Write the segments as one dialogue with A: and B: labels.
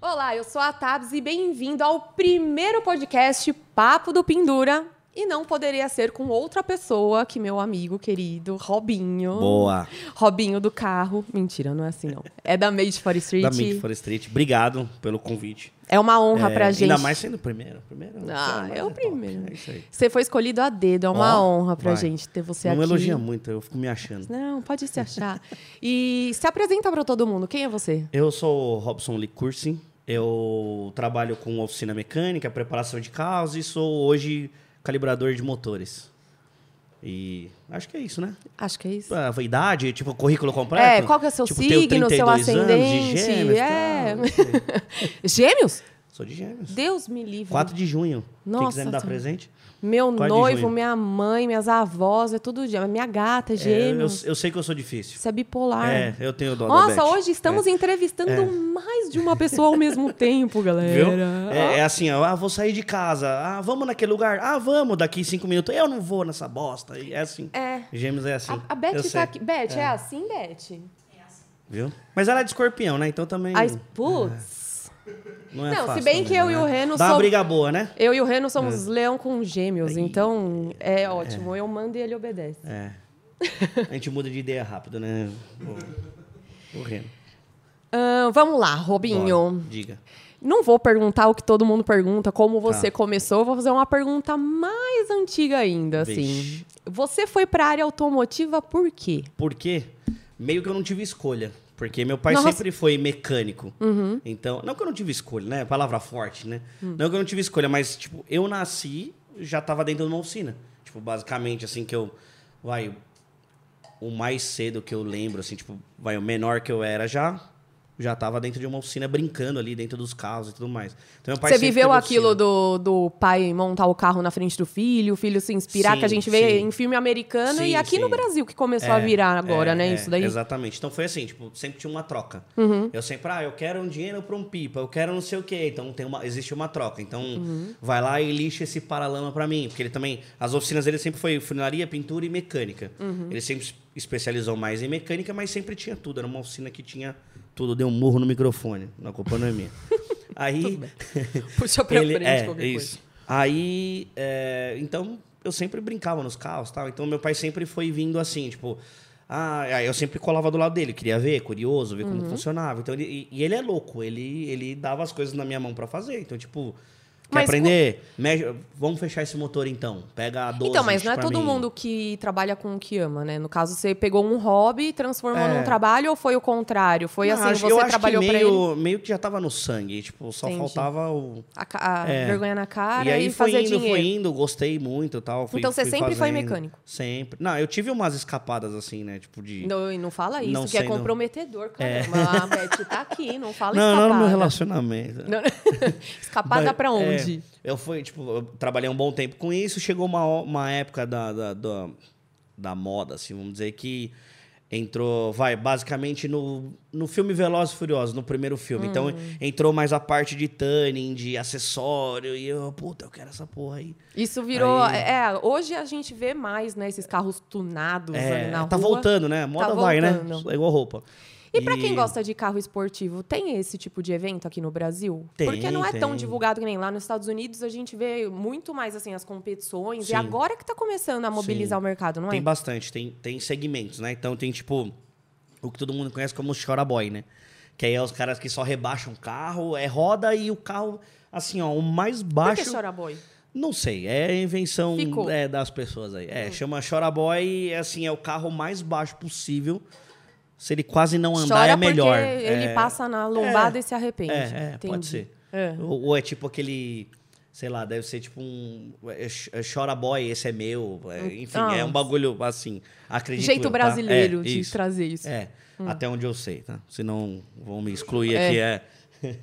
A: Olá, eu sou a Tabs e bem-vindo ao primeiro podcast Papo do Pindura. E não poderia ser com outra pessoa que meu amigo querido Robinho.
B: Boa.
A: Robinho do carro. Mentira, não é assim não. É da Made for Street.
B: Da Made for Street. Obrigado pelo convite.
A: É uma honra
B: É,
A: pra gente.
B: Ainda mais sendo o primeiro. primeiro
A: Ah,
B: sei lá,
A: é o
B: top.
A: primeiro.
B: É isso aí.
A: Você foi escolhido a dedo, é uma
B: Ó,
A: honra pra
B: vai.
A: gente ter você
B: não
A: aqui.
B: elogia muito, eu fico me achando.
A: Não, pode se achar. E se apresenta pra todo mundo. Quem é você?
B: Eu sou o Robson Lee Cursin. Eu trabalho com oficina mecânica, preparação de carros e sou hoje calibrador de motores. E acho que é isso, né?
A: Acho que é isso.
B: A idade, tipo, currículo completo.
A: É, qual que é o seu
B: Tipo, tenho
A: signo, seu
B: 32 anos, de
A: ascendente?
B: gêmeos,
A: é.
B: tal, não sei.
A: Gêmeos?
B: Sou de gêmeos.
A: Deus me livre.
B: 4 de junho. Quem
A: Nossa tá
B: quiser me dar
A: Senhora.
B: presente.
A: Meu
B: quatro de
A: noivo,
B: junho.
A: minha mãe, minhas avós, é tudo gêmeo. Minha gata é
B: É, eu,
A: gêmeo.
B: eu sei que eu sou difícil.
A: Isso é bipolar.
B: É, eu tenho dó da
A: Nossa,
B: Beth.
A: hoje estamos entrevistando mais de uma pessoa ao mesmo tempo, galera.
B: Viu? É, é assim, ó, ah, vou sair de casa, ah, vamos naquele lugar, ah, vamos daqui cinco minutos, eu não vou nessa bosta. E É assim.
A: É.
B: Gêmeos é assim.
A: A, a Beth
B: Eu
A: tá
B: sei,
A: aqui. Beth, é, assim, Beth?
B: Viu? Mas ela é de escorpião, né? Então também
A: A es- putz.
B: não é
A: Não, se
B: fácil.
A: bem que
B: também,
A: eu e o
B: né?
A: Reno
B: Dá uma
A: somos-
B: briga boa, né?
A: Eu e o Reno somos leão com gêmeos, então é ótimo. Eu mando e ele obedece.
B: É. A gente muda de ideia rápido, né? O, o Reno.
A: Ahn, vamos lá,
B: Bora,
A: Robinho.
B: Diga.
A: Não vou perguntar o que todo mundo pergunta, como você
B: Tá.
A: começou. Eu Vou fazer uma pergunta mais antiga ainda, assim.
B: Vixe.
A: Você foi para a área automotiva por quê?
B: Porque meio que eu não tive escolha. Porque meu pai
A: Nossa. Uhum.
B: sempre foi mecânico. Então, não que eu não tive escolha, né? Palavra forte, né?
A: Hum.
B: Não que eu não tive escolha, mas, tipo, eu nasci, já tava dentro de uma oficina. Tipo, basicamente, assim, que eu. Vai. O mais cedo que eu lembro, assim, tipo, vai, o menor que eu era já. Já tava dentro de uma oficina brincando ali, dentro dos carros e tudo mais. Então, meu pai
A: Você
B: sempre
A: viveu
B: teve assim,
A: aquilo
B: oficina.
A: do, do pai montar o carro na frente do filho, o filho se inspirar,
B: Sim,
A: que a gente vê
B: sim.
A: em filme americano e
B: Sim,
A: aqui no
B: sim.
A: Brasil que começou a virar agora,
B: É,
A: né?
B: é,
A: Isso daí. Uhum.
B: Exatamente. Então foi assim, tipo, sempre tinha uma troca. Eu sempre, ah, eu quero um dinheiro pra um pipa, eu quero não sei o quê. Então tem uma, existe uma troca. Então
A: Uhum.
B: vai lá e lixa esse paralama pra mim. Porque ele também, as oficinas dele sempre foi funilaria, pintura e mecânica.
A: Uhum.
B: Ele sempre se especializou mais em mecânica, mas sempre tinha tudo. Era uma oficina que tinha tudo. Deu um murro no microfone, na culpa não é minha. Aí...
A: Puxa pra
B: Ele-
A: frente
B: é,
A: qualquer
B: isso. Aí, é, então, eu sempre brincava nos carros tal. Então, meu pai sempre foi vindo assim, tipo... Ah, aí eu sempre colava do lado dele, queria ver, curioso, ver como
A: Uhum.
B: funcionava. Então, ele, e- e ele é louco, ele, ele dava as coisas na minha mão pra fazer. Então, tipo, quer
A: Mas
B: aprender? Mexe- vamos fechar esse motor então. Pega a 12
A: Então, mas não é
B: pra
A: todo
B: mim.
A: mundo que trabalha com o que ama, né? No caso, você pegou um hobby e transformou
B: É.
A: num trabalho ou foi o contrário? Foi
B: Não,
A: assim,
B: acho-
A: você
B: eu acho
A: trabalhou
B: que
A: pra ele,
B: meio, meio que já tava no sangue, tipo, só
A: Entendi.
B: faltava o...
A: a, ca- a
B: É.
A: vergonha na cara
B: e
A: e,
B: aí foi
A: fazer
B: indo,
A: dinheiro.
B: foi indo, gostei muito e tal. fui-
A: Então você
B: fui
A: sempre foi
B: fazendo.
A: mecânico?
B: Sempre. Não, eu tive umas escapadas assim, né? Tipo de.
A: Não, e não fala isso,
B: Não
A: que é
B: sei, não. É.
A: comprometedor, caramba. A Beth tá aqui, não fala
B: não, não
A: escapada.
B: no meu relacionamento.
A: Não, escapada
B: Mas,
A: pra onde?
B: é, eu fui, tipo, eu trabalhei um bom tempo com isso. Chegou uma, ho- uma época da, da, da, da moda, assim, vamos dizer, que entrou, vai, basicamente no, no filme Velozes e Furiosos, no primeiro filme. Então,
A: Hum.
B: entrou mais a parte de tanning, de acessório. E eu, puta, eu quero essa porra aí.
A: Isso virou.
B: Aí-
A: É, hoje a gente vê mais, né? Esses carros tunados ali
B: É,
A: na
B: tá
A: rua.
B: voltando, né? A moda vai,
A: voltando.
B: né? É igual roupa.
A: E pra quem gosta de carro esportivo, tem esse tipo de evento aqui no Brasil?
B: Tem,
A: Porque não é tão
B: tem.
A: divulgado que nem lá nos Estados Unidos, a gente vê muito mais assim as competições e
B: Sim.
A: agora que tá começando a mobilizar
B: Sim.
A: o mercado, não é?
B: Tem bastante, tem, tem segmentos, né? Então tem tipo o que todo mundo conhece como chora boy, né? Que aí é os caras que só rebaixam o carro, é roda e o carro, assim, ó, o mais
A: Por que
B: baixo.
A: chora boy?
B: Não sei, é a invenção
A: Ficou. Hum.
B: é, das pessoas aí. É, chama chora boy e assim, é o carro mais baixo possível. Se ele quase não andar,
A: chora
B: é melhor.
A: porque ele
B: É,
A: passa na lombada e se arrepende.
B: É, é,
A: Entendi.
B: pode ser.
A: É.
B: Ou, ou é tipo aquele. Sei lá, deve ser tipo um. é, ch- é Chora boy, esse é meu. é, enfim, é
A: Ah.
B: um bagulho assim. Acredito.
A: Jeito
B: eu, tá?
A: brasileiro
B: É,
A: de Hum.
B: isso.
A: trazer isso.
B: É, até onde eu sei, tá? Senão vão me excluir aqui. É.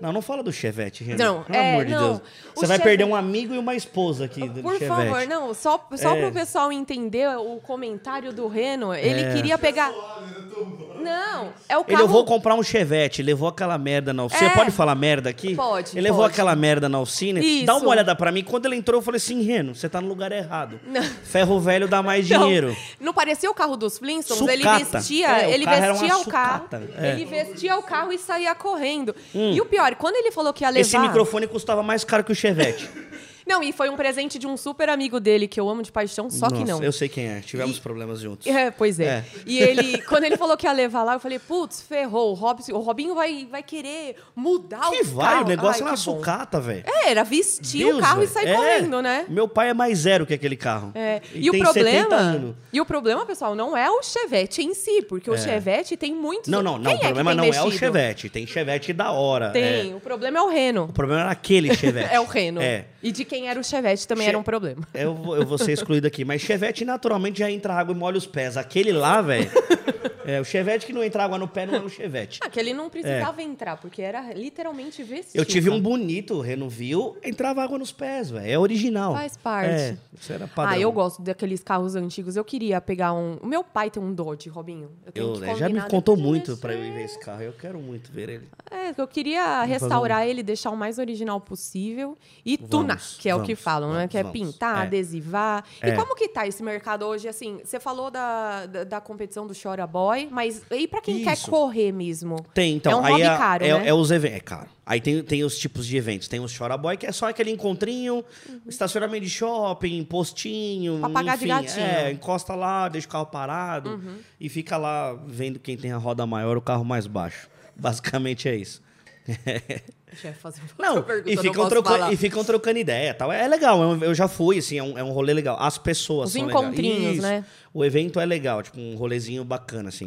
B: Não, não fala do Chevette, Renan.
A: Não,
B: pelo
A: é,
B: amor de
A: não.
B: Deus.
A: O
B: Você vai
A: Chevette-
B: perder um amigo e uma esposa aqui do
A: Por
B: Chevette.
A: favor, não, só, só
B: É.
A: para o pessoal entender o comentário do Reno, ele queria pegar. Não, é o
B: É. Ele,
A: carro.
B: eu vou comprar um Chevette, levou aquela merda na oficina.
A: É.
B: Pode falar merda aqui?
A: Pode,
B: Ele levou
A: pode.
B: aquela merda na oficina.
A: Isso.
B: Dá uma olhada pra mim. Quando ele entrou, eu falei assim, Reno, você tá no lugar errado.
A: Não.
B: Ferro velho dá mais
A: Não,
B: dinheiro.
A: Não, parecia o carro dos Flintstones? Ele
B: Sucata.
A: vestia,
B: É, o
A: ele
B: carro era uma
A: vestia o carro.
B: sucata, é. Hum.
A: Ele vestia o carro e saía correndo. E o pior, quando ele falou que ia levar.
B: Esse microfone custava mais caro que o Chevette.
A: Não, e foi um presente de um super amigo dele que eu amo de paixão, só que
B: Nossa,
A: não.
B: Eu sei quem é. Tivemos problemas juntos.
A: É, pois é.
B: É.
A: E ele, quando ele falou que ia levar lá, eu falei, putz, ferrou, o, Robson, o Robinho vai, vai querer mudar
B: Que
A: o carro.
B: vai, o
A: Ai,
B: negócio é uma
A: que bom.
B: sucata, velho.
A: É, era vestir
B: Deus,
A: o carro e
B: velho.
A: sair
B: É.
A: correndo, né?
B: Meu pai é mais zero que aquele carro.
A: É,
B: E,
A: E, o
B: tem 70 anos. É.
A: problema, e o problema, pessoal, não é o Chevette em si, porque o Chevette tem muitos.
B: Não, não, não.
A: Quem
B: o problema
A: é que
B: não
A: tem
B: é o
A: mexido?
B: Chevette. Tem Chevette da hora.
A: Tem,
B: é.
A: o problema é o Reno.
B: O problema era aquele Chevette.
A: É o Reno.
B: É.
A: E de quem era o Chevette também
B: Che-
A: era um problema.
B: Eu, vou- eu vou ser excluído aqui. Mas Chevette naturalmente já entra água e molha os pés. Aquele lá, velho. É, o Chevette que não entra água no pé não é um Chevette.
A: Ah, que ele não precisava entrar, porque era literalmente vestido.
B: É. Eu tive um bonito, o Reno viu, entrava água nos pés, velho. É original.
A: Faz parte.
B: É, isso era padrão.
A: Ah, eu gosto daqueles carros antigos. Eu queria pegar um. O meu pai tem um Dodge, Robinho. Eu tenho
B: Eu-
A: que
B: ele já me
A: combinar
B: contou
A: depois.
B: muito pra eu ir ver esse carro. Eu quero muito ver ele.
A: É, eu queria restaurar ele, deixar o mais original possível. E tunar,
B: um Vamos,
A: que é o
B: vamos,
A: que falam, né?
B: vamos,
A: Que é
B: vamos.
A: pintar,
B: É.
A: adesivar. E
B: É.
A: como que tá esse mercado hoje? Assim, você falou da, da, da competição do Chora Boy, mas e pra quem quer
B: Isso.
A: correr mesmo?
B: Tem, então.
A: É um
B: aí
A: hobby
B: é,
A: caro,
B: é,
A: né?
B: é os eventos. É caro. Aí tem, tem os tipos de eventos. Tem os chora boy, que é só aquele encontrinho, estacionamento de shopping, postinho.
A: Uhum. Pra pagar de
B: enfim,
A: gatinho. Uhum.
B: É, encosta lá, deixa o carro parado e fica lá vendo quem tem a roda maior, o carro mais baixo. Basicamente é isso.
A: Deixa eu fazer outra
B: Não,
A: pergunta,
B: e
A: não
B: ficam,
A: posso falar.
B: trocando, e ficam trocando ideia tal. É legal, é um- eu já fui, assim, é um, é um rolê legal. As pessoas
A: Os
B: são
A: encontrinhos,
B: legais. Isso.
A: né? Uhum.
B: O evento é legal, tipo, um rolezinho bacana, assim.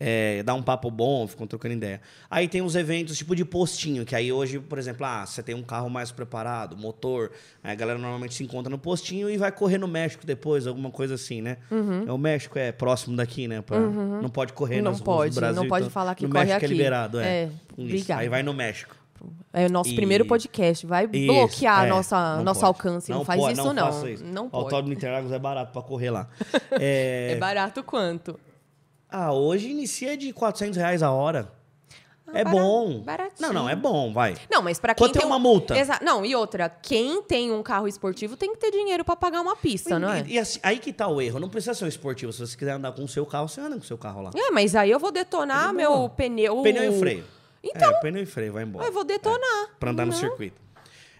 B: É, dá um papo bom, ficam trocando ideia. Aí tem uns eventos, tipo, de postinho, que aí hoje, por exemplo, ah, você tem um carro mais preparado, motor. Aí a galera normalmente se encontra no postinho e vai correr no México depois, alguma coisa assim, né? É, O México é próximo daqui, né? Pra- Não pode correr
A: Uhum. Não
B: nas ruas
A: pode,
B: do Brasil.
A: não pode
B: então,
A: falar que
B: no
A: corre aqui.
B: México é liberado, é.
A: É,
B: Isso,
A: obrigada.
B: Aí vai no México.
A: É o nosso
B: E-
A: primeiro podcast. Vai
B: Isso,
A: bloquear
B: é,
A: nossa,
B: não
A: nosso
B: pode.
A: alcance. Não, faz
B: pode,
A: isso, não.
B: faça isso.
A: Não
B: O
A: pode.
B: Autódromo Interlagos é barato pra correr lá.
A: É
B: É,
A: barato quanto?
B: Ah, hoje inicia de 400 reais a hora. é
A: bara-
B: bom.
A: Ah, baratinho.
B: Não, não, é bom, vai.
A: Não, mas pra quem
B: Quanto é
A: tem
B: uma
A: um-
B: multa?
A: Exa- Não, e outra, quem tem um carro esportivo tem que ter dinheiro pra pagar uma pista, não é?
B: E, e assim, aí que tá o erro. Não precisa ser um esportivo. Se você quiser andar com o seu carro, você anda com o seu carro lá.
A: É, mas aí eu vou detonar
B: Não.
A: meu pneu.
B: Pneu e freio.
A: Então.
B: É, pneu e freio, vai embora.
A: Eu vou detonar.
B: Pra andar no
A: Não.
B: circuito.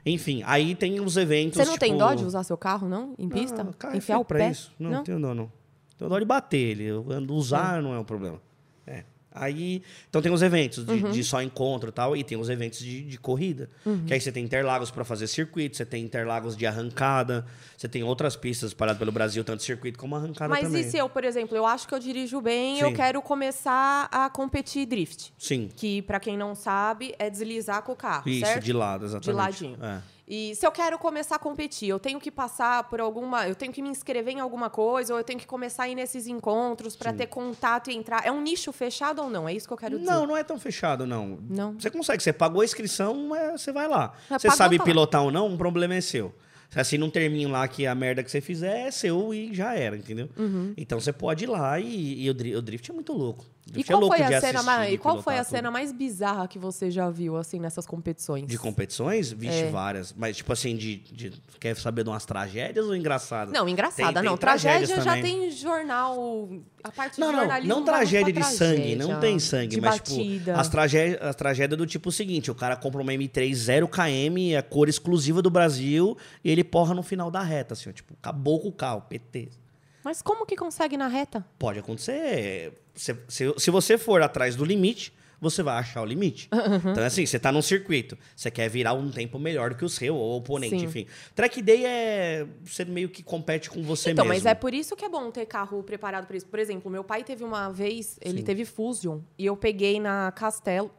B: Enfim, aí tem os eventos.
A: Você não tem
B: tipo-
A: dó de usar seu carro, não? Em pista?
B: Não, cara, é
A: Enfiar
B: feio
A: o
B: pra
A: pé?
B: Isso. Não, não tenho dó, não. Tenho dó de bater ele. Eu ando- Usar não é um problema. É. Aí, então tem os eventos de,
A: Uhum.
B: de só encontro e tal, e tem os eventos de, de corrida. Que aí você tem Interlagos para fazer circuito, você tem Interlagos de arrancada, você tem outras pistas paradas pelo Brasil, tanto circuito como arrancada
A: mas
B: também.
A: e se eu, por exemplo, eu acho que eu dirijo bem e
B: Sim.
A: eu quero começar a competir drift?
B: Sim,
A: Que, pra quem não sabe, é deslizar com o carro,
B: isso,
A: certo?
B: de lado, exatamente.
A: ladinho.
B: É.
A: E se eu quero começar a competir, eu tenho que passar por alguma. Eu tenho que me inscrever em alguma coisa, ou eu tenho que começar a ir nesses encontros pra ter contato e entrar. É um nicho fechado ou não? É isso que eu quero dizer.
B: Não, não é tão fechado, não.
A: Não?
B: Você consegue, você pagou a inscrição, é, você vai lá.
A: É,
B: você
A: pagou,
B: sabe
A: tá lá.
B: pilotar ou não, um problema é seu. Se assina um terminho lá que a merda que você fizer é seu e já era, entendeu? Então você pode ir lá e, e o, dri- o drift é muito louco. O
A: Uhum. E
B: drift é
A: qual,
B: louco
A: foi
B: de
A: a, cena
B: assistir,
A: mais,
B: de
A: e qual
B: pilotar
A: foi a
B: tudo.
A: cena mais bizarra que você já viu, assim, nessas competições?
B: De competições? Vixe,
A: É.
B: várias. Mas, tipo assim, de, de- Quer saber de umas tragédias ou engraçadas?
A: Não, engraçada,
B: Tem- tem
A: não.
B: tragédias
A: Tragédia já
B: também.
A: tem jornal. A parte
B: Não,
A: de
B: não,
A: jornalismo.
B: não
A: vai muito
B: tragédia de
A: pra
B: sangue, não
A: tragédia,
B: tem sangue,
A: de
B: mas
A: batida.
B: tipo, as tragédias, as tragédias do tipo seguinte, o cara compra uma M3 0 km, a cor exclusiva do Brasil, e ele porra no final da reta, assim, ó, tipo, acabou com o carro, PT.
A: Mas como que consegue na reta?
B: Pode acontecer, é, se, se, se você for atrás do limite, você vai achar o limite. Então, assim, você tá num circuito, você quer virar um tempo melhor do que o seu, ou o oponente,
A: Sim.
B: enfim. Track day é, você meio que compete com você
A: Então,
B: mesmo.
A: mas é por isso que é bom ter carro preparado para isso. Por exemplo, meu pai teve uma vez, ele
B: Sim.
A: teve Fusion e eu peguei na Castelo.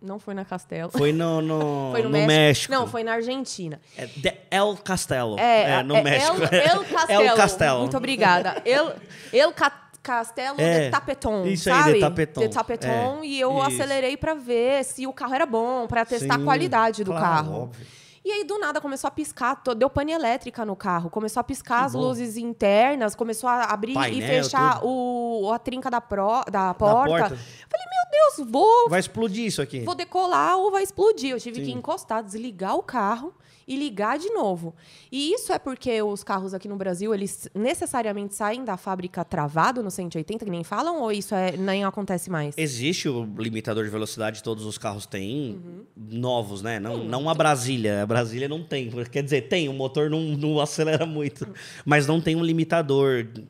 A: Não foi na Castelo.
B: Foi no, no,
A: Foi no,
B: no
A: México.
B: México.
A: Não, foi na Argentina.
B: É The El Castelo.
A: É,
B: É, no
A: é
B: México.
A: El, El Castelo.
B: El Castelo.
A: Muito obrigada. El, El Ca- Castelo de
B: É,
A: Tapeton,
B: isso aí,
A: sabe?
B: de Tapeton.
A: De Tapeton,
B: É,
A: e eu
B: isso.
A: acelerei para ver se o carro era bom, para testar
B: Sim,
A: a qualidade do
B: claro,
A: carro.
B: óbvio.
A: E aí, do nada, começou a piscar, to- deu pane elétrica no carro. Começou a piscar as luzes internas, começou a abrir e
B: Painel,
A: fechar o, a trinca da, pro, da, porta.
B: porta.
A: Falei, meu Deus, vou,
B: Vai explodir isso aqui.
A: vou decolar ou vai explodir. Eu tive que
B: Sim.
A: encostar, desligar o carro e ligar de novo. E isso é porque os carros aqui no Brasil, eles necessariamente saem da fábrica travado no 180, que nem falam, ou isso é, nem acontece mais?
B: Existe o limitador de velocidade, todos os carros têm
A: Uhum.
B: novos, né? Não, não a Brasília. A Brasília não tem. Quer dizer, tem, o motor não, não acelera muito. Mas não tem um limitador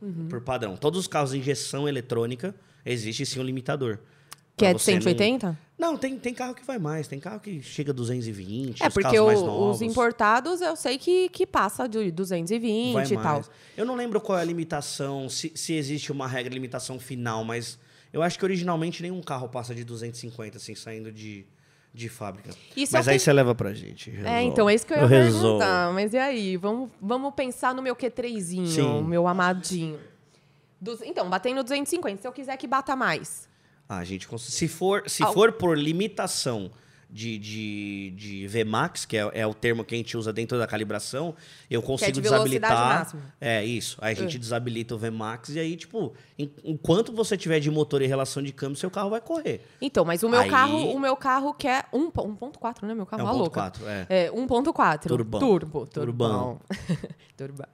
A: Uhum.
B: por padrão. Todos os carros de injeção eletrônica existe sim um limitador.
A: Que
B: Pra
A: é de
B: você não-
A: 180?
B: Não, tem, tem carro que vai mais, tem carro que chega a 220,
A: É,
B: os
A: porque
B: carros mais
A: o-
B: novos.
A: os importados eu sei que, que passa de 220
B: vai
A: e tal.
B: mais. Eu não lembro qual é a limitação, se, se existe uma regra de limitação final, mas eu acho que originalmente nenhum carro passa de 250, assim, saindo de, de fábrica.
A: Isso
B: mas
A: é o
B: aí
A: que-
B: você leva pra gente.
A: É,
B: resolve.
A: então é isso que eu ia
B: resolvo.
A: perguntar. Mas e aí? Vamos, vamos pensar no meu Q3zinho,
B: Sim.
A: meu amadinho. Duz- Então, batendo 250. Se eu quiser que é bata mais.
B: Ah, gente, cons- se for, se
A: Ao-
B: for por limitação de, de, de Vmax, que é, é o termo que a gente usa dentro da calibração, eu consigo
A: é de velocidade
B: desabilitar.
A: máxima.
B: É, isso. Aí a gente desabilita o Vmax e aí, tipo, em- enquanto você tiver de motor em relação de câmbio, seu carro vai correr.
A: Então, mas o meu
B: Aí-
A: carro, o meu carro quer um po- 1.4, né? Meu carro
B: É
A: é louca.
B: 1.4, é.
A: É, 1.4.
B: Turbão.
A: Turbo. Turbão.
B: Turbão.
A: Turbão.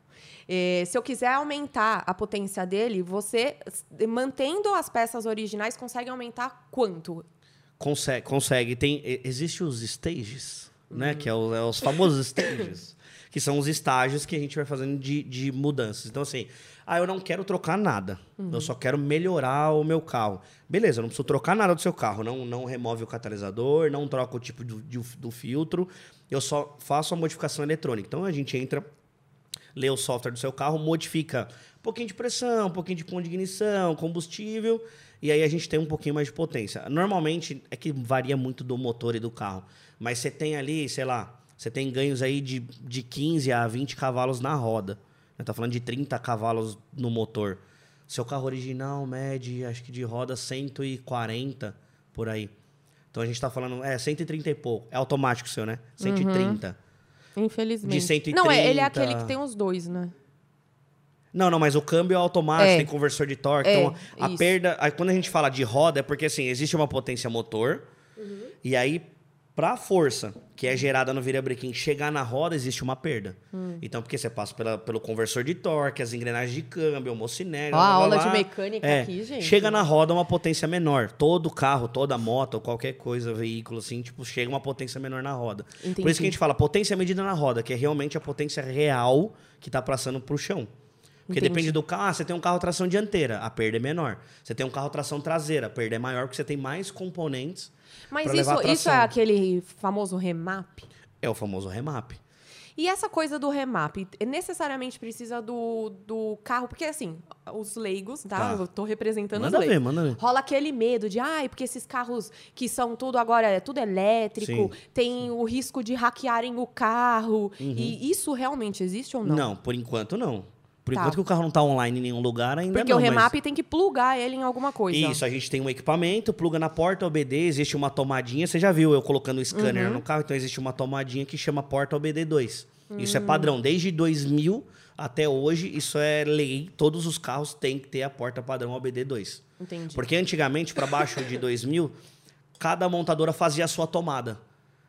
A: É, se eu quiser aumentar a potência dele, você, s- mantendo as peças originais, consegue aumentar quanto?
B: Consegue, consegue. Tem, e- existe os stages, né? Que é, o- é os famosos stages. Que são os estágios que a gente vai fazendo de, de mudanças. Então, assim, ah, eu não quero trocar nada. Eu só quero melhorar o meu carro. Beleza, eu não preciso trocar nada do seu carro. Não, não remove o catalisador, não troca o tipo do, do, do filtro. Eu só faço a modificação eletrônica. Então, a gente entra lê o software do seu carro, modifica um pouquinho de pressão, um pouquinho de ponto de ignição, combustível, e aí a gente tem um pouquinho mais de potência. Normalmente é que varia muito do motor e do carro, mas você tem ali, sei lá, você tem ganhos aí de, de 15 a 20 cavalos na roda. Eu tô falando de 30 cavalos no motor. Seu carro original mede, acho que de roda 140 por aí. Então a gente tá falando, é 130 e pouco. É automático seu, né? 130.
A: Infelizmente.
B: De 130.
A: Não, é, ele é aquele que tem os dois, né?
B: Não, não, mas o câmbio é automático,
A: É.
B: tem conversor de torque.
A: É,
B: então, a
A: isso.
B: perda. aí quando a gente fala de roda, é porque assim, existe uma potência motor.
A: Uhum.
B: E aí, pra força que é gerada no virabrequim chegar na roda, existe uma perda.
A: Hum.
B: Então, porque você passa pela- pelo conversor de torque, as engrenagens de câmbio, o mocinete.
A: Ó, a aula de mecânica aqui, gente.
B: É. Chega na roda uma potência menor. Todo carro, toda moto, qualquer coisa, veículo, assim, tipo, chega uma potência menor na roda. Por
A: Entendi.
B: isso que a gente fala potência medida na roda, que é realmente a potência real que está passando pro chão. Porque
A: Entendi.
B: depende do carro. Ah, você tem um carro tração dianteira, a perda é menor. Você tem um carro tração traseira, a perda é maior porque você tem mais componentes.
A: Mas
B: pra levar
A: isso,
B: a
A: isso é
B: tração.
A: aquele famoso remap?
B: É o famoso remap.
A: E essa coisa do remap é necessariamente precisa do, do carro, porque assim, os leigos, tá?
B: Tá.
A: Eu tô representando
B: Manda
A: os leigos.
B: ver, manda ver.
A: Rola aquele medo de, ai, porque esses carros que são tudo agora, é tudo elétrico,
B: Sim, Uhum.
A: tem o risco de hackearem o carro. E isso realmente existe ou não?
B: Não. por enquanto não. Por
A: Tá.
B: enquanto que o carro não está online em nenhum lugar ainda
A: Porque
B: é
A: o
B: não. mas-
A: remap tem que plugar ele em alguma coisa.
B: Isso, a gente tem um equipamento, pluga na porta OBD, existe uma tomadinha. Você já viu eu colocando o scanner no carro, então existe uma tomadinha que chama porta OBD2. Isso é padrão. Desde 2000 até hoje, isso é lei. Todos os carros têm que ter a porta padrão OBD2.
A: Entendi.
B: Porque antigamente, para baixo de 2000, cada montadora fazia a sua tomada.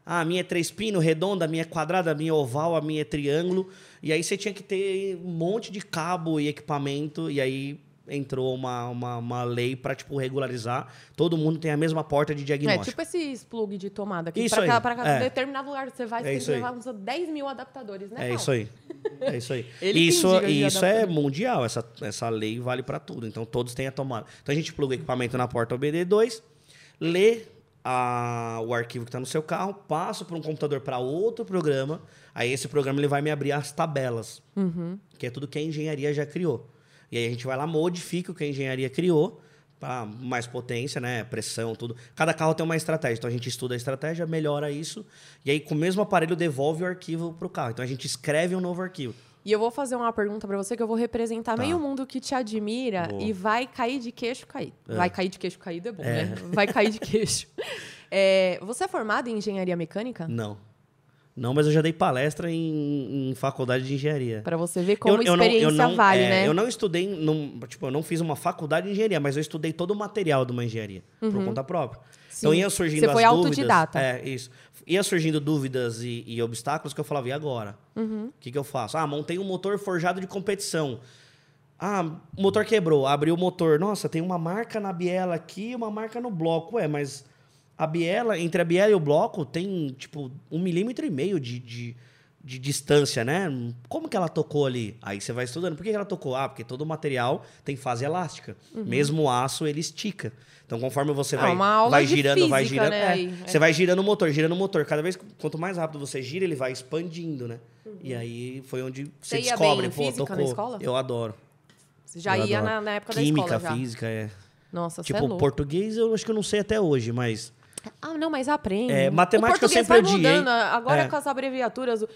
B: Ah, a minha é três pino, redonda, a minha é quadrada, a minha é oval, a minha é triângulo. E aí você tinha que ter um monte de cabo e equipamento. E aí entrou uma, uma, uma lei para tipo, regularizar. Todo mundo tem a mesma porta de
A: É
B: diagnóstico.
A: tipo esses plug de tomada que
B: Isso
A: pra,
B: aí,
A: cada- pra cada
B: é.
A: determinado lugar que você vai, você
B: É
A: tem que
B: isso aí.
A: levar uns 10 mil adaptadores, né?
B: É
A: Paulo?
B: isso aí. É isso aí.
A: Ele que
B: isso
A: indica de
B: e isso é
A: adaptador.
B: mundial, essa, essa lei vale para tudo. Então todos têm a tomada. Então a gente pluga o equipamento na porta OBD2, lê a- o arquivo que está no seu carro, passa para um computador para outro programa. Aí esse programa ele vai me abrir as tabelas,
A: Uhum.
B: que é tudo que a engenharia já criou. E aí a gente vai lá, modifica o que a engenharia criou para mais potência, né? Pressão, tudo. Cada carro tem uma estratégia. Então a gente estuda a estratégia, melhora isso, e aí com o mesmo aparelho devolve o arquivo para o carro. Então a gente escreve um novo arquivo.
A: E eu vou fazer uma pergunta pra você que eu vou representar
B: Tá.
A: meio mundo que te admira
B: Boa.
A: e vai cair de queixo caído.
B: É.
A: Vai cair de queixo caído é bom,
B: É.
A: né? Vai cair de queixo. É, você é formado em engenharia mecânica?
B: Não. Não, mas eu já dei palestra em, em faculdade de engenharia.
A: Para você ver como a experiência
B: eu não,
A: vale,
B: é,
A: né?
B: Eu não estudei, não, tipo, eu não fiz uma faculdade de engenharia, mas eu estudei todo o material de uma engenharia, por conta própria. Então
A: Uhum. Sim.
B: ia surgindo
A: Você
B: as
A: foi
B: dúvidas.
A: autodidata.
B: É, isso. Ia surgindo dúvidas e, e obstáculos que eu falava, e agora? O
A: Uhum.
B: que, que eu faço? Ah, montei um motor forjado de competição. Ah, o motor quebrou, abriu o motor. Nossa, tem uma marca na biela aqui e uma marca no bloco. Ué, mas a biela, entre a biela e o bloco, tem tipo um milímetro e meio de, de, de distância, né? Como que ela tocou ali? Aí você vai estudando. Por que que ela tocou? Ah, porque todo material tem fase elástica. Mesmo o aço, ele estica. Então, conforme você
A: Uhum. Ah,
B: vai,
A: uma aula
B: vai
A: de
B: girando, vai
A: física,
B: girando.
A: né,
B: é,
A: aí.
B: Você vai girando o motor, girando o motor. Cada vez, quanto mais rápido você gira, ele vai expandindo, né? E aí foi onde
A: Uhum. Você
B: você
A: ia bem
B: descobre,
A: em
B: pô,
A: física na
B: tocou.
A: escola?
B: Eu adoro.
A: Você já
B: Eu
A: ia
B: adoro.
A: na, na época
B: Química,
A: da escola já.
B: física, é.
A: Nossa, você é
B: tipo,
A: louco.
B: português eu acho que eu não sei até hoje, mas.
A: Ah, não, mas aprende.
B: É,
A: O
B: matemática eu
A: português
B: sempre
A: vai
B: odiei.
A: mudando, Agora
B: É.
A: com as abreviaturas. Eu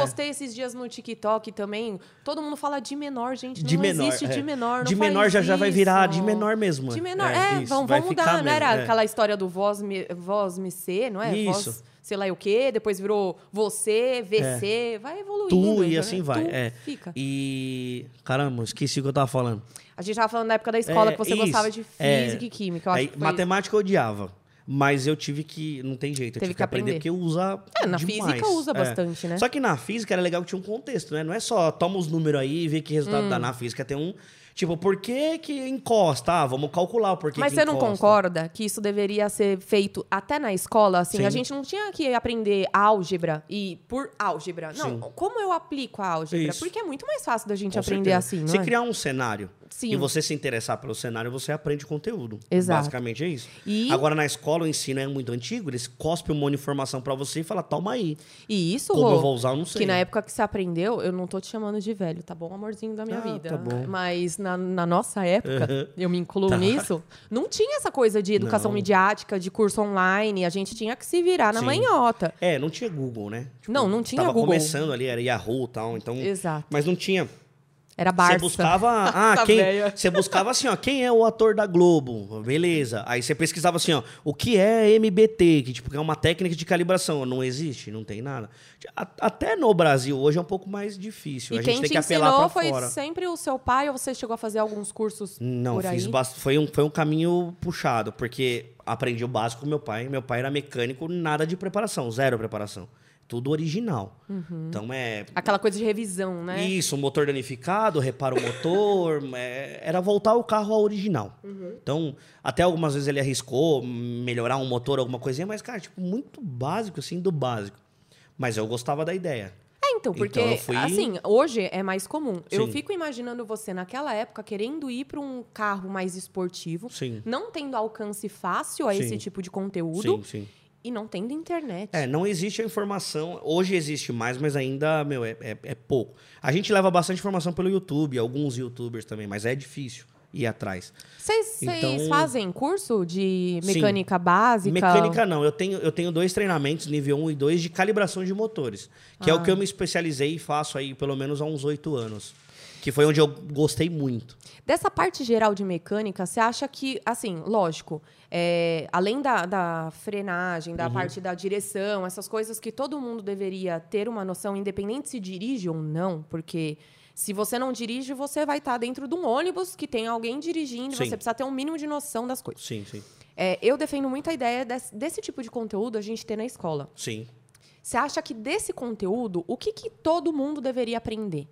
A: postei esses dias no TikTok também. Todo mundo fala de menor, gente. Não
B: de menor.
A: existe
B: é.
A: de menor. Não
B: De menor
A: faz
B: já, já vai virar
A: isso.
B: de menor mesmo.
A: De
B: é.
A: menor. É,
B: isso,
A: vão,
B: vai
A: vão mudar.
B: ficar
A: não
B: mesmo,
A: era
B: é.
A: aquela história do voz me, voz me ser, não é? Voz,
B: Isso.
A: sei lá o quê. Depois virou você, VC. Vai evoluindo.
B: É. Tu e
A: entendeu? né?
B: assim vai.
A: Tu
B: é.
A: Fica.
B: E. Caramba, esqueci o que eu tava falando.
A: A gente tava falando na época da escola
B: É,
A: que você
B: isso,
A: gostava de
B: é.
A: física e química. Eu acho
B: Aí,
A: que foi isso.
B: matemática eu odiava. Mas eu tive que. Não tem jeito, eu
A: Teve
B: tive
A: que
B: que aprender,
A: aprender.
B: porque usa.
A: É, na
B: demais.
A: física usa
B: É.
A: bastante, né?
B: Só que na física era legal que tinha um contexto, né? Não é só toma os números aí e vê que resultado
A: Hum.
B: dá. Na física tem um. Tipo, por que que encosta? Ah, vamos calcular o porquê
A: Mas
B: que
A: você não
B: encosta.
A: concorda que isso deveria ser feito até na escola? Assim,
B: Sim.
A: a gente não tinha que aprender álgebra e por álgebra. Não,
B: Sim.
A: como eu aplico a álgebra?
B: Isso.
A: Porque é muito mais fácil da gente
B: Com
A: aprender
B: certeza.
A: assim, não
B: Se
A: é?
B: criar um cenário
A: Sim.
B: e você se interessar pelo cenário, você aprende conteúdo.
A: Exato.
B: Basicamente é isso.
A: E-
B: Agora, na escola, o ensino é muito antigo, eles cospem um monte de informação pra você e falam, toma aí.
A: E isso,
B: Como
A: Rô,
B: eu vou usar, eu não sei.
A: que na época que você aprendeu, eu não tô te chamando de velho, tá bom, amorzinho da minha
B: Ah,
A: vida.
B: tá bom.
A: Mas na, na nossa época, eu me incluo
B: Tá.
A: nisso, não tinha essa coisa de educação
B: Não.
A: midiática, de curso online, a gente tinha que se virar na
B: Sim.
A: manhota.
B: É, não tinha Google, né?
A: Não, não tinha
B: tava
A: Google.
B: começando ali, era Yahoo e tal, então...
A: Exato.
B: Mas não tinha.
A: Era
B: Você
A: Barça.
B: buscava. Ah,
A: Tá
B: quem.
A: velha.
B: Você buscava assim, ó, quem é o ator da Globo? Beleza. Aí você pesquisava assim, ó, o que é MBT, que tipo, é uma técnica de calibração. Não existe, não tem nada. A- até no Brasil hoje é um pouco mais difícil.
A: E
B: a
A: quem
B: gente tem
A: te
B: que apelar pra
A: ensinou foi
B: fora.
A: sempre o seu pai ou você chegou a fazer alguns cursos
B: Não,
A: por aí?
B: fiz bas- foi, um, foi um caminho puxado, porque aprendi o básico com meu pai. Meu pai era mecânico, nada de preparação, zero preparação. Tudo original.
A: Uhum.
B: Então é
A: Aquela coisa de revisão, né?
B: Isso, um motor danificado, repara o motor. é, era voltar o carro ao original. Então, até algumas vezes ele arriscou melhorar um motor, alguma coisinha, mas, cara, tipo, muito básico, assim, do básico. Mas eu gostava da ideia.
A: É, então, porque,
B: Então, eu fui-
A: assim, hoje é mais comum. Eu
B: Sim.
A: fico imaginando você, naquela época, querendo ir para um carro mais esportivo,
B: Sim.
A: não tendo alcance fácil a
B: Sim.
A: esse tipo de conteúdo
B: Sim, sim.
A: e não tendo internet.
B: É, não existe a informação. Hoje existe mais, mas ainda, meu, é, é- é pouco. A gente leva bastante informação pelo YouTube, alguns youtubers também, mas é difícil ir atrás.
A: Vocês vocês
B: Então-
A: fazem curso de
B: Sim.
A: mecânica básica?
B: Mecânica não, eu tenho, eu tenho dois treinamentos, nível 1 e 2, de calibração de motores, que
A: Ah.
B: é o que eu me especializei e faço aí pelo menos há uns oito anos. Que foi onde eu gostei muito.
A: Dessa parte geral de mecânica, você acha que, assim, lógico, é, além da, da frenagem,
B: Uhum.
A: da parte da direção, essas coisas que todo mundo deveria ter uma noção, independente se dirige ou não, porque se você não dirige, você vai estar dentro de um ônibus que tem alguém dirigindo,
B: Sim.
A: você precisa ter um mínimo de noção das coisas.
B: Sim, sim.
A: É, eu defendo muito a ideia desse, desse tipo de conteúdo a gente ter na escola.
B: Sim.
A: Você acha que desse conteúdo, o que, que todo mundo deveria aprender?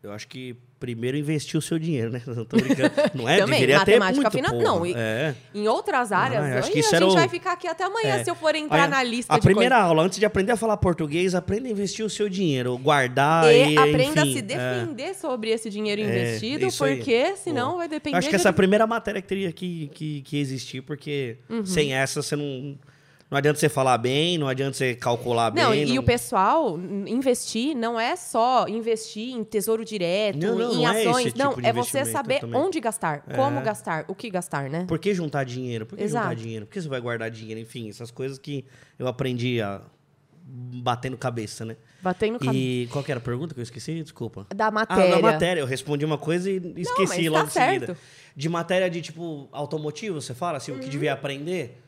B: Eu acho que primeiro investir o seu dinheiro, né? Não tô brincando. Não é?
A: Também,
B: Deveria ter
A: matemática
B: muito,
A: finan-
B: porra.
A: não, e-
B: É.
A: Em outras áreas,
B: Ah, eu acho
A: aí
B: que isso
A: a
B: era
A: gente
B: o-
A: vai ficar aqui até amanhã
B: É.
A: se eu for entrar
B: Olha,
A: na lista
B: A
A: é de coisas.
B: primeira aula, antes de aprender a falar português, aprenda a investir o seu dinheiro, guardar e,
A: e aprenda
B: enfim,
A: a se
B: é.
A: defender sobre esse dinheiro
B: É,
A: investido,
B: isso aí.
A: porque senão
B: Boa.
A: vai
B: Eu
A: depender
B: Acho
A: de-
B: que essa é a primeira matéria que teria que, que, que existir, porque
A: Uhum.
B: sem essa você não. Não adianta você falar bem, não adianta você calcular
A: Não,
B: bem.
A: e o pessoal n- investir não é só investir em tesouro direto,
B: Não, não,
A: em
B: não é esse
A: ações,
B: tipo
A: não,
B: de
A: é você
B: investimento
A: saber
B: também. É.
A: onde gastar, como gastar, o que gastar, né?
B: Por que juntar dinheiro? Por que
A: Exato.
B: juntar dinheiro? Por que você vai guardar dinheiro? Enfim, essas coisas que eu aprendi a... batendo cabeça, né?
A: Batendo cabeça.
B: E qual que era a pergunta que eu esqueci? Desculpa.
A: Da
B: Ah,
A: matéria.
B: da matéria. Eu respondi uma coisa e esqueci
A: mas tá
B: logo em seguida.
A: certo. Uhum.
B: De matéria de tipo automotivo, você fala assim, o que devia aprender?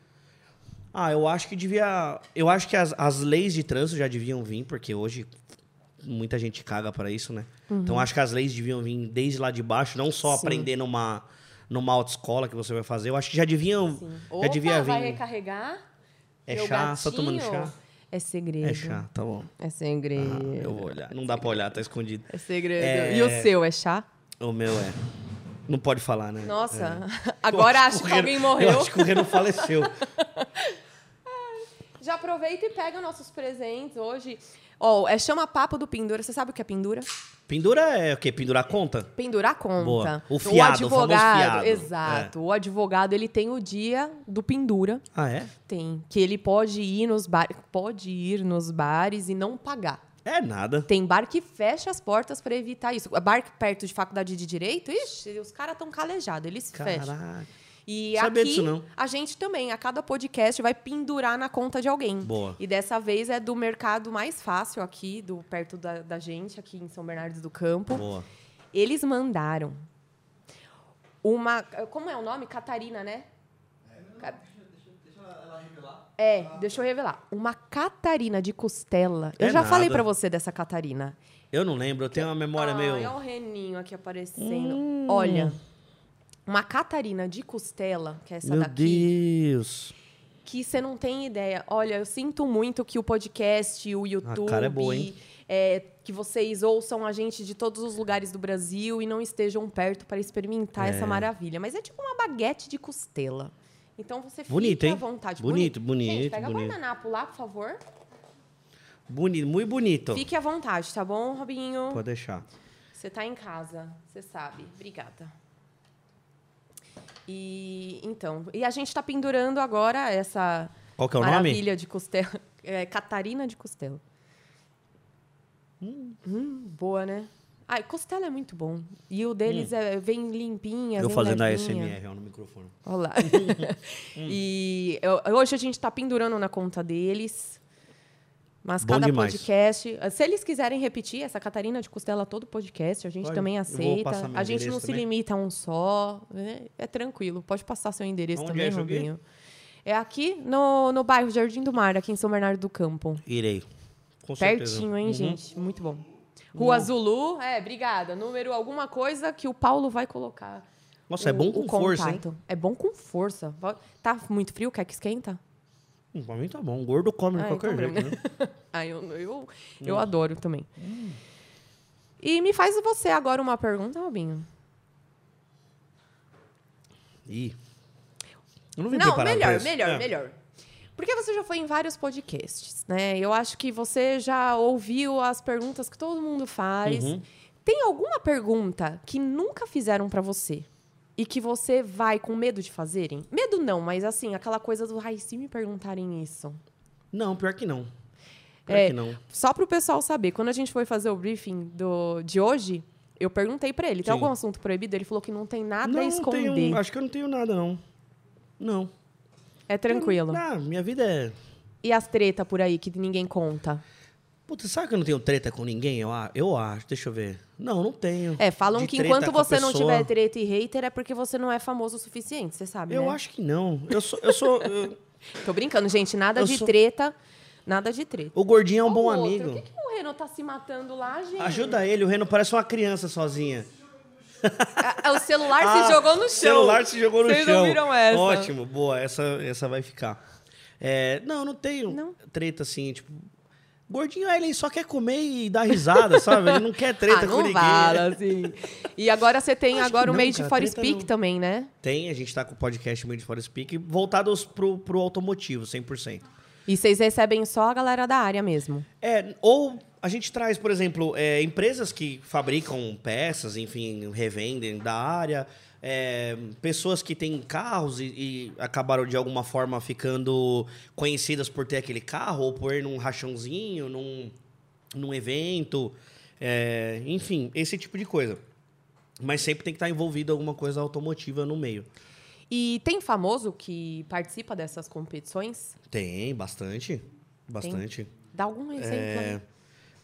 B: Ah, eu acho que devia. Eu acho que as, as leis de trânsito já deviam vir, porque hoje muita gente caga para isso, né? Então acho que as leis deviam vir desde lá de baixo, não só
A: Uhum. Sim.
B: aprender numa, numa autoescola que você vai fazer. Eu acho que já deviam.
A: Opa,
B: Já devia
A: vai
B: vir.
A: recarregar?
B: É
A: Meu
B: chá, só tomando
A: gatinho?
B: chá.
A: É segredo.
B: É chá, tá bom.
A: É segredo.
B: Ah, eu vou olhar. Não dá pra olhar, tá escondido.
A: É segredo.
B: É-
A: E o seu, é chá?
B: O meu é. Não pode falar, né? É.
A: Nossa, agora
B: Eu
A: acho que
B: o
A: alguém
B: Reno-
A: morreu.
B: Eu acho que o Reno faleceu.
A: Já aproveita e pega nossos presentes hoje. Ó, é chama papo do pendura. Você sabe o que é pendura?
B: Pendura é o quê? Pendurar a conta?
A: Pendurar a conta.
B: Boa. O fiado, o famoso fiado. É.
A: Exato. O advogado, ele tem o dia do pendura.
B: Ah, é?
A: Tem. Que ele pode ir nos bares. Pode ir nos bares e não pagar.
B: É nada.
A: Tem bar que fecha as portas para evitar isso. Bar perto de faculdade de direito, ixi, os caras estão calejados, eles fecham.
B: Caraca.
A: E
B: Sabia
A: aqui,
B: disso não.
A: a gente também, a cada podcast, vai pendurar na conta de alguém.
B: Boa.
A: E dessa vez é do mercado mais fácil aqui, do perto da, da gente, aqui em São Bernardo do Campo.
B: Boa.
A: Eles mandaram uma. Como é o nome? Catarina, né? Ca- É, deixa eu revelar. Uma Catarina de costela. Eu
B: É
A: já falei
B: nada.
A: pra você dessa Catarina.
B: Eu não lembro, eu tenho uma memória
A: Ai,
B: meio.
A: Olha o reninho aqui aparecendo.
B: Hum.
A: Olha, uma Catarina de costela, que é essa
B: Meu
A: daqui,
B: Deus.
A: que você não tem ideia. Olha, eu sinto muito que o podcast, o YouTube.
B: cara é boa, hein?
A: é, que vocês ouçam a gente de todos os lugares do Brasil e não estejam perto para experimentar essa maravilha. Mas é tipo uma baguete de costela. Então você fica
B: Bonito, hein?
A: à vontade.
B: Bonito,
A: Gente,
B: bonito,
A: pega o
B: bonito.
A: guardanapo lá, por favor.
B: Bonito, muito bonito.
A: Fique à vontade, tá bom, Robinho?
B: Pode deixar.
A: Você tá em casa, você sabe. Obrigada. E então, e a gente tá pendurando agora essa
B: Qual que é o nome?
A: maravilha de costela, é, Catarina de costela. Hum, boa, né? Ai, costela é muito bom. E o deles é, vem limpinha,
B: Hum. Eu
A: vem
B: fazendo a
A: levinha.
B: SMR no microfone.
A: Olá. e eu- hoje a gente tá pendurando na conta deles. Mas
B: Bom
A: cada
B: demais.
A: podcast. ah, Se eles quiserem repetir essa Catarina de Costela todo podcast, a gente
B: Pode.
A: também
B: Eu vou passar
A: aceita.
B: meu
A: A gente
B: endereço
A: não se
B: também.
A: limita a um só. né? É, tranquilo. Pode passar seu endereço
B: Onde é
A: também,
B: isso aqui?
A: Robinho. É aqui no, no bairro Jardim do Mar, aqui em São Bernardo do Campo.
B: Irei. Com certeza.
A: Pertinho, hein,
B: Uhum.
A: gente? Muito bom. Rua Zulu, é, obrigada. Número alguma coisa que o Paulo vai colocar.
B: Nossa, é bom com força, hein?
A: contato. É bom com força. Vo- Tá muito frio, quer que esquenta?
B: Hum, pra mim tá bom. Gordo come de
A: Ah,
B: qualquer
A: então
B: jeito,
A: Bruno.
B: né? Hum.
A: Ah, eu, eu, eu adoro também. E me faz você agora uma pergunta, Robinho.
B: Ih. Eu não vim
A: Não,
B: preparado pra
A: melhor,
B: isso.
A: melhor,
B: É.
A: melhor. Porque você já foi em vários podcasts, né? Eu acho que você já ouviu as perguntas que todo mundo faz.
B: Uhum.
A: Tem alguma pergunta que nunca fizeram pra você? E que você vai com medo de fazerem? Medo não, mas assim, aquela coisa do, ai, se me perguntarem isso.
B: Não, pior que não. Pior
A: É.
B: que não.
A: Só para o pessoal saber, quando a gente foi fazer o briefing do, de hoje, eu perguntei para ele, tem
B: Sim.
A: algum assunto proibido? Ele falou que não tem nada a
B: não, não
A: esconder.
B: Tenho, acho que eu não tenho nada, não. Não.
A: É tranquilo.
B: Ah, minha vida é.
A: E as treta por aí que ninguém conta?
B: Putz, sabe que eu não tenho treta com ninguém? Eu, a- eu acho, deixa eu ver. Não, não tenho.
A: É, falam
B: De
A: que
B: treta
A: enquanto
B: com a
A: você não
B: pessoa.
A: tiver treta e hater é porque você não é famoso o suficiente, você sabe,
B: Eu
A: né?
B: acho que não. Eu sou. Eu sou eu-
A: Tô brincando, gente, nada
B: Eu
A: de
B: sou-
A: treta, nada de treta.
B: o gordinho é um bom
A: Ó, o outro,
B: amigo.
A: Por que, que o Reno tá se matando lá, gente?
B: Ajuda ele, o Reno parece uma criança sozinha.
A: Ah, O celular
B: Ah,
A: se jogou no chão.
B: celular se jogou no
A: Vocês
B: chão.
A: não viram essa.
B: Ótimo, boa, essa, essa vai ficar. É, não, não tenho
A: Não?
B: treta assim, tipo. Gordinho, ele só quer comer e dar risada, sabe? Ele não quer treta
A: ah,
B: com
A: não
B: ninguém.
A: fala, assim. E agora você tem
B: Acho que
A: agora o
B: não,
A: meio de
B: cara,
A: For
B: treta
A: Speak
B: não.
A: também, né?
B: Tem, a gente tá com o podcast Made for Speak voltado aos- pro, pro automotivo, 100%.
A: E vocês recebem só a galera da área mesmo.
B: É, ou a gente traz, por exemplo, é, empresas que fabricam peças, enfim, revendem da área, é, pessoas que têm carros e, e acabaram de alguma forma ficando conhecidas por ter aquele carro ou por ir num rachãozinho, num, num evento, é, enfim, esse tipo de coisa. Mas sempre tem que estar envolvido alguma coisa automotiva no meio.
A: E tem famoso que participa dessas competições?
B: Tem, bastante. Bastante.
A: Dá algum exemplo aí.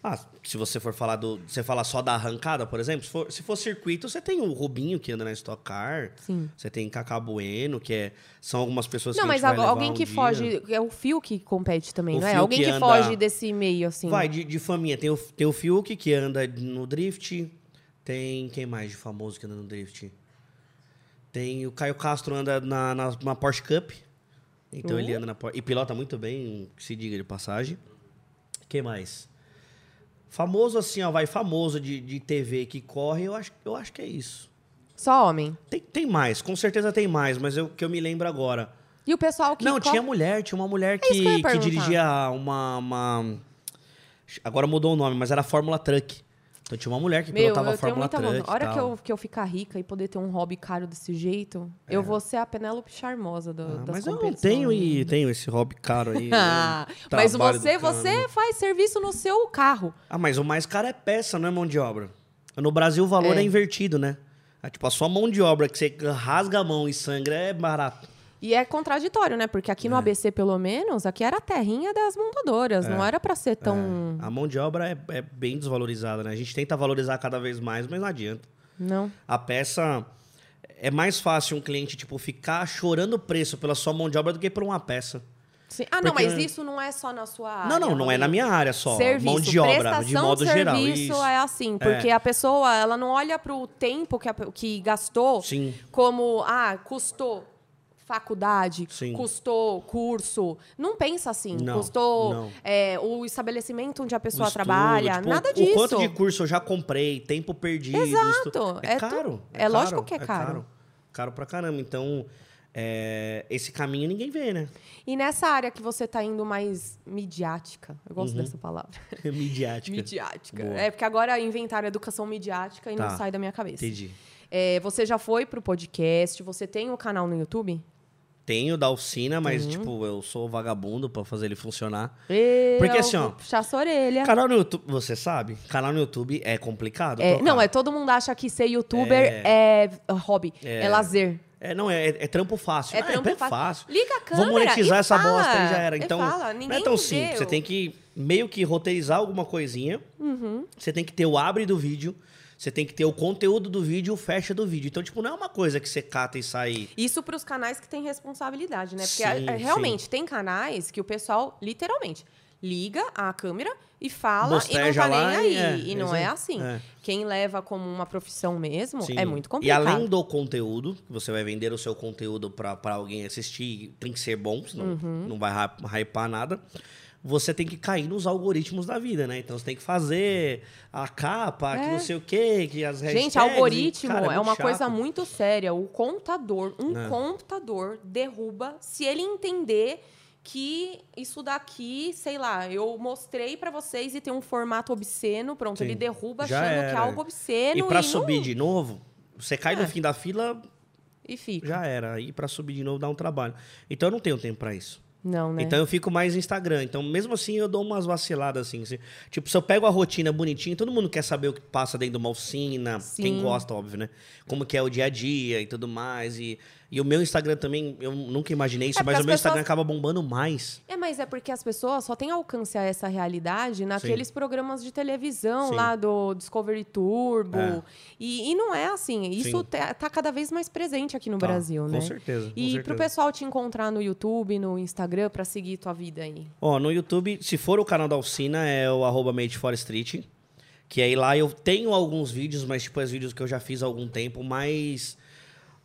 B: Ah, se você for falar do. Você falar só da arrancada, por exemplo, se for, se for circuito, você tem o Rubinho que anda na Stock Car.
A: Sim.
B: Você tem Cacá Bueno, que é, são algumas pessoas
A: Não,
B: que a
A: mas
B: gente vai
A: algu-
B: levar
A: alguém
B: um
A: que
B: dia.
A: foge. É o fio que compete também,
B: O
A: não é?
B: Fiuk
A: Alguém que
B: anda-
A: foge desse meio, assim.
B: Vai, de, de faminha. Tem o, tem o Fiuk que anda no drift. Tem quem mais de famoso que anda no drift? Tem o Caio Castro anda na, na, na Porsche Cup. Então ele anda na Porsche. E pilota muito bem, que se diga de passagem. Quem mais? Famoso assim, ó, vai, famoso de, de TV que corre, eu acho, eu acho que é isso.
A: Só homem.
B: Tem, tem mais, com certeza tem mais, mas eu que eu me lembro agora.
A: E o pessoal que.
B: Não,
A: co-
B: tinha mulher, tinha uma mulher
A: isso
B: que,
A: que eu ia
B: que
A: perguntar.
B: dirigia uma, uma- Agora mudou o nome, mas era Fórmula Truck. Então tinha uma mulher que
A: Meu,
B: pilotava a
A: eu tenho
B: Fórmula
A: muita
B: Truck.
A: vontade. A hora
B: e
A: que
B: tal.
A: eu, que eu ficar rica e poder ter um hobby caro desse jeito, eu vou ser a Penélope Charmosa do,
B: É. Ah,
A: das
B: mas eu não
A: competições. né?
B: tenho e tenho esse hobby caro aí.
A: Ah,
B: o
A: mas
B: trabalho
A: você,
B: do cara.
A: você faz serviço no seu carro.
B: Ah, mas o mais caro é peça, não é mão de obra. No Brasil o valor
A: É.
B: é, invertido, né? É tipo, a sua mão de obra que você rasga a mão e sangra é barato.
A: E é contraditório, né? Porque aqui no
B: É.
A: ABC, pelo menos, aqui era a terrinha das montadoras. Não era pra
B: É.
A: ser tão.
B: A mão de obra é, é bem desvalorizada, né? A gente tenta valorizar cada vez mais, mas não adianta.
A: Não.
B: A peça é mais fácil um cliente tipo ficar chorando o preço pela sua mão de obra do que por uma peça.
A: Sim. Ah, não,
B: Porque-
A: mas isso não é só na sua área.
B: não, não, não é
A: Rodrigo.
B: na minha área só,
A: Serviço,
B: mão de obra
A: prestação
B: de modo
A: de
B: geral.
A: serviço
B: Isso.
A: é assim, porque a pessoa ela não olha pro tempo que, a pe- que gastou
B: Sim.
A: como ah custou faculdade,
B: Sim.
A: custou curso, não pensa assim,
B: Não,
A: custou
B: não.
A: é, o estabelecimento onde a
B: O
A: pessoa
B: estudo,
A: trabalha,
B: tipo,
A: nada
B: o
A: disso.
B: quanto de curso eu já comprei, tempo perdido.
A: Exato,
B: estu-
A: é
B: É
A: tu-
B: caro.
A: é lógico que é caro.
B: caro. Caro pra caramba. Então, é, esse caminho ninguém vê, né?
A: E nessa área que você tá indo mais midiática, eu gosto dessa palavra.
B: Uhum. Midiática.
A: Midiática.
B: Boa.
A: É porque agora inventaram educação midiática e
B: Tá.
A: não sai da minha cabeça.
B: Entendi.
A: É, você já foi pro podcast, você tem o canal no YouTube?
B: Tenho da oficina, mas,
A: Uhum.
B: tipo, eu sou vagabundo pra fazer ele funcionar.
A: Eu
B: Porque assim, ó,
A: vou Puxar sua orelha.
B: Canal no YouTube, você sabe? Canal no YouTube é complicado.
A: É,
B: tocar.
A: não, é todo mundo acha que ser youtuber é, hobby, é, lazer.
B: É, não, é, é trampo fácil.
A: É
B: Ah,
A: trampo fácil. Liga a câmera
B: Vou monetizar
A: e
B: essa
A: fala,
B: bosta e já era.
A: e
B: Então,
A: fala,
B: não é
A: ninguém
B: tão
A: vê
B: simples.
A: eu.
B: Você tem que meio que roteirizar alguma coisinha.
A: Uhum.
B: Você tem que ter o abre do vídeo. Você tem que ter o conteúdo do vídeo e o fecha do vídeo. Então, tipo, não é uma coisa que você cata e sai.
A: Isso pros canais que têm responsabilidade, né? Porque é-
B: Sim,
A: é, realmente tem canais que o pessoal literalmente liga a câmera e fala
B: Bosteja
A: e não tá
B: lá
A: nem
B: e
A: aí.
B: é,
A: e não é
B: exato.
A: assim.
B: É.
A: Quem leva como uma profissão mesmo
B: Sim.
A: é muito
B: E
A: complicado.
B: além do conteúdo, que você vai vender o seu conteúdo pra pra alguém assistir, tem que ser bom, senão
A: Uhum.
B: não vai ra- hypar nada. Você tem que cair nos algoritmos da vida, né? Então você tem que fazer a capa, que
A: É.
B: não sei o quê, que as hashtags.
A: Gente,
B: e,
A: algoritmo
B: cara,
A: é uma
B: chato.
A: coisa muito séria. O contador, um
B: É.
A: contador derruba se ele entender que isso daqui, sei lá, eu mostrei pra vocês e tem um formato obsceno, pronto,
B: Sim.
A: ele derruba
B: Já
A: achando que é
B: era.
A: algo obsceno
B: E
A: e,
B: pra
A: não-
B: subir de novo, você cai
A: É.
B: no fim da fila,
A: e fica.
B: já era. Aí pra subir de novo dá um trabalho. Então eu não tenho tempo pra isso.
A: Não, né?
B: Então eu fico mais no Instagram. Então, mesmo assim, eu dou umas vaciladas assim. assim. Tipo, se eu pego a rotina bonitinha, todo mundo quer saber o que passa dentro de uma oficina.
A: Sim.
B: Quem gosta, óbvio, né? Como que é o dia a dia e tudo mais. E, e o meu Instagram também, eu nunca imaginei isso,
A: É,
B: mas
A: porque
B: o meu
A: as pessoas-
B: Instagram acaba bombando mais.
A: É, mas é porque as pessoas só têm alcance a essa realidade naqueles programas de televisão
B: Sim.
A: lá do Discovery Turbo.
B: É.
A: E, e não é assim. Isso
B: Sim.
A: tá, tá cada vez mais presente aqui no
B: Tá,
A: Brasil, né?
B: Com certeza. com
A: E
B: certeza.
A: pro pessoal te encontrar no YouTube, no Instagram, pra seguir tua vida aí.
B: Ó, no YouTube, se for o canal da oficina, é o arroba Made for Street. Que aí lá eu tenho alguns vídeos, mas tipo, é vídeos que eu já fiz há algum tempo, mais.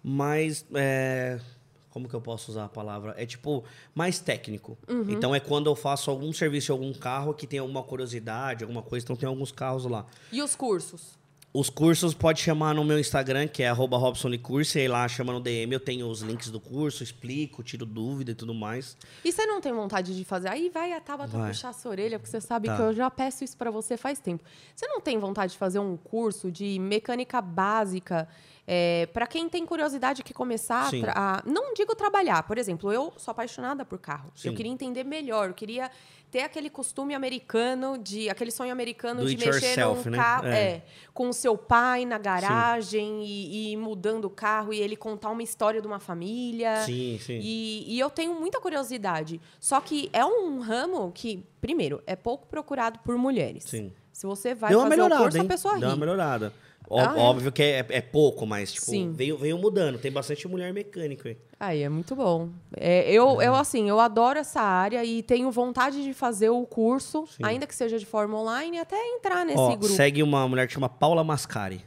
B: Mais. é, como que eu posso usar a palavra? É tipo, mais técnico. Então é quando eu faço algum serviço em algum carro que tem alguma curiosidade, alguma coisa. Então tem alguns carros lá.
A: E os cursos?
B: Os cursos pode chamar no meu Instagram, que é arroba Robson Licurso, e aí lá chama no DM, eu tenho os links do curso, explico, tiro dúvida e tudo mais.
A: E você não tem vontade de fazer? Aí vai a Tabata
B: Vai.
A: puxar a sua orelha, porque você sabe
B: Tá.
A: que eu já peço isso pra você faz tempo. Você não tem vontade de fazer um curso de mecânica básica é, para quem tem curiosidade que começar a,
B: Sim.
A: tra- a- Não digo trabalhar. Por exemplo, eu sou apaixonada por carro. Eu
B: Sim.
A: queria entender melhor. Eu queria ter aquele costume americano, de aquele sonho americano
B: Do
A: de
B: it
A: mexer
B: yourself,
A: num
B: né?
A: carro.
B: É.
A: é, com o seu pai na garagem e, e ir mudando o carro e ele contar uma história de uma família.
B: Sim, sim.
A: E, e eu tenho muita curiosidade. Só que é um é ramo que Primeiro, é pouco procurado por mulheres.
B: Sim.
A: Se você vai
B: Deu uma
A: fazer o
B: melhorada,
A: curso,
B: hein?
A: a pessoa
B: Deu uma
A: ri.
B: melhorada. Ó-
A: Ah, é?
B: Óbvio que é, é pouco, mas, tipo,
A: Sim.
B: veio, veio mudando. Tem bastante mulher mecânica aí.
A: Aí é muito bom. É, eu, eu, assim, eu adoro essa área e tenho vontade de fazer o curso,
B: Sim.
A: ainda que seja de forma online, até entrar nesse
B: Ó,
A: grupo.
B: segue uma mulher que chama Paula Mascari.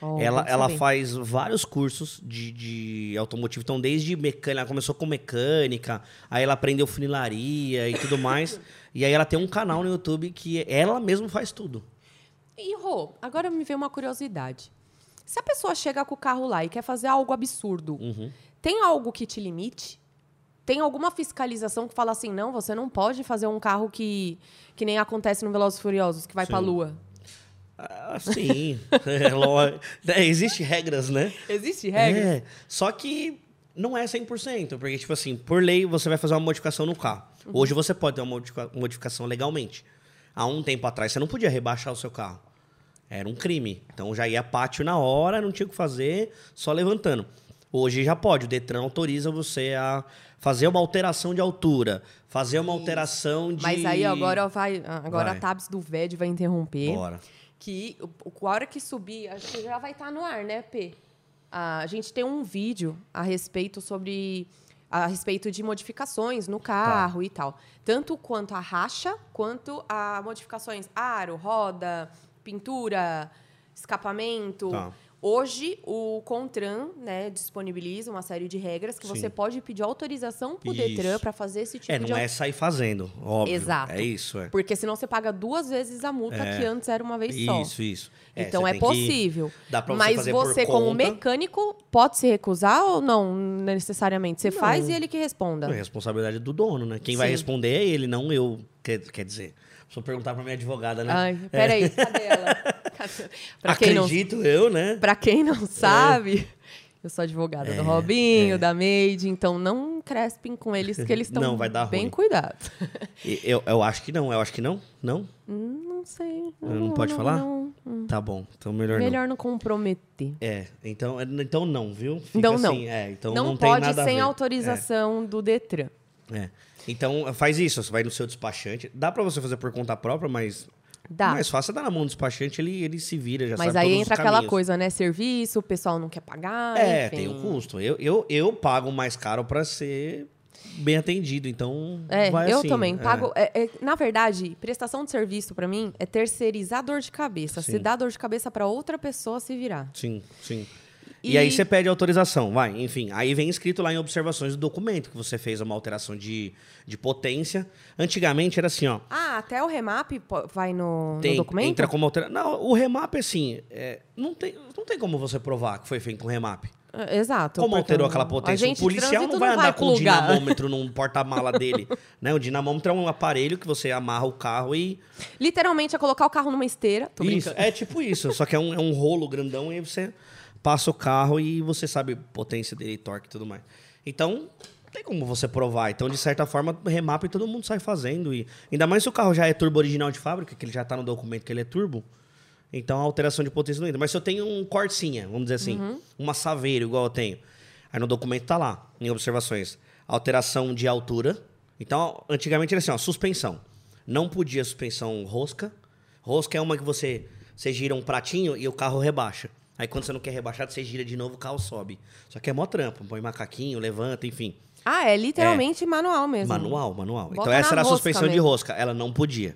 A: Ó,
B: ela
A: bom
B: ela
A: saber.
B: faz vários cursos de, de automotivo. Então, desde mecânica, ela começou com mecânica, aí ela aprendeu funilaria e tudo mais. e aí ela tem um canal no YouTube que ela mesma faz tudo.
A: E, Rô, agora me veio uma curiosidade. Se a pessoa chega com o carro lá e quer fazer algo absurdo,
B: Uhum.
A: tem algo que te limite? Tem alguma fiscalização que fala assim, não, você não pode fazer um carro que, que nem acontece no Velozes e Furiosos, que vai pra
B: Sim.
A: lua?
B: Ah, sim. É, lógico. É, Existe regras, né?
A: Existe regra?
B: É, só que não é 100%, porque, tipo assim, por lei você vai fazer uma modificação no carro.
A: Uhum.
B: Hoje você pode ter uma modifica- modificação legalmente. Há um tempo atrás você não podia rebaixar o seu carro. Era um crime. Então já ia pátio na hora, não tinha o que fazer, só levantando. Hoje já pode, o Detran autoriza você a fazer uma alteração de altura, fazer uma alteração de.
A: Mas aí agora tipo vai, ah, agora
B: Vai.
A: a Tabs do VED vai interromper.
B: Bora.
A: que o- o- a hora que subir, acho que já vai estar no ar, né, P? Ah, A gente tem um vídeo a respeito sobre a respeito de modificações no carro
B: Tá.
A: e tal, tanto quanto a racha, quanto a modificações aro, roda, pintura, escapamento.
B: Tá.
A: Hoje o Contran, né, disponibiliza uma série de regras que
B: Sim.
A: você pode pedir autorização pro
B: Isso.
A: Detran para fazer esse tipo
B: É,
A: de
B: não é sair fazendo, óbvio.
A: Exato.
B: É isso, é.
A: porque senão você paga duas vezes a multa
B: É.
A: que antes era uma vez só.
B: Isso, isso.
A: Então
B: você
A: é
B: tem que-
A: possível.
B: Dá pra você
A: Mas
B: fazer por
A: você, como
B: conta.
A: mecânico, pode se recusar ou não necessariamente? Você faz e ele que responda.
B: É a responsabilidade do dono, né? Quem vai
A: Sim.
B: responder é ele, não eu. Quer, quer dizer, só perguntar pra minha advogada, né?
A: Ai, peraí, cadê ela? Cadê? Ah, Pra, quem não,
B: Acredito eu, né?
A: pra quem não sabe, eu sou advogada
B: É,
A: do Robinho, da Made, então não crespem com eles, que eles estão
B: Não, vai dar
A: bem
B: ruim.
A: cuidados.
B: E- Eu, eu acho que não, eu acho que não. Não?
A: Hum, não sei.
B: Não pode falar?
A: não.
B: Tá bom, então melhor, não.
A: Hum. Melhor não comprometer.
B: É, então, então não, viu? Fica
A: Então não.
B: assim, é, então
A: não,
B: não, tem
A: pode
B: nada a
A: sem
B: ver.
A: autorização do Detran.
B: É, é. Então faz isso, você vai no seu despachante. Dá pra você fazer por conta própria, mas
A: Dá.
B: mais fácil é dar na mão do despachante, ele, ele se vira, já
A: Mas
B: sabe
A: aí
B: todos os
A: entra aquela
B: caminhos.
A: coisa, né? Serviço, o pessoal não quer pagar.
B: É,
A: Ah, enfim.
B: tem o custo. Eu, eu, eu pago mais caro pra ser bem atendido, então
A: É,
B: vai
A: eu
B: assim,
A: também
B: é.
A: pago. é- é, na verdade, prestação de serviço pra mim é terceirizar dor de cabeça. Se
B: Sim.
A: dá dor de cabeça pra outra pessoa se virar.
B: Sim, sim. E,
A: E-
B: aí você pede autorização, vai, enfim. Aí vem escrito lá em observações do documento que você fez uma alteração de, de potência. Antigamente era assim, ó.
A: Ah, até o remap po- vai no, no
B: Tem,
A: documento?
B: entra como alteração. Não, o remap, assim, é, não, tem, não tem como você provar que foi feito um remap.
A: É, Exato.
B: Como
A: porque
B: alterou
A: não-
B: aquela
A: a
B: potência? O
A: gente de
B: policial
A: trânsito
B: não vai andar com um
A: plugar.
B: dinamômetro num porta-mala dele. né? O dinamômetro é um aparelho que você amarra o carro e.
A: Literalmente é colocar o carro numa esteira. Tô
B: Isso,
A: brincando.
B: é tipo isso, só que é um, é um rolo grandão e aí você passa o carro e você sabe potência dele, torque e tudo mais. Então, não tem como você provar. Então, de certa forma, remap e todo mundo sai fazendo. E, ainda mais se o carro já é turbo original de fábrica, que ele já tá no documento que ele é turbo. Então, a alteração de potência não entra. Mas se eu tenho um corsinha, vamos dizer assim,
A: Uhum.
B: uma saveira igual eu tenho, aí no documento tá lá, em observações, alteração de altura. Então, antigamente era assim, ó, suspensão. Não podia suspensão rosca, Rosca é uma que você, você gira um pratinho e o carro rebaixa. Aí quando você não quer rebaixar, você gira de novo, o carro sobe. Só que é mó trampo, põe macaquinho, levanta, enfim.
A: Ah, é literalmente manual mesmo.
B: Manual, manual.
A: Bota
B: então essa
A: na
B: era a
A: rosca
B: suspensão de
A: mesmo.
B: rosca. Ela não podia.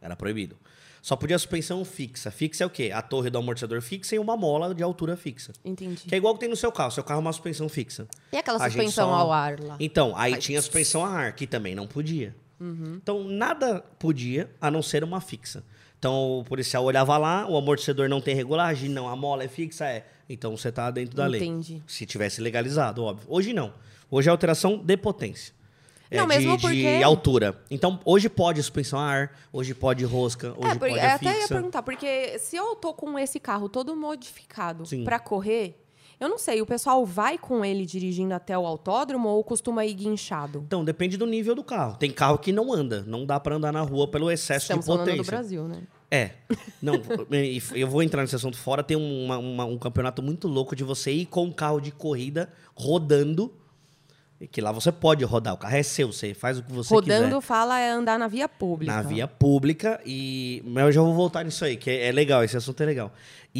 B: Era proibido. Só podia a suspensão fixa. Fixa é o quê? A torre do amortecedor fixa e uma mola de altura fixa.
A: Entendi.
B: Que é igual que tem no seu carro. Seu carro é uma suspensão fixa.
A: E aquela
B: A gente
A: suspensão
B: só-
A: ao ar lá?
B: Então, aí
A: Ai,
B: tinha a suspensão a ar, que também não podia.
A: Uhum.
B: Então, nada podia, a não ser uma fixa. Então, o policial olhava lá, o amortecedor não tem regulagem, não, a mola é fixa, é. Então, você tá dentro da lei.
A: Entendi.
B: Se tivesse legalizado, óbvio. Hoje não. Hoje é alteração de potência. É
A: Não,
B: de,
A: mesmo porque-
B: de altura. Então, hoje pode suspensão a ar, hoje pode rosca, hoje
A: é, porque-
B: pode
A: eu
B: a
A: até ia
B: fixa.
A: perguntar, porque se eu tô com esse carro todo modificado
B: Sim.
A: pra correr, eu não sei, o pessoal vai com ele dirigindo até o autódromo ou costuma ir guinchado?
B: Então, depende do nível do carro. Tem carro que não anda, não dá pra andar na rua pelo excesso
A: Estamos
B: de potência.
A: falando do Brasil, né?
B: É. Não, e f- eu vou entrar nesse assunto fora. Tem um uma- uma- um campeonato muito louco de você ir com um carro de corrida rodando E que lá você pode rodar, o carro é seu, você faz o que você
A: Rodando,
B: quiser.
A: fala, é andar na via pública.
B: Na via pública e. Mas eu já vou voltar nisso aí, que é, é legal, esse assunto é legal.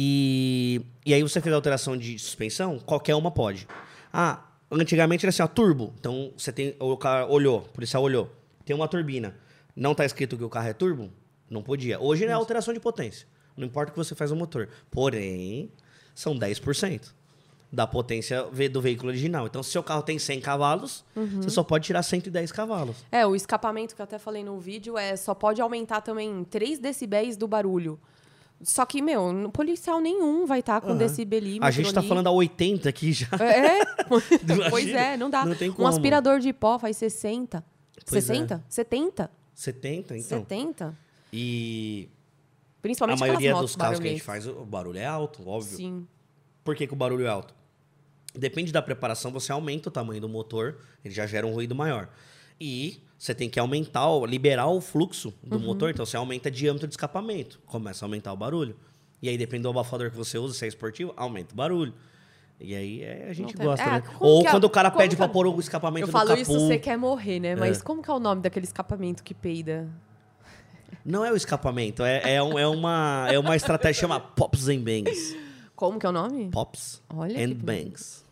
B: E, e aí você fez a alteração de suspensão, qualquer uma pode. Ah, antigamente era assim, ó, turbo. Então você tem. O cara olhou, o policial olhou. Tem uma turbina. Não tá escrito que o carro é turbo? Não podia. Hoje é alteração de potência. Não importa o que você faz no motor. Porém, são 10% da potência ve- do veículo original. Então, se seu carro tem 100 cavalos, você só pode tirar 110 cavalos.
A: É, o escapamento que eu até falei no vídeo é só pode aumentar também 3 decibéis do barulho. Só que, meu, no policial nenhum vai estar com decibelímetro.
B: A gente tá
A: ali.
B: falando a 80 aqui já.
A: É,
B: Imagina,
A: pois é, não dá.
B: não tem
A: Um
B: como.
A: aspirador de pó faz 60.
B: Pois é.
A: 60? 70?
B: 70, então.
A: 70?
B: E a
A: Principalmente
B: maioria
A: aquelas
B: dos
A: motos
B: carros que a gente
A: barulhentas.
B: faz, o barulho é alto, óbvio.
A: Sim.
B: Por que, que o barulho é alto? Depende da preparação, você aumenta o tamanho do motor, ele já gera um ruído maior. E você tem que aumentar, o- liberar o fluxo do
A: Uhum.
B: motor, então você aumenta o diâmetro de escapamento, começa a aumentar o barulho. E aí, depende do abafador que você usa, se é esportivo, aumenta o barulho. E aí é, a gente
A: tem-
B: gosta,
A: é,
B: né?
A: como
B: Ou
A: que é-
B: quando o cara
A: como
B: pede
A: que
B: pra
A: é-
B: pôr o escapamento
A: Eu
B: do
A: falo
B: capô.
A: isso, você quer morrer, né? Mas como que é o nome daquele escapamento que peida?
B: Não é o escapamento, é, é, um- é uma, é uma estratégia chamada Pops and Bangs.
A: Como que é o nome?
B: Pops
A: Olha que
B: and
A: bonito.
B: Bangs.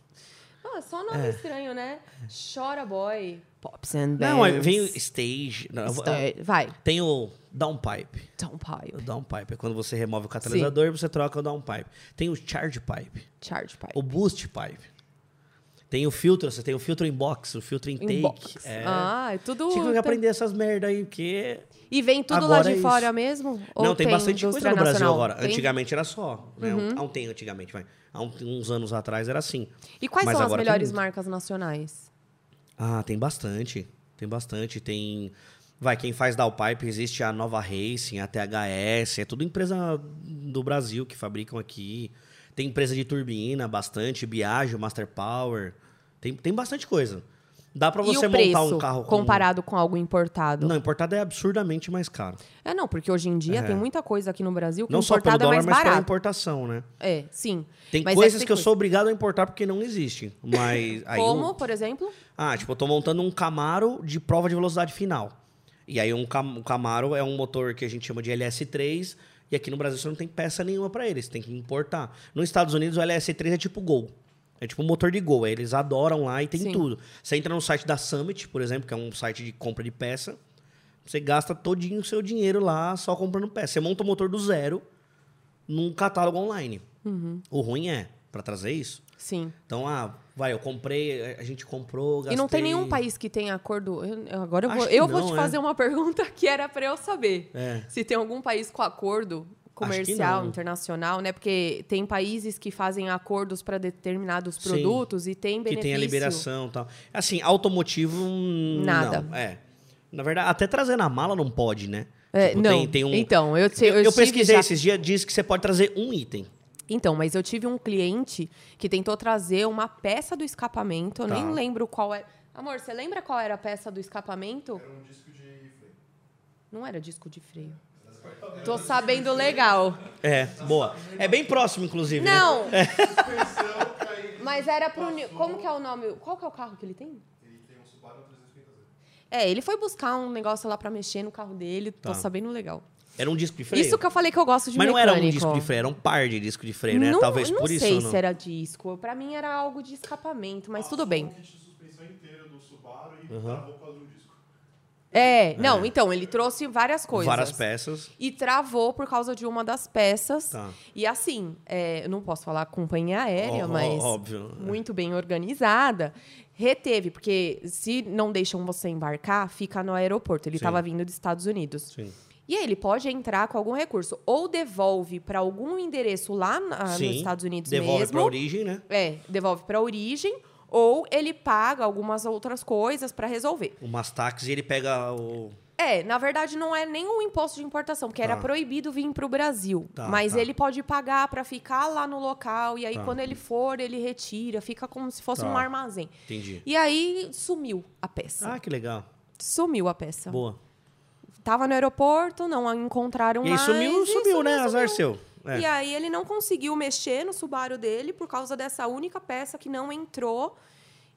A: Ah, só nome
B: É.
A: estranho, né? Chora Boy. Pops and
B: Não, aí
A: Bangs.
B: vem o stage. não, eu vou-
A: Stay- Vai,
B: Tem o downpipe.
A: downpipe,
B: O downpipe é quando você remove o catalisador e você troca o downpipe. Tem o charge pipe,
A: charge pipe.
B: o boost pipe. Tem o filtro, você tem o filtro inbox, o filtro intake.
A: Inbox.
B: É.
A: Ah, é tudo...
B: Tinha que aprender essas merda aí, porque.
A: E vem tudo lá
B: Agora
A: de
B: é isso.
A: fora mesmo? Ou
B: não, tem, bastante coisa
A: indústria
B: no Brasil
A: nacional?
B: agora.
A: Tem? Uhum.
B: Antigamente era só. Né? Há um tem antigamente, vai. Há um- uns anos atrás era assim.
A: E quais
B: Mas
A: são as
B: agora tem
A: melhores
B: muito.
A: marcas nacionais?
B: Ah, tem bastante. Tem bastante. Tem. Vai, quem faz downpipe, existe a Nova Racing, a THS, é tudo empresa do Brasil que fabricam aqui. Tem empresa de turbina, bastante, Biagio, Master Power. Tem, tem bastante coisa. Dá pra você
A: e o preço,
B: montar um carro com-
A: comparado com algo importado?
B: Não, importado é absurdamente mais caro.
A: É, não, porque hoje em dia
B: É.
A: tem muita coisa aqui no Brasil que
B: Não só pelo
A: importada é
B: dólar,
A: mais
B: mas pela
A: barato.
B: importação, né?
A: É, sim.
B: Tem
A: Mas
B: coisas
A: essa
B: que eu sou obrigado a importar porque não existe. Mas aí
A: Como,
B: um-
A: por exemplo?
B: Ah, tipo, eu tô montando um Camaro de prova de velocidade final. E aí um Cam- o Camaro é um motor que a gente chama de LS3 e aqui no Brasil você não tem peça nenhuma pra ele, você tem que importar. Nos Estados Unidos o LS3 é tipo Gol. É tipo um motor de Gol, eles adoram lá e tem
A: Sim.
B: tudo. Você entra no site da Summit, por exemplo, que é um site de compra de peça, você gasta todinho o seu dinheiro lá só comprando peça. Você monta o motor do zero num catálogo online. O ruim é, pra trazer isso.
A: Sim.
B: Então, ah, vai, eu comprei, a gente comprou, gastei...
A: E não tem nenhum país que tenha acordo. eu- eu- agora eu vou,
B: Acho que
A: eu vou
B: não,
A: te
B: é.
A: fazer uma pergunta que era pra eu saber.
B: É.
A: Se tem algum país com acordo comercial,
B: não.
A: internacional, né? Porque tem países que fazem acordos pra determinados
B: Sim.
A: produtos e tem
B: que
A: benefício.
B: tem a liberação e tal. Assim, automotivo. hum,
A: Nada.
B: Não, é. Na verdade, até trazer na mala não pode, né?
A: É,
B: Tipo,
A: não.
B: tem- tem um-
A: Então, eu, te-
B: Eu, eu
A: estive
B: pesquisei
A: já-
B: esses dias, diz que você pode trazer um item.
A: Então, mas eu tive um cliente que tentou trazer uma peça do escapamento. Eu
B: Tá.
A: nem lembro qual era. Amor, você lembra qual era a peça do escapamento? Era um disco de freio. Não era disco de freio. Tô sabendo legal.
B: É, boa. É bem próximo, inclusive. né?
A: Não! Mas era pro. Ni- Como que é o nome? Qual que é o carro que ele tem? um É, ele foi buscar um negócio lá pra mexer no carro dele, tô
B: Tá.
A: sabendo legal.
B: Era um disco de freio.
A: Isso que eu falei que eu gosto de
B: Mas não
A: mecânico.
B: era um disco de freio, era um par de disco de freio, né?
A: Não,
B: Talvez
A: não
B: por isso.
A: sei
B: não?
A: se é era disco. Pra mim era algo de escapamento, mas tudo bem.
C: kit de suspensão inteira do Subaru e travou por causa do disco.
A: É, não, então, ele trouxe várias coisas.
B: Várias peças.
A: E travou por causa de uma das peças.
B: Tá.
A: E assim, é, eu não posso falar companhia aérea,
B: Ó- ó-
A: mas
B: Óbvio. né?
A: muito bem organizada. Reteve, porque se não deixam você embarcar, fica no aeroporto. Ele
B: Sim.
A: estava vindo dos Estados Unidos.
B: Sim.
A: E aí ele pode entrar com algum recurso. Ou devolve para algum endereço lá na-
B: Sim.
A: Ah, nos Estados Unidos
B: Devolve
A: mesmo.
B: pra origem, né?
A: É, devolve para origem. Ou ele paga algumas outras coisas para resolver.
B: Umas táxis e ele pega o.
A: É, na verdade não é nem um imposto de importação, porque era
B: Tá.
A: proibido vir para o Brasil.
B: Tá,
A: mas
B: tá.
A: ele pode pagar para ficar lá no local e aí
B: Tá.
A: quando ele for, ele retira, fica como se fosse
B: Tá.
A: um armazém.
B: Entendi.
A: E aí sumiu a peça.
B: Ah, que legal.
A: Sumiu a peça.
B: Boa.
A: Tava no aeroporto, não a encontraram
B: E aí
A: mais.
B: sumiu,
A: e
B: sumiu, né? Azar seu. É.
A: E aí ele não conseguiu mexer no Subaru dele por causa dessa única peça que não entrou.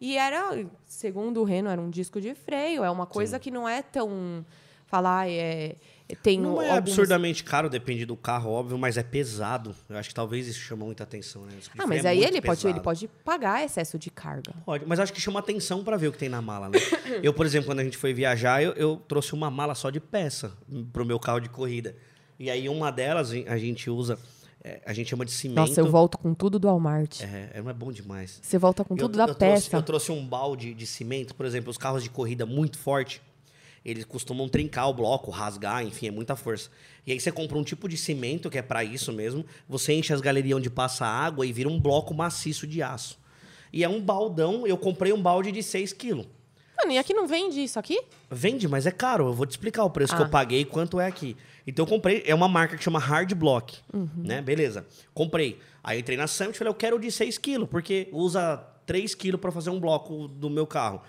A: E era, segundo o Reno, era um disco de freio. É uma coisa que não é tão. Falar, é. Tem
B: Não é
A: algumas-
B: absurdamente caro, depende do carro, óbvio, mas é pesado. Eu acho que talvez isso chamou muita atenção, né? Isso que
A: Ah, mas
B: é
A: aí
B: muito
A: ele pode, ele
B: pesado.
A: pode pagar excesso de carga.
B: Pode, mas acho que chama atenção pra ver o que tem na mala, né? eu, por exemplo, quando a gente foi viajar, eu, eu trouxe uma mala só de peça pro meu carro de corrida. E aí uma delas a gente usa, é, a gente chama de cimento.
A: Nossa, eu volto com tudo do Walmart.
B: É, é, não é bom demais.
A: Você volta Tá com tudo
B: eu,
A: da
B: eu trouxe-
A: peça.
B: eu trouxe um balde de cimento, por exemplo, os carros de corrida muito forte, eles costumam trincar o bloco, rasgar, enfim, é muita força. E aí você compra um tipo de cimento que é pra isso mesmo, você enche as galerias onde passa água e vira um bloco maciço de aço. E é um baldão, eu comprei um balde de 6 quilos.
A: Mano, e aqui não vende isso aqui?
B: Vende, mas é caro. Eu vou te explicar o preço que
A: Ah.
B: eu paguei e quanto é aqui. Então eu comprei, é uma marca que chama Hard Block,
A: Uhum.
B: né? Beleza. Comprei. Aí eu entrei na Summit e falei, eu quero o de 6 quilos, porque usa 3 quilos pra fazer um bloco do meu carro.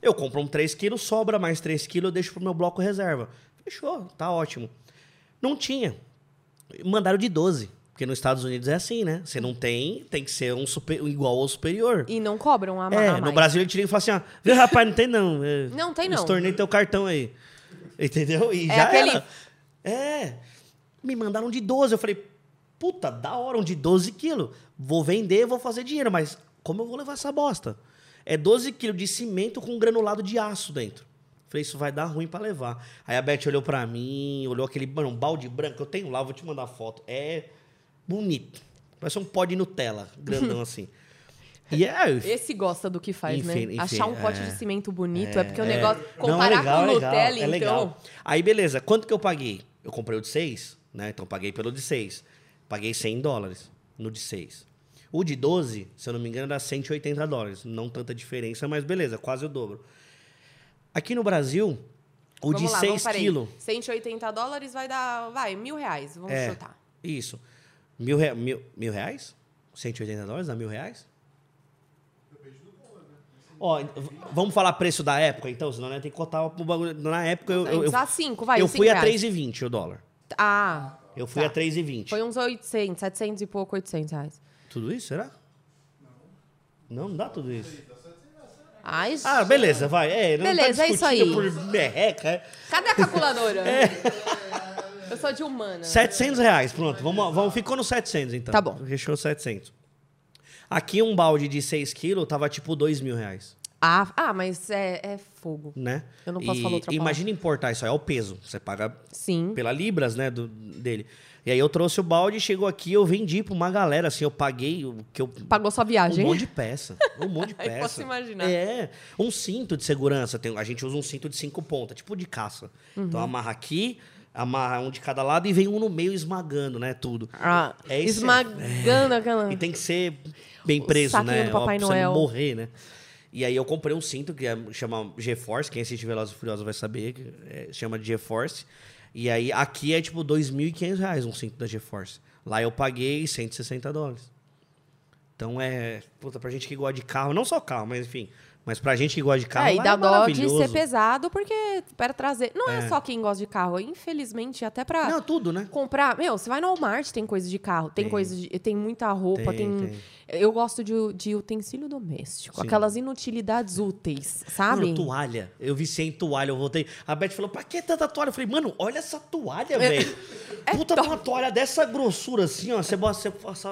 B: Eu compro um 3 quilos, sobra mais 3 quilos, eu deixo pro meu bloco reserva. Fechou, tá ótimo. Não tinha. Mandaram de 12. Porque nos Estados Unidos é assim, né? Você não tem, tem que ser um super, um igual ou superior.
A: E não cobram a, ma-
B: É,
A: a mais.
B: no Brasil ele tira e fala assim, ó, viu, rapaz, não tem não. É,
A: Não tem não.
B: Estornei teu cartão aí. Entendeu? E
A: É
B: já
A: aquele-
B: era. É. Me mandaram de 12. Eu falei, puta, da hora, um de 12 quilos. Vou vender, vou fazer dinheiro, mas como eu vou levar essa bosta? É 12 quilos de cimento com granulado de aço dentro. Falei, isso vai dar ruim pra levar. Aí a Beth olhou pra mim, olhou aquele mano, um balde branco. Eu tenho lá, vou te mandar foto. É bonito. Parece um pó de Nutella, grandão assim. E é, eu
A: Esse gosta do que faz, né?
B: Enfim, enfim,
A: Achar um pote
B: é.
A: de cimento bonito é, porque o
B: é.
A: negócio.
B: Não,
A: Comparar
B: é legal,
A: com
B: é
A: o
B: legal,
A: Nutella,
B: é
A: então.
B: legal. Aí, beleza. Quanto que eu paguei? Eu comprei o de 6, né? Então, eu paguei pelo de 6. Paguei 100 dólares no de 6. O de 12, se eu não me engano, era 180 dólares. Não tanta diferença, mas beleza, quase o dobro. Aqui no Brasil, o
A: Vamos
B: de
A: lá, vamos
B: 6
A: parar aí.
B: quilos...
A: 180 dólares vai dar, vai, mil reais. Vamos
B: É,
A: chutar.
B: isso. Mil, rea- mil, mil reais? 180 dólares dá mil reais? Ó, v- vamos falar preço da época, então? Senão né, tem que cotar o bagulho. Na época eu. eu, eu
A: Usar cinco, vai,
B: eu
A: cinco
B: fui a
A: reais.
B: 3,20 o dólar.
A: Ah,
B: Eu fui
A: Tá.
B: a 3,20.
A: foi uns 800, 700 e pouco, 800 reais.
B: Tudo isso, será? Não, não dá tudo isso.
A: Ai,
B: Ah,
A: gente.
B: beleza, vai. É, não
A: Beleza,
B: tá
A: é isso
B: discutindo
A: aí.
B: por merreca. é.
A: Cadê a calculadora? Eu sou de humana.
B: 700 reais, pronto. Vamos, vamos, ficou no 700, então.
A: Tá bom.
B: Fechou 700. Aqui um balde de 6 quilos tava tipo 2 mil reais.
A: Ah, ah, mas é, é fogo.
B: né?
A: Eu não posso
B: e,
A: falar outra palavra.
B: Imagina importar isso aí, é o peso. Você paga
A: Sim.
B: pela libras, né, do, dele. E aí eu trouxe o balde, chegou aqui, eu vendi pra uma galera, assim, eu paguei o que eu...
A: Pagou sua viagem.
B: Um monte de peça. Um monte de
A: Aí
B: peça.
A: posso imaginar.
B: É. Um cinto de segurança. Tem, a gente usa um cinto de cinco pontas, tipo de caça. Então
A: Uhum.
B: amarra aqui, amarra um de cada lado e vem um no meio esmagando, né? Tudo.
A: Ah,
B: É isso. É.
A: esmagando aquela.
B: E tem que ser bem
A: O
B: preso,
A: saquinho
B: né?
A: do Papai
B: Ó, pra você
A: Noel.
B: não morrer, né? E aí eu comprei um cinto que é- chama GeForce. Quem assiste Veloz e Furioso vai saber. que é- chama de GeForce. E aí aqui é tipo R$ 2.500 reais um cinto da GeForce. Lá eu paguei 160 dólares. Então é... Puta, pra gente que gosta de carro, não só carro, mas enfim... Mas pra gente que gosta de carro,
A: é, e
B: lá
A: dá
B: é
A: dó de
B: maravilhoso.
A: ser pesado, porque para trazer. Não é, só quem gosta de carro. Infelizmente, até pra
B: Não, tudo, né?
A: comprar. Meu, você vai no Walmart, tem coisa de carro, tem,
B: Tem.
A: coisa de. Tem muita roupa, tem.
B: Tem, tem.
A: Eu gosto de, de utensílio doméstico.
B: Sim.
A: Aquelas inutilidades úteis, sabe?
B: Mano, toalha. Eu vi sem toalha, eu voltei. A Beth falou, pra que tanta toalha? Eu falei, mano, olha essa
A: É.
B: toalha, velho. Puta, uma toalha dessa grossura assim, ó. Você bota, você passa...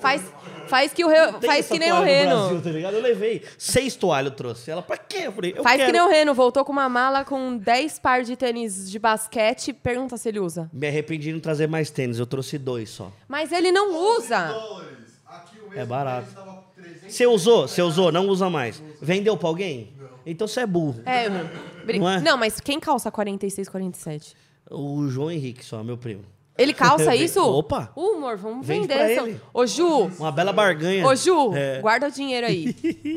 A: Faz, faz que, o re-
B: Tem
A: faz
B: essa
A: que nem o
B: toalha no
A: Reno.
B: Brasil, tá ligado? Eu levei. Seis toalhas eu trouxe. Ela, pra quê? Eu falei, eu
A: Faz que
B: quero.
A: nem o Reno, voltou com uma mala com 10 par de tênis de basquete, pergunta se ele usa.
B: Me arrependi de não trazer mais tênis. Eu trouxe dois só.
A: Mas ele não usa.
C: dólares. Aqui o
B: É barato.
C: mês tava 300.
B: Você usou? Você usou? Não usa mais. Vendeu pra alguém? Então você é burro.
A: É, brin-
B: Não é?
A: não, mas quem calça 46, 47?
B: O João Henrique só, meu primo.
A: Ele calça isso?
B: Opa!
A: Uh, amor, vamos
B: Vende
A: vender
B: pra
A: essa.
B: ele.
A: Ô, Ju,
B: Uma bela barganha.
A: ô, Ju,
B: É.
A: guarda o dinheiro aí.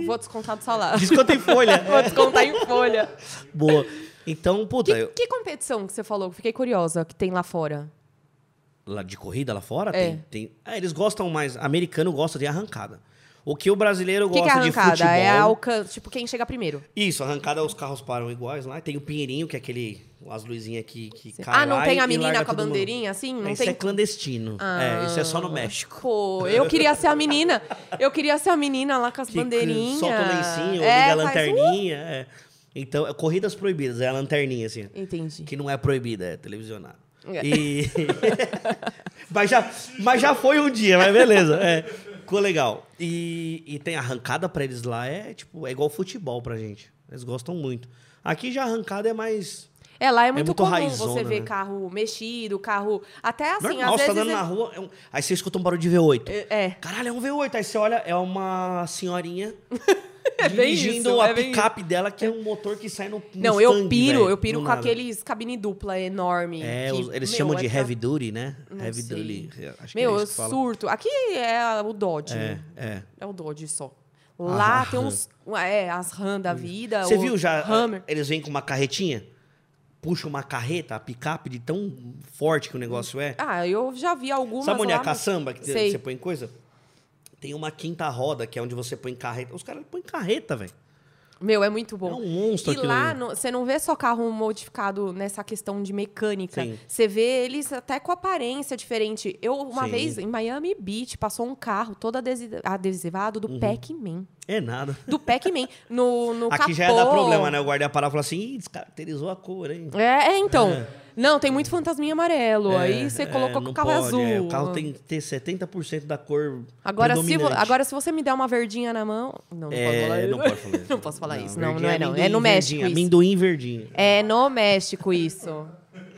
A: Vou descontar do salário.
B: Desconto em folha.
A: Vou descontar em folha.
B: Boa. Então, puta...
A: Que,
B: eu-
A: que competição que você falou? Fiquei curiosa, que tem lá fora.
B: lá de corrida lá
A: É.
B: fora tem, tem- ah, eles gostam mais americano gosta de arrancada O que o brasileiro
A: O que, que é
B: gosta de
A: arrancada?
B: futebol...
A: É alcan... tipo quem chega primeiro.
B: Isso, arrancada, os carros param iguais lá. Tem o Pinheirinho, que é aquele. As luzinhas que, que cai
A: ah, não
B: lá
A: tem a
B: e- e larga
A: menina com a
B: todo mundo.
A: bandeirinha assim? Não
B: isso
A: tem. Ah.
B: é clandestino. É, isso é só no México.
A: Pô, eu queria ser a menina. Eu queria ser a menina lá com as
B: Que
A: bandeirinhas.
B: Solta o lencinho,
A: É,
B: liga a
A: faz,
B: lanterninha. é. Então, é corridas proibidas, é a lanterninha, assim.
A: "Uh". Entendi.
B: Que não é proibida, é televisionada.
A: É.
B: E... mas, já, mas já foi um dia, mas beleza. É. Ficou legal. E, e tem arrancada pra eles lá, é tipo, é igual futebol pra gente. Eles gostam muito. Aqui já arrancada é mais.
A: É, lá é muito,
B: muito
A: comum
B: raizona,
A: você ver
B: né?
A: carro mexido, carro. Até assim,
B: Normal,
A: às
B: você tá
A: vezes.
B: andando na rua, é um- aí você escuta um barulho de V8.
A: é- é.
B: Caralho, é um V8. Aí você olha, é uma senhorinha
A: bem
B: dirigindo
A: isso,
B: a
A: é bem
B: picape dela, que é um motor que sai no. no
A: Não, eu
B: sangue,
A: piro,
B: velho,
A: eu piro
B: do
A: com
B: nada.
A: aqueles cabine dupla enorme.
B: É,
A: que,
B: os- eles
A: meu,
B: chamam
A: é
B: de
A: pra-
B: heavy duty, né?
A: Não
B: heavy
A: sei.
B: duty. Acho que
A: Meu,
B: é isso
A: eu
B: que fala.
A: surto. Aqui é o Dodge.
B: É,
A: né?
B: é.
A: É o Dodge só.
B: Ah,
A: Lá
B: a
A: tem uns. É, as RAM da vida.
B: Você
A: É, o
B: viu já? é,
A: Hammer.
B: Eles vêm com uma carretinha, puxa uma carreta, a picape de tão forte que o negócio é.
A: Ah, eu já vi algumas.
B: Sabe onde é
A: lá,
B: a caçamba que
A: Sei.
B: você põe coisa? Tem uma quinta roda, que é onde você põe carreta. Os caras põem carreta, velho.
A: Meu, é muito
B: É
A: bom.
B: um monstro
A: E
B: aquilo
A: lá,
B: ali.
A: no- você não vê só carro modificado nessa questão de mecânica.
B: Sim.
A: Você vê eles até com aparência diferente. Eu, uma
B: Sim.
A: vez, em Miami Beach, passou um carro todo adesi- adesivado
B: Uhum.
A: do Pac-Man.
B: É nada.
A: Do Pac-Man. No, no
B: Aqui
A: capô.
B: já ia dar problema, né? O guarda ia parar e falar assim, Ih, descaracterizou a cor, hein?
A: É, é, então. Não, tem muito fantasminha amarelo. aí você
B: É,
A: colocou que
B: não
A: o carro é
B: pode,
A: azul.
B: é, o carro tem que ter 70% da cor
A: Agora se, vo-
B: predominante.
A: agora, se você me der uma verdinha na mão. Não, não pode falar
B: É,
A: isso.
B: não pode falar isso.
A: Não posso falar isso. Não, não
B: verdinha
A: é, não. É
B: amendoim
A: no México.
B: verdinho,
A: isso.
B: Amendoim verdinho.
A: É no México isso.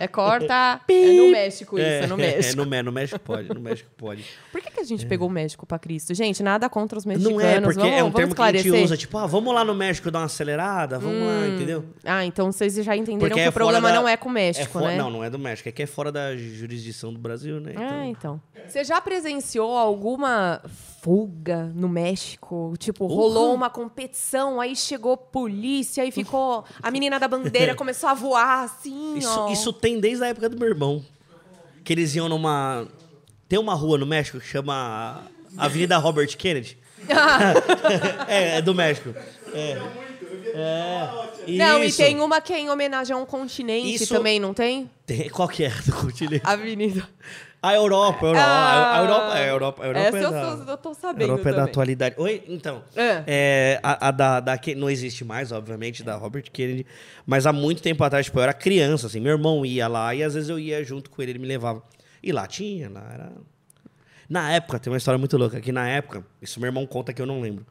A: É corta. É no México isso, é, no
B: É,
A: México.
B: no, Mé- no México pode, no México pode.
A: Por que, que a gente pegou o México pra Cristo? Gente, nada contra os mexicanos.
B: Não é, porque
A: vamos,
B: é um
A: vamos
B: termo que a
A: esclarecer.
B: gente usa, tipo, ah, vamos lá no México dar uma acelerada, vamos lá, entendeu?
A: Ah, então vocês já entenderam
B: Porque
A: que
B: é
A: o problema
B: fora da-
A: não é com o
B: É
A: México,
B: fo-
A: né?
B: Não, não é do México, é que é fora da jurisdição do Brasil, né?
A: Ah,
B: Então,
A: então. Você já presenciou alguma fuga no México? Tipo, rolou uma competição, aí chegou polícia, aí ficou. A menina da bandeira começou a voar assim,
B: isso,
A: ó.
B: isso tem desde a época do meu irmão. Que eles iam numa. Tem uma rua no México que chama Avenida Robert Kennedy. é, é do México. É. É.
A: Não,
B: Isso.
A: e tem uma que é em homenagem a um continente
B: Isso-
A: também, não tem?
B: Tem- Qual que é do continente?
A: Avenida.
B: A Europa, a Europa,
A: Ah.
B: a Europa, a Europa, a Europa
A: Essa
B: é
A: eu,
B: da...
A: tô, eu tô
B: A
A: sabendo
B: Europa é da
A: também.
B: atualidade. Oi, então.
A: É.
B: é, a, a da, da que não existe mais, obviamente, da Robert Kennedy. Mas há muito tempo atrás, tipo, eu era criança, assim, meu irmão ia lá e às vezes eu ia junto com ele, ele me levava. E lá tinha, lá era. Na época, tem uma história muito louca, que na época, isso meu irmão conta que eu não lembro.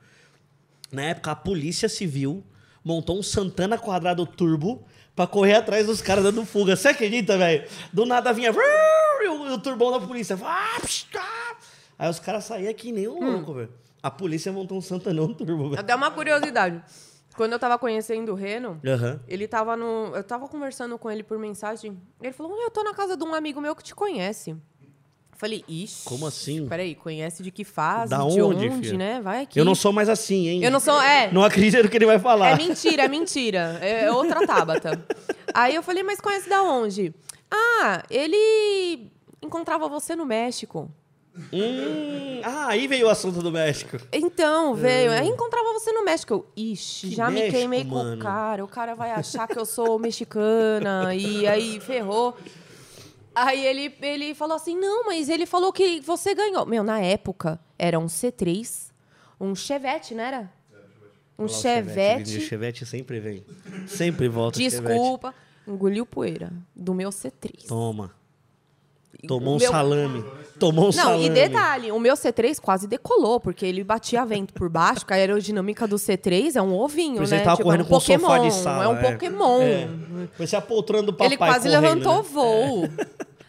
B: Na época, a polícia civil montou um Santana quadrado turbo pra correr atrás dos caras dando fuga. Você acredita, velho? Do nada vinha vrrr, e o, e o turbão da polícia. Ah, psh, ah. Aí os caras saíam que nem
A: Hum.
B: um louco, velho. A polícia montou um Santanão turbo, velho.
A: Até uma curiosidade. Quando eu tava conhecendo o Reno,
B: Aham.
A: ele tava no. Eu tava conversando com ele por mensagem. Ele falou: "Meu, Eu tô na casa de um amigo meu que te conhece. Eu falei, ixi.
B: Como assim?
A: Peraí, conhece de que fase,
B: Da
A: de
B: onde,
A: onde,
B: filha?
A: né? Vai aqui.
B: Eu não sou mais assim, hein?
A: Eu não sou. É.
B: Não acredito no que ele vai falar.
A: É mentira, é mentira. É é outra Tabata. Aí eu falei, mas conhece da onde? Ah, ele encontrava você no México.
B: Hum, ah, aí veio o assunto do México.
A: Então, veio. Aí encontrava você no México. Eu, Ixi,
B: É. Que
A: já me
B: México,
A: queimei com
B: mano?
A: o cara. O cara vai achar que eu sou mexicana. e aí ferrou. Aí ele, ele falou assim: não, mas ele falou que você ganhou. Meu, na época era um C3, um Chevette, não era? Um
B: Olha lá o É, Chevette. O
A: Chevette.
B: Chevette sempre vem. Sempre volta o Chevette.
A: Desculpa. Engoliu poeira do meu C3.
B: Toma. Tomou um
A: Meu-
B: salame. Tomou um
A: Não,
B: salame.
A: e detalhe, o meu C3 quase decolou, porque ele batia vento por baixo, porque a aerodinâmica do C3 é um ovinho,
B: Por isso
A: né?
B: ele tava
A: Tipo,
B: correndo
A: é um
B: com o
A: Pokémon,
B: sofá de sala.
A: É um Pokémon.
B: Vai ser a poltrona do papai
A: ele quase
B: correndo,
A: levantou o
B: né?
A: voo.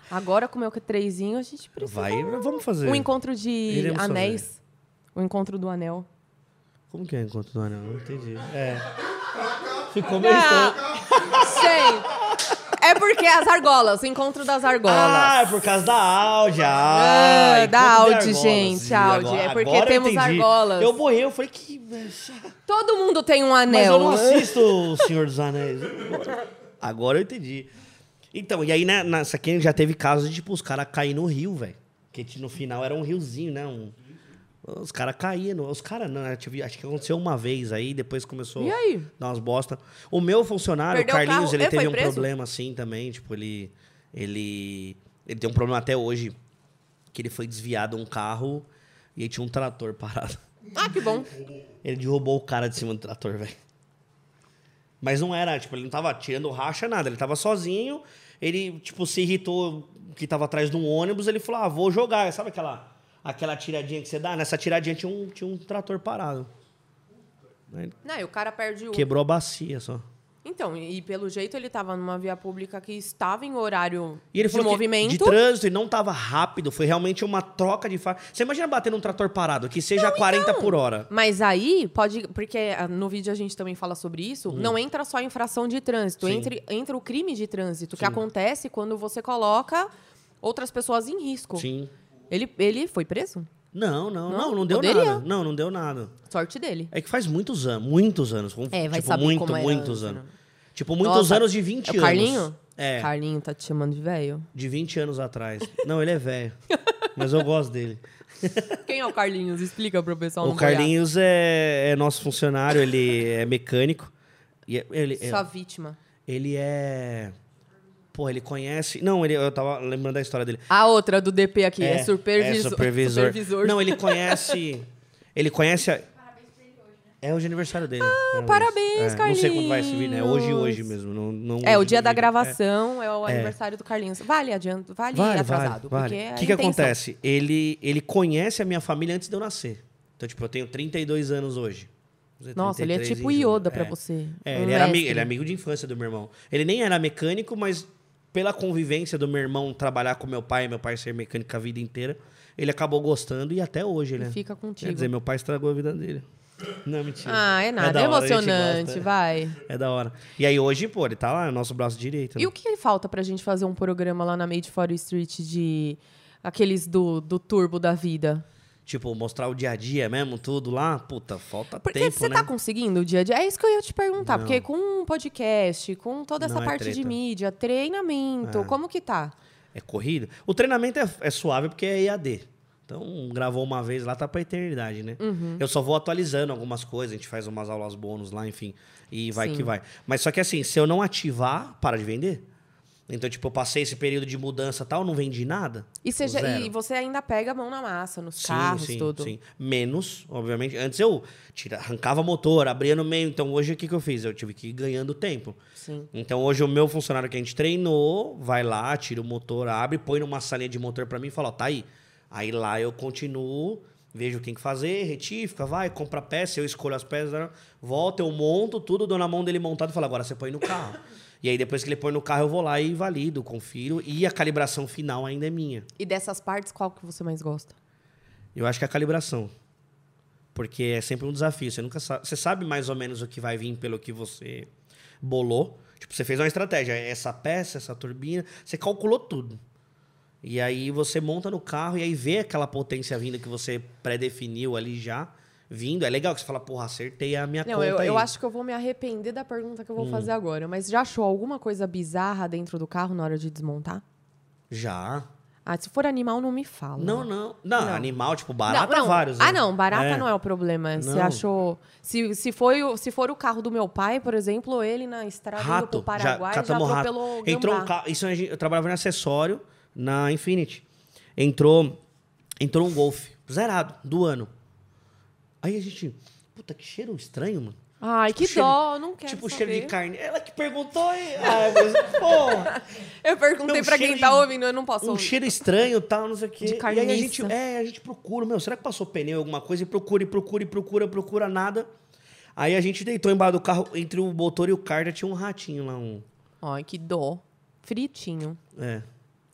A: Agora, com o meu C3zinho, a gente precisa...
B: Vai, vamos fazer.
A: Um encontro de
B: Iremos
A: anéis. O encontro do anel.
B: Como que é encontro do anel? Não entendi. É. Ficou
A: Ah.
B: meio estranho.
A: Gente, é porque as argolas, o encontro das argolas.
B: Ah, é por causa da Audi.
A: Ah,
B: Ai,
A: da
B: encontro de
A: Audi,
B: argolas.
A: gente,
B: Ih,
A: Audi,
B: agora-
A: é porque
B: agora eu
A: temos
B: entendi.
A: argolas.
B: Eu morri, eu falei que...
A: Todo mundo tem um
B: Mas eu
A: anel.
B: não assisto o Senhor dos Anéis. Agora eu entendi. Então, e aí né, nessa tipo, aqui já teve casos de, tipo, os caras cair no rio, velho. Que no final era um riozinho, né? Um... Os caras caíram. Os caras não, eu tive- acho que aconteceu uma vez aí, depois começou
A: E aí?
B: a dar umas bosta. O meu funcionário,
A: Perdeu
B: o
A: o
B: Carlinhos,
A: carro
B: ele
A: e
B: teve
A: foi
B: um
A: preso?
B: problema assim também, tipo, ele ele ele tem um problema até hoje que ele foi desviado um carro e aí tinha um trator parado.
A: Ah, que bom.
B: Ele derrubou o cara de cima do trator, velho. Mas não era, tipo, ele não tava tirando racha, nada. Ele tava sozinho, ele, tipo, se irritou que tava atrás de um ônibus, ele falou, ah, vou jogar. Sabe aquela, aquela tiradinha que você dá? Nessa tiradinha tinha um, tinha um trator parado. Aí ele
A: Não, e o cara perde o.
B: quebrou a bacia só.
A: Então, e e pelo jeito ele tava numa via pública que estava em horário
B: E ele
A: de
B: falou que
A: movimento.
B: de trânsito e não tava rápido, foi realmente uma troca de... Fa... Você imagina bater num trator parado, que seja
A: então.
B: 40 por hora.
A: Mas aí pode. Porque ah, no vídeo a gente também fala sobre isso. Não entra só a infração de trânsito,
B: Uhum. Sim.
A: entre, entra o crime de trânsito, que acontece quando você coloca outras pessoas em risco.
B: Sim.
A: Ele, ele foi preso?
B: Não, não, não,
A: Não,
B: não, deu
A: poderia.
B: nada. Não, não deu nada.
A: Sorte dele.
B: É que faz muitos anos, muitos anos. com-
A: É, vai
B: tipo,
A: saber
B: muito,
A: como era
B: muitos
A: antes,
B: anos.
A: né?
B: Tipo, muitos
A: Nossa,
B: anos de 20
A: é o
B: anos.
A: Carlinho?
B: É,
A: Carlinho tá te chamando de velho.
B: de 20 anos atrás. Não, ele é velho. mas eu gosto dele.
A: Quem é o Carlinhos? Explica pro pessoal.
B: O
A: não boiar.
B: Carlinhos é, é nosso funcionário, ele é mecânico. E é- ele, é-
A: Sua vítima.
B: ele é. Pô, ele conhece. Não, ele, eu tava lembrando da história dele.
A: A outra do DP aqui é,
B: é
A: supervisor.
B: supervisor.
A: supervisor.
B: Não, ele conhece. ele conhece. a- É hoje aniversário dele. Ah,
A: parabéns,
B: Não sei quando vai subir, né? Hoje,
A: Carlinhos.
B: hoje mesmo. Não, não
A: É, o
B: hoje,
A: dia da
B: hoje. É.
A: gravação é, o aniversário do Carlinhos. Vale adianto, vale, atrasado.
B: vale.
A: porque é
B: O
A: a
B: que, que
A: intenção.
B: acontece? Ele, ele conhece a minha família antes de eu nascer. Então, tipo, eu tenho 32 anos hoje. Vou fazer
A: Nossa, ele é
B: 33
A: tipo
B: em junho.
A: Yoda pra
B: É.
A: você.
B: É,
A: Um
B: ele, era
A: mestre.
B: amigo, ele é amigo de infância do meu irmão. Ele nem era mecânico, mas pela convivência do meu irmão trabalhar com meu pai, meu pai ser mecânico a vida inteira, ele acabou gostando e até hoje, né?
A: fica
B: Quer
A: contigo.
B: dizer, meu pai estragou a vida dele. Não, mentira.
A: Ah, é nada.
B: da
A: É,
B: hora, a gente
A: emocionante,
B: gosta.
A: vai.
B: É da hora. E aí hoje, pô, ele tá lá, nosso braço direito. né?
A: E o que falta pra gente fazer um programa lá na Made for Street de aqueles do, do turbo da vida?
B: Tipo, mostrar o dia a dia mesmo, tudo lá, puta, falta
A: Porque
B: tempo,
A: você
B: né?
A: tá conseguindo o dia a dia? É isso que eu ia te perguntar.
B: Não.
A: Porque com um podcast, com toda essa
B: Não, é
A: parte de
B: treta.
A: mídia, treinamento, como que tá?
B: É corrido. O treinamento é, é suave porque é EAD. Então, gravou uma vez lá, tá pra eternidade, né?
A: Uhum.
B: Eu só vou atualizando algumas coisas, a gente faz umas aulas bônus lá, enfim, e vai
A: Sim.
B: que vai. Mas só que assim, se eu não ativar, para de vender. Então, tipo, eu passei esse período de mudança e tal, não vendi nada.
A: E, você já-
B: Zero.
A: e você ainda pega a mão na massa, nos carros, tudo.
B: Menos, obviamente. Antes eu tira, arrancava motor, abria no meio. Então hoje o que, que eu fiz? Eu tive que ir ganhando tempo.
A: Sim.
B: Então hoje o meu funcionário que a gente treinou vai lá, tira o motor, abre, põe numa salinha de motor pra mim e fala: ó, tá aí. Aí lá eu continuo, vejo o que tem que fazer, retífica, vai, compra peça, eu escolho as peças, né? volta, eu monto tudo, dou na mão dele montado e falo: agora você põe no carro. e aí depois que ele põe no carro eu vou lá e valido, confiro. E a calibração final ainda é minha.
A: E dessas partes, qual que você mais gosta?
B: Eu acho que é a calibração. Porque é sempre um desafio. Você nunca sabe. Você sabe mais ou menos o que vai vir pelo que você bolou. Tipo, você fez uma estratégia. Essa peça, essa turbina. Você calculou tudo. E aí você monta no carro e aí vê aquela potência vindo que você pré-definiu ali já. Vindo. É legal que você fala, porra, acertei a minha
A: Não,
B: conta
A: eu,
B: aí. Hum.
A: eu acho que eu vou me arrepender da pergunta que eu vou fazer agora. Mas já achou alguma coisa bizarra dentro do carro na hora de desmontar?
B: Já.
A: Ah, se for animal, não me fala.
B: Não, não. Não,
A: Não.
B: animal, tipo, barata,
A: não, não.
B: vários.
A: Ah,
B: né?
A: não, barata
B: É.
A: não é o problema. Você
B: Não.
A: achou. Se, se, foi, o- se for o carro do meu pai, por exemplo, ele na estrada indo Tá pro
B: Rato,
A: Paraguai já,
B: catamos rato.
A: atropelou o
B: Entrou um
A: gambá.
B: carro, isso a gente- eu trabalhava em acessório na Infinity. Entrou, entrou um Golf, zerado, do ano. Aí a gente, puta, que cheiro estranho, mano.
A: Ai,
B: Tipo,
A: que
B: cheiro-
A: dó, eu não quero.
B: tipo,
A: saber.
B: cheiro de carne. Ela que perguntou, e... ah, mas, porra.
A: Eu perguntei
B: Não,
A: pra
B: cheiro
A: quem tá
B: de-
A: ouvindo, eu não posso
B: um
A: ouvir.
B: cheiro estranho, tal, não sei o quê.
A: De
B: e aí a gente,
A: carniça.
B: é, a gente procura, meu, será que passou pneu, alguma coisa? E procura, e procura, e procura, procura, nada. Aí a gente deitou embaixo do carro, entre o motor e o carta tinha um ratinho lá, um...
A: Ai, que dó. Fritinho.
B: É.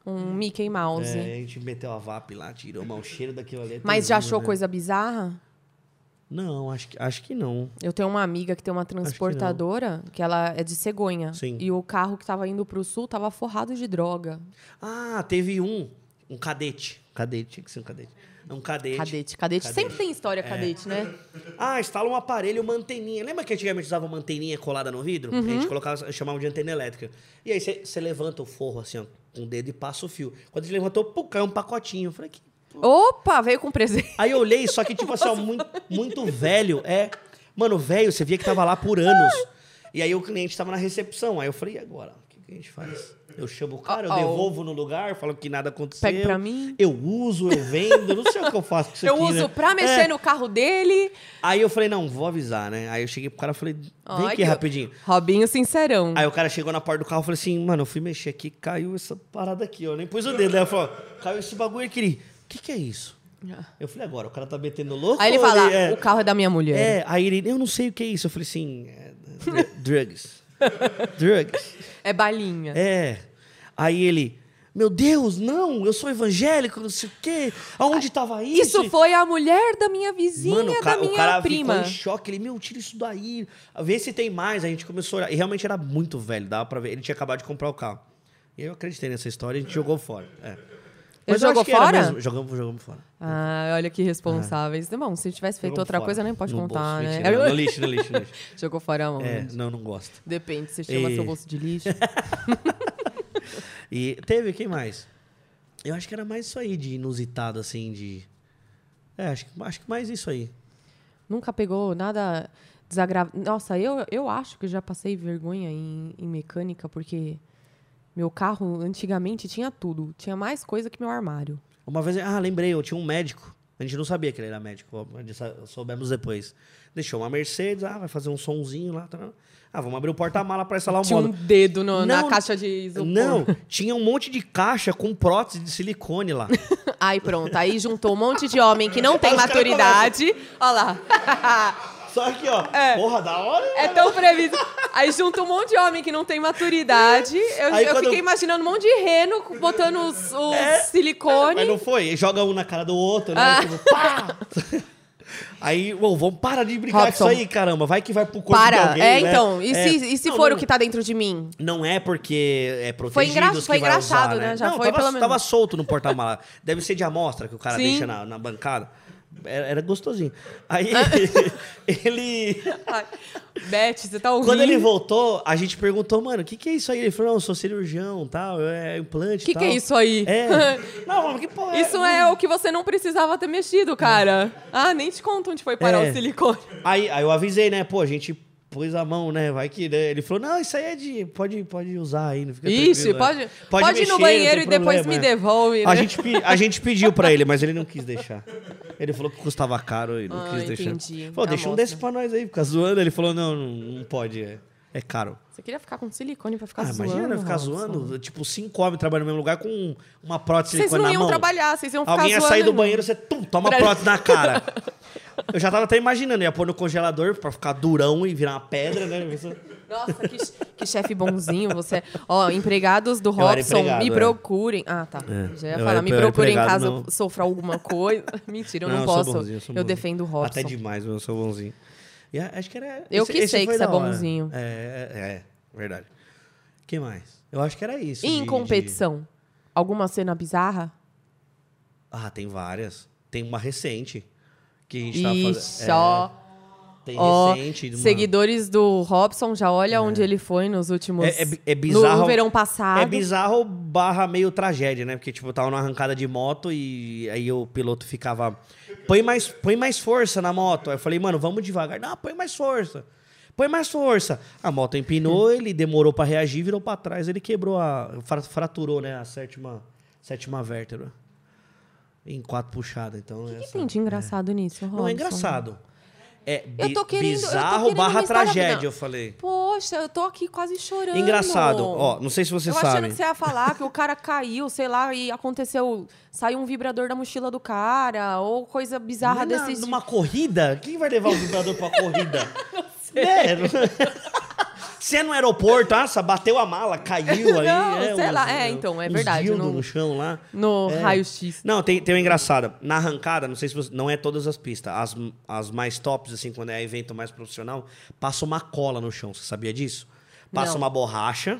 A: Um Mickey Mouse.
B: É, a gente meteu a VAP lá, tirou mas o cheiro daquilo ali. é
A: Mas já
B: terrível,
A: achou
B: né?
A: coisa bizarra?
B: Não, acho que, acho que não.
A: Eu tenho uma amiga que tem uma
B: não.
A: transportadora que, ela é de cegonha.
B: Sim.
A: E o carro que tava indo pro sul tava forrado de droga.
B: Ah, teve um, um cadete. Cadete, tinha que ser um cadete. Um cadete. É.
A: Cadete, cadete. Sempre tem história cadete, né?
B: Ah, instala um aparelho, uma anteninha. Lembra que antigamente usava uma anteninha colada no vidro? A
A: Uhum.
B: gente colocava, chamava de antena elétrica. E aí você você levanta o forro assim, ó, com o dedo e passa o fio. Quando a gente levantou, pum, caiu um pacotinho. Eu falei, que
A: Opa, veio com presente.
B: Aí eu olhei, só que, tipo assim, ó, muito, muito velho. É. Mano, velho, você via que tava lá por anos. E aí o cliente tava na recepção. Aí eu falei, e agora? O que, que a gente faz? Eu chamo o cara, eu
A: Ó, ó.
B: devolvo no lugar, falo que nada aconteceu.
A: Pega pra mim.
B: Eu uso, eu vendo, não sei o que eu faço com isso
A: Eu
B: aqui, né?
A: uso pra mexer
B: É.
A: no carro dele.
B: Aí eu falei, não, vou avisar, né? Aí eu cheguei pro cara e falei, vem
A: Ai,
B: aqui
A: que-
B: rapidinho.
A: Robinho sincerão.
B: Aí o cara chegou na porta do carro e falou assim, mano, eu fui mexer aqui, caiu essa parada aqui, eu nem pus o dedo. Aí eu falei, ó, caiu esse bagulho aqui. Ele, O que, que é isso? Eu falei, agora, o cara tá metendo louco?
A: Aí ele
B: ou
A: fala,
B: é?"
A: o carro é da minha mulher.
B: É, aí ele, eu não sei o que é isso. Eu falei assim, é, dr- drugs. drugs.
A: É, balinha.
B: É. Aí ele, meu Deus, não, eu sou evangélico, não sei o quê. Aonde tava isso?
A: Isso foi a mulher da minha vizinha,
B: Mano, o, ca-
A: da
B: o
A: minha
B: cara
A: prima.
B: ficou em choque. Ele, meu, tira isso daí. Vê se tem mais. A gente começou a olhar. E realmente era muito velho, dava pra ver. Ele tinha acabado de comprar o carro. E eu acreditei nessa história, a gente jogou fora. É. Mas eu
A: jogou
B: acho que era
A: fora?
B: mesmo. Jogamos, jogamos fora.
A: Ah, olha que responsáveis.
B: Ah.
A: Bom, se tivesse feito
B: Jogamos
A: outra
B: fora.
A: coisa, nem pode
B: No
A: contar,
B: bolso,
A: né?
B: mentira, não, No lixo, no lixo, no lixo.
A: Jogou fora a mão.
B: É,
A: né?
B: não, não gosto.
A: Depende, você chama
B: E-
A: seu bolso de lixo.
B: E teve, quem mais? Eu acho que era mais isso aí de inusitado, assim, de. É, acho, que- acho que mais isso aí.
A: Nunca pegou nada desagradável. Nossa, eu, eu acho que já passei vergonha em, em mecânica, porque meu carro antigamente tinha tudo. Tinha mais coisa que meu armário.
B: Uma vez, ah, lembrei, eu tinha um médico. A gente não sabia que ele era médico, a gente sa- soubemos depois. Deixou uma Mercedes, ah, vai fazer um sonzinho lá. tá, tá. Ah, vamos abrir o porta-mala para instalar o
A: Tinha um
B: módulo.
A: dedo no- na
B: Não,
A: caixa de isopor.
B: Não, tinha um monte de caixa com prótese de silicone lá.
A: Aí pronto, aí juntou um monte de homem que não tem
B: Os caras
A: maturidade. Olha lá.
B: Só que, ó,
A: É.
B: porra, da hora.
A: É tão previsto. Aí junta um monte de homem que não tem maturidade. Eu,
B: Aí
A: eu
B: quando- É.
A: fiquei imaginando um monte de reno botando os, os silicone.
B: Mas não foi, joga um na cara do outro, né?
A: Ah.
B: Tipo, pá! Aí, ô, vamos para de brigar com
A: Robson.
B: isso aí, caramba. Vai que vai pro corpo de
A: Para.
B: alguém,
A: é,
B: né?
A: então. E
B: É.
A: se, e se
B: Não,
A: for
B: não-
A: o que tá dentro de mim?
B: Não é porque é protegido
A: engra-
B: que
A: foi
B: vai
A: engraçado,
B: usar, né?
A: né? Já
B: não,
A: foi,
B: tava,
A: pelo menos.
B: tava solto no porta-mala. Deve ser de amostra que o cara
A: Sim.
B: deixa na, na bancada. Era, era gostosinho. Aí
A: Ah.
B: ele...
A: Ai, Beth, você tá ouvindo?
B: Quando ele voltou, a gente perguntou, mano, o que, que é isso aí? Ele falou, não, eu sou cirurgião, tal, é implante
A: Que
B: tal.
A: que é isso aí?
B: É. Não, mano, que porra
A: Isso é o que você não precisava ter mexido, cara. Ah, nem te conto onde foi parar
B: É.
A: o silicone.
B: Aí, aí eu avisei, né? Pô, a gente pôs a mão, né? Vai que, né? Ele falou, não, isso aí é de... Pode, pode usar aí, não fica
A: Ixi,
B: tranquilo,
A: pode,
B: né?
A: pode, ir
B: mexer, não
A: no banheiro e
B: tem
A: depois me
B: problema, é.
A: devolve, né?
B: A gente, pe- a gente pediu pra ele, mas ele não quis deixar. Ele falou que custava caro e não
A: Ah,
B: quis
A: entendi. Tá
B: deixar. Falou,
A: A
B: deixa um
A: amostra.
B: desse pra nós aí, fica zoando. Ele falou, não, não, não pode, é, é caro.
A: Você queria ficar com silicone pra ficar
B: Ah,
A: zoando?
B: imagina, ficar
A: Robson?
B: zoando. Tipo, cinco homens trabalhando no mesmo lugar com uma prótese
A: Vocês
B: silicone
A: não
B: na
A: iam
B: mão.
A: trabalhar, vocês iam ficar
B: Alguém ia
A: zoando.
B: sair do banheiro, você tum, toma
A: Pra-
B: prótese na cara. Eu já tava até imaginando, ia pôr no congelador pra ficar durão e virar uma pedra, né?
A: Nossa, que, que chefe bonzinho você é. Ó, empregados do
B: Eu era
A: Robson, me
B: empregado, é.
A: procurem. Ah, tá. Já ia
B: eu
A: falar,
B: era-
A: me
B: eu era
A: procurem
B: empregado,
A: caso
B: não.
A: eu sofra alguma coisa. Mentira, eu não,
B: eu sou
A: posso.
B: bonzinho,
A: eu
B: sou bonzinho.
A: defendo o Robson.
B: Até demais, eu sou bonzinho. E a- acho que era.
A: Eu que sei
B: foi
A: que você é
B: da hora.
A: bonzinho.
B: É, é, é, verdade. que mais? Eu acho que era isso.
A: E
B: de-
A: em
B: de-
A: competição? Alguma cena bizarra?
B: Ah, tem várias. Tem uma recente. Que a gente tava
A: Ixi,
B: fazendo.
A: ó.
B: É, tem
A: ó,
B: recente. de uma-
A: Seguidores do Robson, já olha onde ele foi nos últimos...
B: É- é- é
A: no- No,
B: bizarro-
A: verão passado.
B: É bizarro barra meio tragédia, né? Porque, tipo, eu tava numa arrancada de moto e aí o piloto ficava. Põe mais, põe mais força na moto. Aí eu falei, mano, vamos devagar. Não, põe mais força. Põe mais força. A moto
A: Uhum.
B: empinou, ele demorou pra reagir, virou pra trás, ele quebrou a. fra- Fraturou, né? A sétima, sétima vértebra. Em quatro puxadas. Então.
A: O que
B: essa-
A: tem de engraçado nisso, Robson?
B: Não é engraçado. É
A: Eu
B: bi-
A: tô querendo- eu tô
B: bizarro
A: querendo uma
B: barra
A: história-
B: tragédia,
A: não.
B: eu falei.
A: Poxa, eu tô aqui quase chorando.
B: Engraçado, ó, não sei se vocês
A: eu
B: sabem.
A: achando que você ia falar que o cara caiu, sei lá, e aconteceu. Saiu um vibrador da mochila do cara, ou coisa
B: Não
A: bizarra tipo.
B: é na-
A: desses.
B: Numa corrida? Quem vai levar o vibrador pra corrida? Né? Se é no aeroporto, nossa, bateu a mala, caiu aí.
A: Não,
B: é,
A: sei lá, é, então, é
B: uns
A: verdade,
B: dildo
A: não-
B: no chão lá.
A: No
B: É.
A: raio-x.
B: Não, tem, tem uma engraçada. Na arrancada, não sei se você, não é todas as pistas. As, as mais tops, assim, quando é evento mais profissional, passa uma cola no chão. Você sabia disso? Passa
A: Não.
B: uma borracha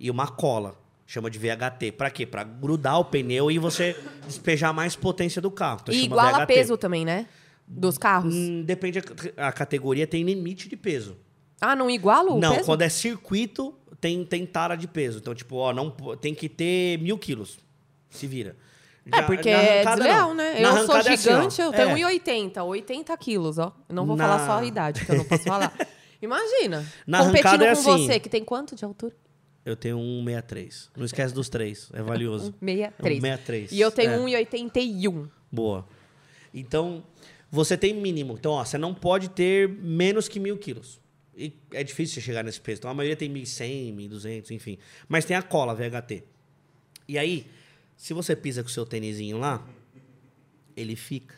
B: e uma cola. Chama de VHT. Pra quê? Pra grudar o pneu e você despejar mais potência do carro. Então,
A: e
B: chama
A: iguala
B: VHT.
A: peso também, né? Dos carros.
B: Hum, depende, a, a categoria tem limite de peso.
A: Ah, não iguala o
B: não,
A: peso?
B: quando é circuito, tem, tem tara de peso. Então, tipo, ó, não, po- tem que ter mil quilos. Se vira.
A: É,
B: Já-
A: porque
B: na
A: é
B: arrancada,
A: desleal,
B: não.
A: né?
B: Na
A: Eu sou
B: arrancada é assim, ó.
A: gigante, eu
B: É.
A: tenho 1,80, 80 quilos, ó. Eu não vou
B: Na-
A: falar só a idade, que eu não posso falar. Imagina,
B: Na
A: competindo
B: arrancada é
A: com
B: assim.
A: você, que tem quanto de altura?
B: Eu tenho 1,63. Não esquece dos três. É valioso.
A: 63.
B: 1,63.
A: E um. eu tenho
B: É.
A: 1,81.
B: Boa. Então, você tem mínimo. Então, ó, você não pode ter menos que mil quilos. E é difícil você chegar nesse peso. Então, a maioria tem 1.100, 1.200, enfim. Mas tem a cola VHT. E aí, se você pisa com o seu tênisinho lá, ele fica.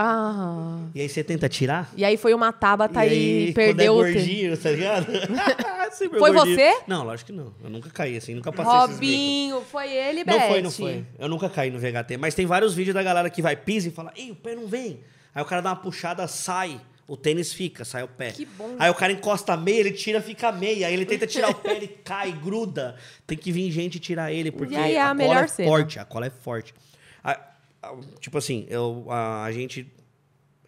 A: Ah.
B: E aí você tenta tirar.
A: E aí foi uma tábata
B: e
A: e,
B: aí,
A: Tá perdeu
B: quando
A: o
B: é
A: tempo.
B: gordinho, tá ligado? Sempre
A: Foi
B: gordinho.
A: você?
B: Não, lógico que não. Eu nunca caí assim, nunca passei esses bicos.
A: Robinho, foi ele, Beth.
B: Não foi, não foi. Eu nunca caí no VHT. Mas tem vários vídeos da galera que vai, pisa e fala, ei, o pé não vem. Aí o cara dá uma puxada, sai. O tênis fica, sai o pé.
A: Que bom.
B: Aí o cara encosta a meia, ele tira, fica a meia. Aí ele tenta tirar o pé, ele cai, gruda. Tem que vir gente tirar ele, porque
A: aí é a
B: cola
A: melhor
B: é
A: cena.
B: forte. A cola é forte. A- a- tipo assim, eu, a, a gente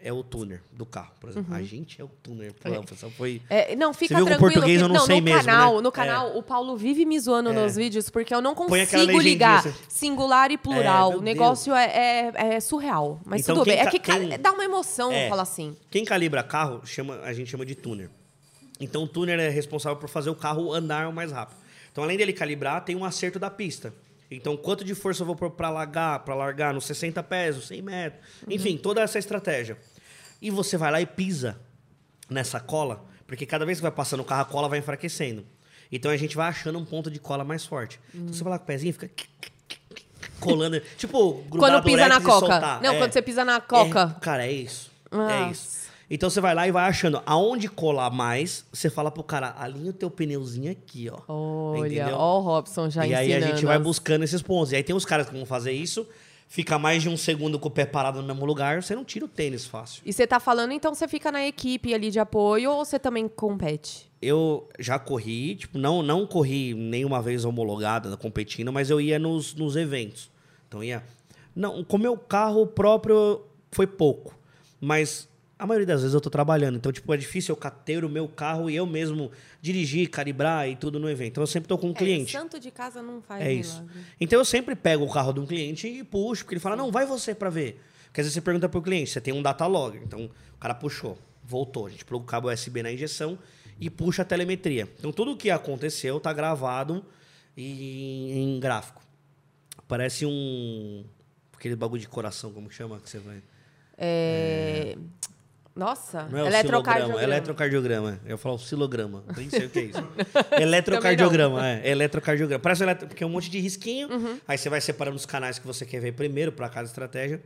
B: é o tuner do carro, por
A: Uhum.
B: exemplo. A gente é o tuner. Pô, só foi...
A: É, não, fica
B: Você viu que o
A: tranquilo.
B: português
A: que-
B: eu não sei
A: no
B: mesmo,
A: Canal,
B: né? É.
A: No canal, o Paulo vive me zoando nos vídeos porque eu não
B: Põe aquela
A: consigo ligar
B: legendinha,
A: singular e plural.
B: É, meu
A: o negócio é, é- é surreal. Mas
B: Então,
A: tudo
B: quem
A: bem. É
B: ca-
A: que cara,
B: quem-
A: dá uma emoção
B: É.
A: falar assim.
B: Quem calibra carro, chama, a gente chama de tuner. Então, o tuner é responsável por fazer o carro andar o mais rápido. Então, além dele calibrar, tem um acerto da pista. Então, quanto de força eu vou pôr para largar, para largar nos 60 pés, nos 100 metros.
A: Uhum.
B: Enfim, toda essa estratégia. E você vai lá e pisa nessa cola, porque cada vez que vai passando o carro, a cola vai enfraquecendo. Então, a gente vai achando um ponto de cola mais forte.
A: Uhum.
B: Então, você vai lá com o pezinho e fica... Colando, tipo, grudar
A: quando pisa
B: durex
A: na
B: e
A: coca.
B: soltar.
A: Não,
B: É.
A: quando você pisa na coca.
B: É, cara, é isso. É
A: Nossa.
B: isso. Então você vai lá e vai achando aonde colar mais, você fala pro cara, alinha o teu pneuzinho aqui, ó.
A: Olha,
B: Entendeu?
A: ó o Robson já
B: e aí a
A: ensinando.
B: gente vai buscando esses pontos. E aí tem os caras que vão fazer isso, fica mais de um segundo com o pé parado no mesmo lugar, você não tira o tênis fácil.
A: E você tá falando, então você fica na equipe ali de apoio ou você também compete?
B: Eu já corri, tipo, não, não corri nenhuma vez homologada, competindo, mas eu ia nos, nos eventos. Então ia. Não, com meu carro próprio foi pouco. Mas a maioria das vezes eu tô trabalhando. Então, tipo, é difícil eu cater o meu carro e eu mesmo dirigir, calibrar e tudo no evento. Então eu sempre tô com
A: É,
B: um cliente.
A: santo de casa não faz
B: É isso. Então eu sempre pego o carro de um cliente e puxo, porque ele fala, não, vai você pra ver. Porque às vezes você pergunta pro cliente, você tem um data log. Então o cara puxou, voltou, a gente pluga o cabo USB na injeção e puxa a telemetria. Então tudo o que aconteceu tá gravado em, em gráfico. Parece um. Aquele bagulho de coração, como que chama? Que você vai.
A: É... Nossa,
B: Não é
A: eletrocardiograma.
B: oscilograma, eletrocardiograma. Eu falo oscilograma, nem sei o que é isso. eletrocardiograma, é. Eletrocardiograma. Parece um eletro... porque é um monte de risquinho,
A: Uhum.
B: aí você vai separando os canais que você quer ver primeiro para cada estratégia,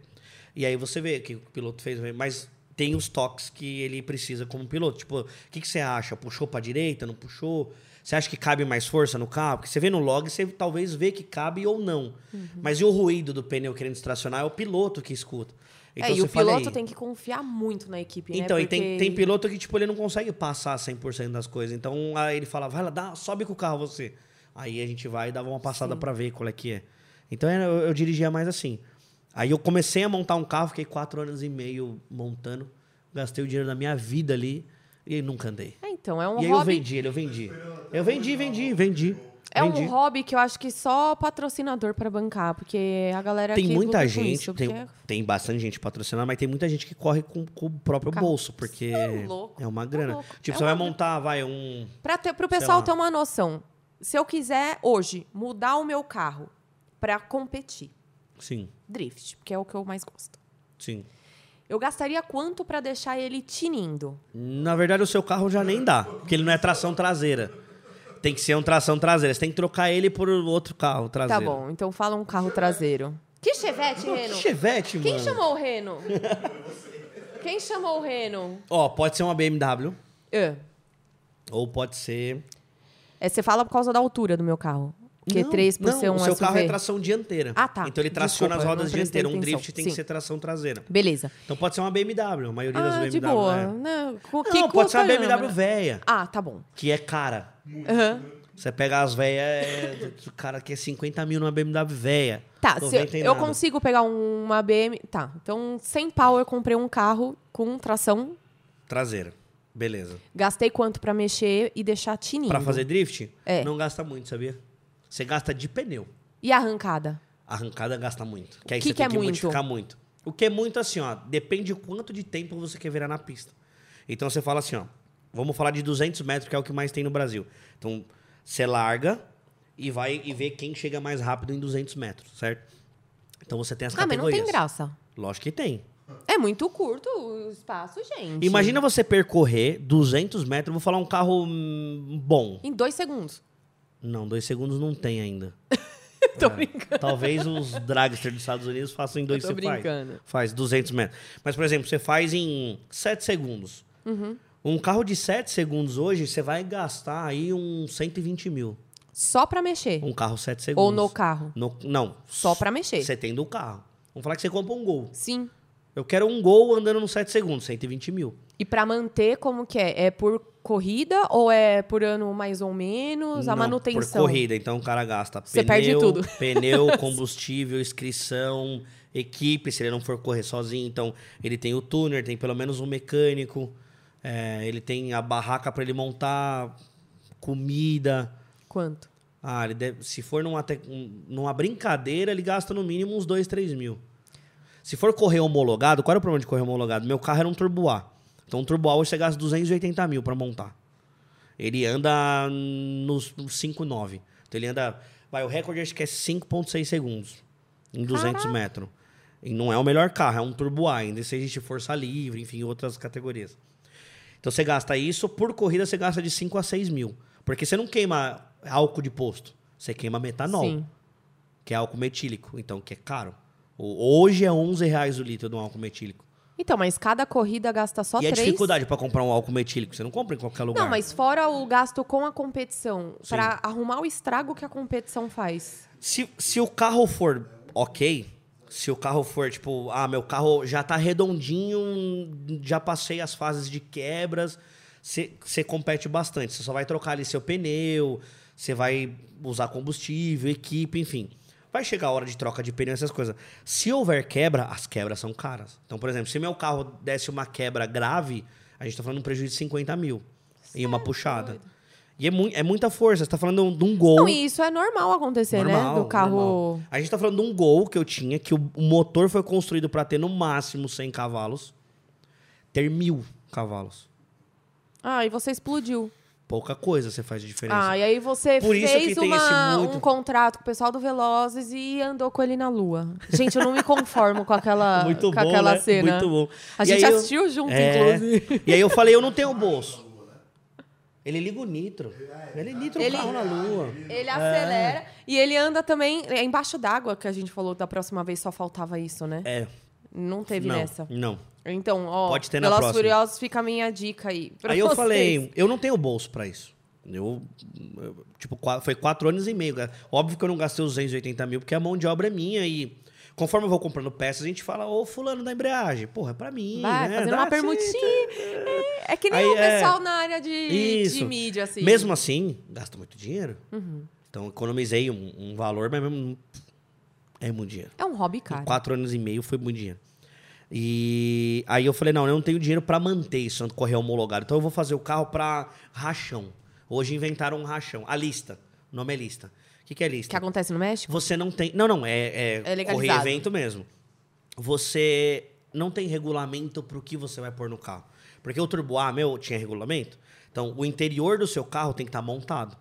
B: e aí você vê o que o piloto fez, mas tem os toques que ele precisa como piloto. Tipo, o que, que você acha? Puxou para direita, não puxou? Você acha que cabe mais força no carro? Porque você vê no log, você talvez vê que cabe ou não.
A: Uhum.
B: Mas e o ruído do pneu querendo distracionar? É o piloto que escuta. Então,
A: é, e
B: você
A: o
B: fala,
A: piloto
B: "Ei,
A: tem que confiar muito na equipe, né?
B: então, e
A: Porque-
B: tem, tem piloto que, tipo, ele não consegue passar 100% das coisas. Então, aí ele fala, vai lá, dá, sobe com o carro você. Aí a gente vai e dava uma passada pra ver qual é que é. Então, era- eu, eu dirigia mais assim. Aí eu comecei a montar um carro, fiquei quatro anos e meio montando. Gastei o dinheiro da minha vida ali e nunca andei.
A: É, então, é um
B: e aí eu
A: hobby.
B: vendi ele, eu vendi. Eu vendi, vendi, vendi.
A: É
B: vendi.
A: um hobby que eu acho que só patrocinador pra bancar, porque a galera
B: tem
A: que
B: muita
A: lucra com
B: gente,
A: isso,
B: tem, um
A: porque-
B: tem bastante gente patrocinada, mas tem muita gente que corre com, com o próprio
A: Carro.
B: bolso, porque
A: é louco,
B: é uma
A: tá
B: grana.
A: louco.
B: tipo,
A: É
B: você
A: uma
B: vai
A: grana.
B: montar, vai, um.
A: Pra ter, pro
B: Sei
A: pessoal
B: lá.
A: ter uma noção, se eu quiser hoje mudar o meu carro pra competir,
B: Sim,
A: drift, que é o que eu mais gosto.
B: sim.
A: Eu gastaria quanto pra deixar ele tinindo?
B: Na verdade, o seu carro já nem dá, porque ele não é tração traseira. Tem que ser um tração traseira. Você tem que trocar ele por outro carro
A: Tá
B: traseiro.
A: bom, então fala um carro traseiro. Que chevette, Reno?
B: Que chevette,
A: Quem
B: mano.
A: chamou o Reno? Quem chamou o Reno?
B: Ó, pode ser uma BMW
A: É,
B: ou pode ser.
A: É, você fala por causa da altura do meu carro. Que
B: Não,
A: 3 por
B: não,
A: ser um
B: o seu
A: SUV.
B: carro é tração dianteira.
A: Ah, tá.
B: Então ele
A: Desculpa,
B: traciona as
A: eu não
B: rodas
A: prestei
B: dianteiras. Um
A: atenção.
B: drift tem que
A: Sim.
B: ser tração traseira.
A: Beleza.
B: Então pode ser uma BMW, a maioria das
A: Ah,
B: BMW.
A: de boa.
B: é.
A: Não, com-
B: Não,
A: que
B: pode
A: custa,
B: ser uma BMW
A: né?
B: velha,
A: Ah, tá bom.
B: que é cara.
A: Aham.
B: Você pega as velhas, o cara quer 50 mil numa BMW velha.
A: Tá, se eu,
B: 90 e
A: eu
B: nada.
A: consigo pegar uma BM... Tá, então sem pau eu comprei um carro com tração.
B: Traseira. Beleza.
A: Gastei quanto pra mexer e deixar tinindo.
B: Pra fazer drift,
A: Uhum. É.
B: não gasta muito, sabia? Você gasta de pneu.
A: E arrancada?
B: Arrancada gasta muito. Que aí
A: O que
B: você
A: que
B: tem
A: é
B: que
A: muito?
B: modificar muito. O que é muito assim, ó, depende de quanto de tempo você quer virar na pista. Então você fala assim, ó, vamos falar de 200 metros, que é o que mais tem no Brasil. Então você larga e vai e vê quem chega mais rápido em 200 metros, certo? Então você tem as
A: Ah, mas não
B: categorias.
A: tem graça.
B: Lógico que tem.
A: É muito curto o espaço, gente.
B: Imagina você percorrer 200 metros, vou falar um carro hum, bom.
A: Em dois segundos.
B: Não, dois segundos não tem ainda. Então,
A: Tô brincando.
B: Talvez os dragster dos Estados Unidos façam em dois
A: tô
B: você faz.
A: brincando.
B: Faz 200 metros. Mas, por exemplo, você faz em 7 segundos.
A: Uhum.
B: Um carro de 7 segundos hoje, você vai gastar aí um uns 120 mil.
A: Só pra mexer.
B: Um carro 7 segundos.
A: Ou no carro.
B: No- não.
A: Só pra mexer.
B: Você tem do carro. Vamos falar que você compra um gol.
A: Sim.
B: Eu quero um gol andando nos 7 segundos, 120 mil.
A: E pra manter, como que é? É por corrida ou é por ano mais ou menos? a
B: Não,
A: manutenção.
B: Por corrida, então o cara gasta
A: Você
B: pneu,
A: perde tudo.
B: pneu, combustível, inscrição, equipe, se ele não for correr sozinho, então ele tem o tuner, tem pelo menos um mecânico, é, ele tem a barraca para ele montar, comida.
A: Quanto?
B: Ah, ele deve- se for numa, te- um- numa brincadeira, ele gasta no mínimo uns 2, 3 mil. Se for correr homologado, qual era o problema de correr homologado? Meu carro era um Turbo A. Então, um Turbo A hoje você gasta 280 mil pra montar. Ele anda nos nos 5,9. Então, ele anda... Vai, o recorde acho que é 5,6 segundos em 200 metros. E não é o melhor carro, é um Turbo A. Ainda se existe força livre, enfim, outras categorias. Então você gasta isso, por corrida você gasta de 5 a 6 mil. Porque você não queima álcool de posto, você queima metanol,
A: Sim.
B: que é álcool metílico, então que é caro. O- Hoje é 11 reais o litro de um álcool metílico.
A: Então, mas cada corrida gasta só
B: e
A: três.
B: a dificuldade para comprar um álcool metílico, você não compra em qualquer lugar.
A: Não, mas fora o gasto com a competição,
B: Sim.
A: pra arrumar o estrago que a competição faz.
B: Se, se o carro for ok, se o carro for tipo, ah, meu carro já tá redondinho, já passei as fases de quebras, você compete bastante. Você só vai trocar ali seu pneu, você vai usar combustível, equipe, enfim. Vai chegar a hora de troca de pneu, essas coisas. Se houver quebra, as quebras são caras. Então, por exemplo, se meu carro desse uma quebra grave, a gente tá falando de um prejuízo de 50 mil em uma puxada. E é, mui- é muita força. Você tá falando de um gol.
A: Não, e isso é normal acontecer, né? Do carro.
B: normal. A gente tá falando de um gol que eu tinha, que o o motor foi construído pra ter no máximo 100 cavalos, ter mil cavalos.
A: Ah, e você explodiu.
B: Pouca coisa você faz de diferença.
A: Ah, e aí você
B: Por isso
A: fez
B: que tem
A: uma-
B: esse muito-
A: um contrato com o pessoal do Velozes e andou com ele na lua. Gente, eu não me conformo com aquela,
B: Muito
A: com
B: bom,
A: aquela
B: né?
A: cena.
B: Muito bom.
A: A
B: E
A: gente
B: aí eu-
A: assistiu junto,
B: É.
A: inclusive.
B: E aí eu falei, eu não tenho bolso. Ele liga o nitro. Ele nitro
A: Ele-
B: o carro na lua.
A: Ele acelera e ele anda também é embaixo d'água, que a gente falou da próxima vez, só faltava isso, né?
B: É,
A: Não teve
B: não,
A: nessa.
B: não.
A: Então, ó,
B: Pode ter na
A: Velozes
B: próxima.
A: Furiosos fica a minha dica aí. pra
B: Aí eu
A: vocês.
B: falei, eu não tenho bolso pra isso. Eu, eu, tipo, qua- foi quatro anos e meio. cara. Óbvio que eu não gastei os 280 mil, porque a mão de obra é minha. E conforme eu vou comprando peças, a gente fala, ô fulano da embreagem, porra, é pra mim.
A: Vai,
B: né?
A: fazendo
B: Dá
A: uma
B: sim,
A: permutinha. É, é que nem
B: Aí,
A: o
B: é.
A: pessoal na área de,
B: Isso.
A: de mídia, assim. Uhum.
B: Mesmo assim, gasto muito dinheiro. Então economizei um, um valor, mas mesmo, é muito dinheiro.
A: É um hobby
B: Em
A: caro.
B: quatro anos e meio foi muito dinheiro. E aí eu falei, não, eu não tenho dinheiro pra manter isso, correr homologado. Então eu vou fazer o carro pra rachão. Hoje inventaram um rachão. A lista. O nome é lista. O que, que é lista?
A: Que acontece no México?
B: Você não tem. Não, não, é, é,
A: É
B: correr
A: legalizado.
B: evento mesmo. Você não tem regulamento pro que você vai pôr no carro. Porque o Turbo A, meu, tinha regulamento. Então, o interior do seu carro tem que estar montado.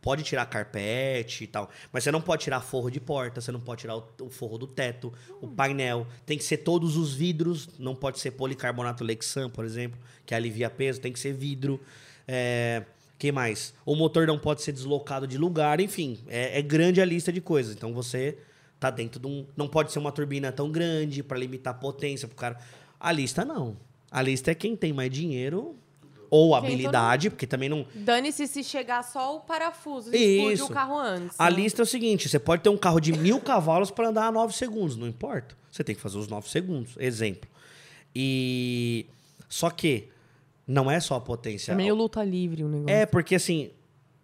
B: Pode tirar carpete e tal, mas você não pode tirar forro de porta, você não pode tirar o, o forro do teto, o painel. Tem que ser todos os vidros, não pode ser policarbonato Lexan, por exemplo, que alivia peso, tem que ser vidro. É, que mais? O motor não pode ser deslocado de lugar, enfim, é, é grande a lista de coisas. Então você tá dentro de um. Não pode ser uma turbina tão grande para limitar a potência pro cara. A lista não. A lista é quem tem mais dinheiro ou
A: todo
B: habilidade, porque também não.
A: Dane-se se chegar só o parafuso e explode
B: Isso.
A: o carro antes.
B: A
A: né?
B: lista é o seguinte: você pode ter um carro de mil cavalos para andar a 9 segundos, não importa. Você tem que fazer os 9 segundos, exemplo. E. Só que não é só a potência.
A: É meio luta livre o negócio.
B: É, porque assim,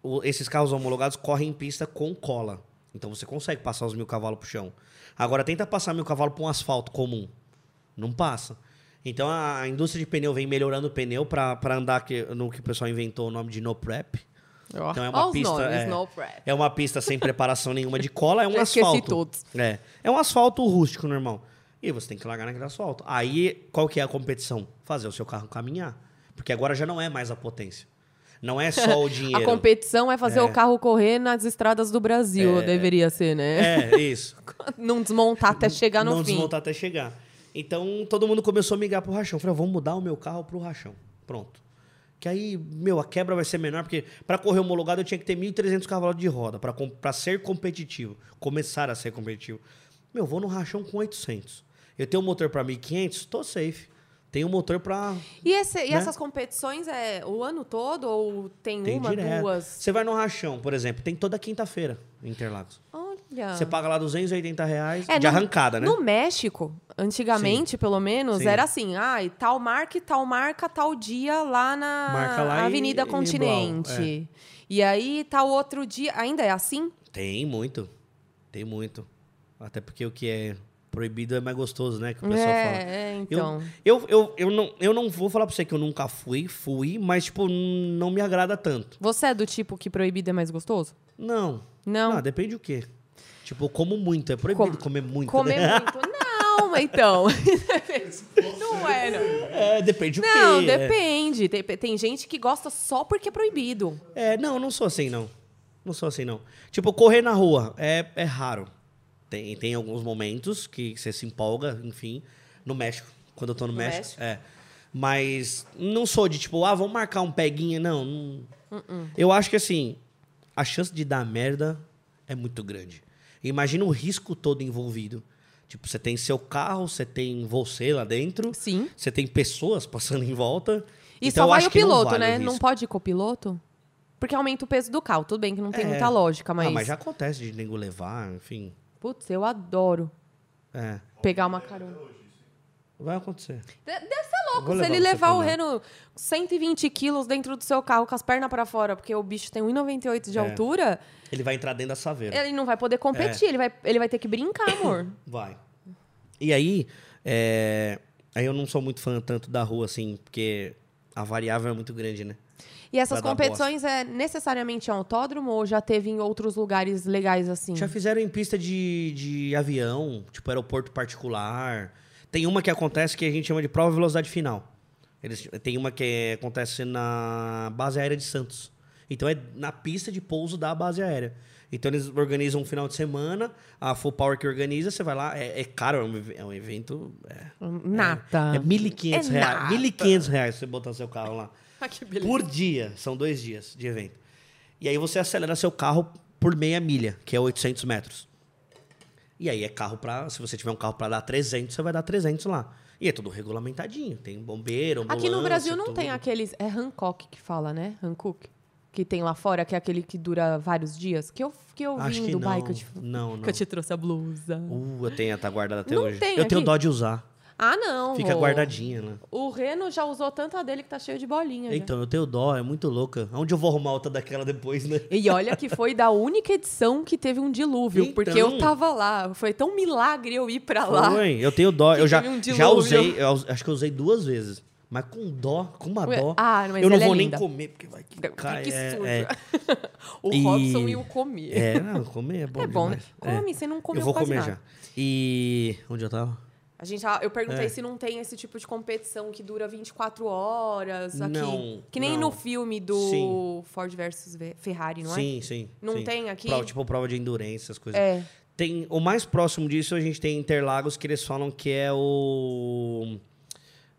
B: o- esses carros homologados correm em pista com cola. Então você consegue passar os mil cavalos pro chão. Agora tenta passar mil cavalos pra um asfalto comum. Não passa. Então a a indústria de pneu vem melhorando o pneu pra pra andar que- no que o pessoal inventou o nome de no prep.
A: Ó.
B: Então é
A: Ó
B: uma
A: os
B: pista.
A: nomes,
B: é,
A: no prep.
B: é uma pista sem preparação nenhuma de cola, é um
A: Já esqueci
B: asfalto.
A: todos.
B: É. É um asfalto rústico, normal. E você tem que largar naquele asfalto. Aí, qual que é a competição? Fazer o seu carro caminhar. Porque agora já não é mais a potência. Não é só o
A: A
B: dinheiro.
A: competição é fazer o carro correr nas estradas do Brasil, deveria ser, né?
B: É, isso.
A: Não desmontar até chegar no
B: não
A: fim.
B: desmontar até chegar. Então todo mundo começou a migrar pro rachão. Falei, vamos mudar o meu carro pro rachão. Pronto. Que aí, meu, a quebra vai ser menor, porque para correr homologado eu tinha que ter 1.300 cavalos de roda para ser competitivo, começar a ser competitivo. Meu, vou no rachão com 800. Eu tenho um motor para 1.500, tô safe. Tenho um motor para
A: E, esse- e
B: Né?
A: essas competições é o ano todo ou tem,
B: tem
A: uma,
B: direto.
A: duas?
B: Você vai no rachão, por exemplo, tem toda quinta-feira em Interlagos.
A: Olha.
B: Você paga lá 280 reais
A: Ah. É,
B: de
A: no-
B: arrancada, né?
A: No México, antigamente, pelo menos,
B: Sim.
A: era assim, ai, tal marca e tal marca, tal dia lá na
B: Marca lá e- é.
A: Avenida
B: e blau,
A: Continente. E aí, tal outro dia, ainda é assim?
B: Tem muito. Tem muito. Até porque o que é proibido é mais gostoso, né? Que o pessoal
A: é,
B: fala.
A: é,
B: Eu,
A: então.
B: eu, eu, eu, não, eu não vou falar pra você que eu nunca fui, fui, mas, tipo, n- não me agrada tanto.
A: Você é do tipo que proibido é mais gostoso?
B: Não.
A: Não.
B: Ah, depende do quê. Tipo, eu como muito. É proibido
A: Com-
B: comer muito.
A: Comer
B: né?
A: muito? Não, então. não é, não.
B: É, depende do
A: Não,
B: quê.
A: depende. Tem, tem gente que gosta só porque é proibido.
B: É, não, não sou assim, não. Não sou assim, não. Tipo, correr na rua é, é raro. Tem, tem alguns momentos que você se empolga, enfim, no México. Quando eu tô no,
A: No
B: México,
A: México.
B: É. Mas não sou de tipo, ah, vamos marcar um peguinha. Não. não-
A: Uh-uh.
B: Eu acho que assim, a chance de dar merda é muito grande. Imagina o risco todo envolvido. Tipo, você tem seu carro, você tem você lá dentro,
A: Sim.
B: você tem pessoas passando em volta.
A: E
B: Então,
A: só
B: eu
A: vai
B: acho
A: o
B: que não
A: piloto,
B: vale o
A: né?
B: risco.
A: Não pode ir copiloto? Porque aumenta o peso do carro. Tudo bem que não tem
B: É.
A: muita lógica, mas.
B: Ah, mas já acontece de nego levar, enfim.
A: Putz, eu adoro
B: É.
A: pegar uma carona.
B: Vai acontecer.
A: De- Deve ser louco
B: Vou
A: se
B: levar
A: ele
B: você
A: levar
B: pra
A: o
B: andar.
A: Reno 120 quilos dentro do seu carro com as pernas pra fora, porque o bicho tem 1,98 de
B: É.
A: altura,
B: Ele vai entrar dentro da saveira.
A: ele não vai poder
B: É.
A: competir, ele, vai, ele vai ter que brincar, amor.
B: Vai. E aí, é... aí eu não sou muito fã tanto da rua, assim, porque a variável é muito grande, né?
A: E essas
B: Vai dar
A: competições é necessariamente em autódromo ou já teve em outros lugares legais assim?
B: Já fizeram em pista de, de avião, tipo aeroporto particular. Tem uma que acontece que a gente chama de prova de velocidade final. Eles, tem uma que é, acontece na base aérea de Santos. Então é na pista de pouso da base aérea. Então eles organizam um final de semana, a Full Power que organiza, você vai lá, é, é caro, é um, ev- é um evento. É,
A: Nata.
B: é 1.500
A: É
B: reais.
A: nada.
B: 1.500 reais você botar seu carro lá.
A: Ah, que beleza.
B: Por dia, são dois dias de evento. E aí você acelera seu carro por meia milha, que é 800 metros. E aí é carro para, se você tiver um carro para dar 300, você vai dar 300 lá. E é tudo regulamentadinho, tem bombeiro,
A: Aqui no
B: ambulância,
A: Brasil não
B: tudo.
A: tem aqueles. É Hancock que fala, né? Hancock. Que tem lá fora, que é aquele que dura vários dias. Que eu, que eu
B: Acho
A: vim
B: que
A: do
B: não.
A: bike. Eu te,
B: Não, não.
A: Que eu te trouxe a blusa.
B: Uh, eu tenho, tá guardada até
A: Não
B: hoje.
A: tem
B: eu tenho
A: aqui?
B: dó de usar.
A: Ah, não.
B: Fica
A: Rô.
B: guardadinha, né?
A: O Reno já usou tanta dele que tá cheio de bolinha. já.
B: Então, eu tenho dó, é muito louca. Onde eu vou arrumar outra daquela depois, né?
A: E olha que foi da única edição que teve um dilúvio,
B: Então.
A: porque eu tava lá. Foi tão milagre eu ir pra lá.
B: Foi, eu tenho dó.
A: Que
B: Eu já,
A: teve um dilúvio.
B: já usei, eu us- acho que eu usei duas vezes. Mas com dó, com uma
A: Ué,
B: dó.
A: ah, mas
B: tá eu não
A: ela é
B: vou
A: linda.
B: nem comer, porque vai que cai.
A: que
B: é,
A: sujo.
B: é,
A: o
B: E-
A: Robson e o comer.
B: é, não, comer é bom.
A: É bom, né?
B: demais. É.
A: Come, você não comeu
B: Eu vou
A: quase
B: comer
A: nada.
B: já. E. Onde eu tava?
A: A gente, tava- eu perguntei
B: É.
A: se não tem esse tipo de competição que dura 24 horas aqui.
B: Não,
A: que nem
B: não.
A: no filme do
B: Sim.
A: Ford versus Ve- Ferrari, não é?
B: sim, sim.
A: Não
B: sim.
A: tem aqui?
B: Prova- tipo, prova de endurance, essas coisas.
A: é? É.
B: Tem, o mais próximo disso a gente tem Interlagos, que eles falam que é o.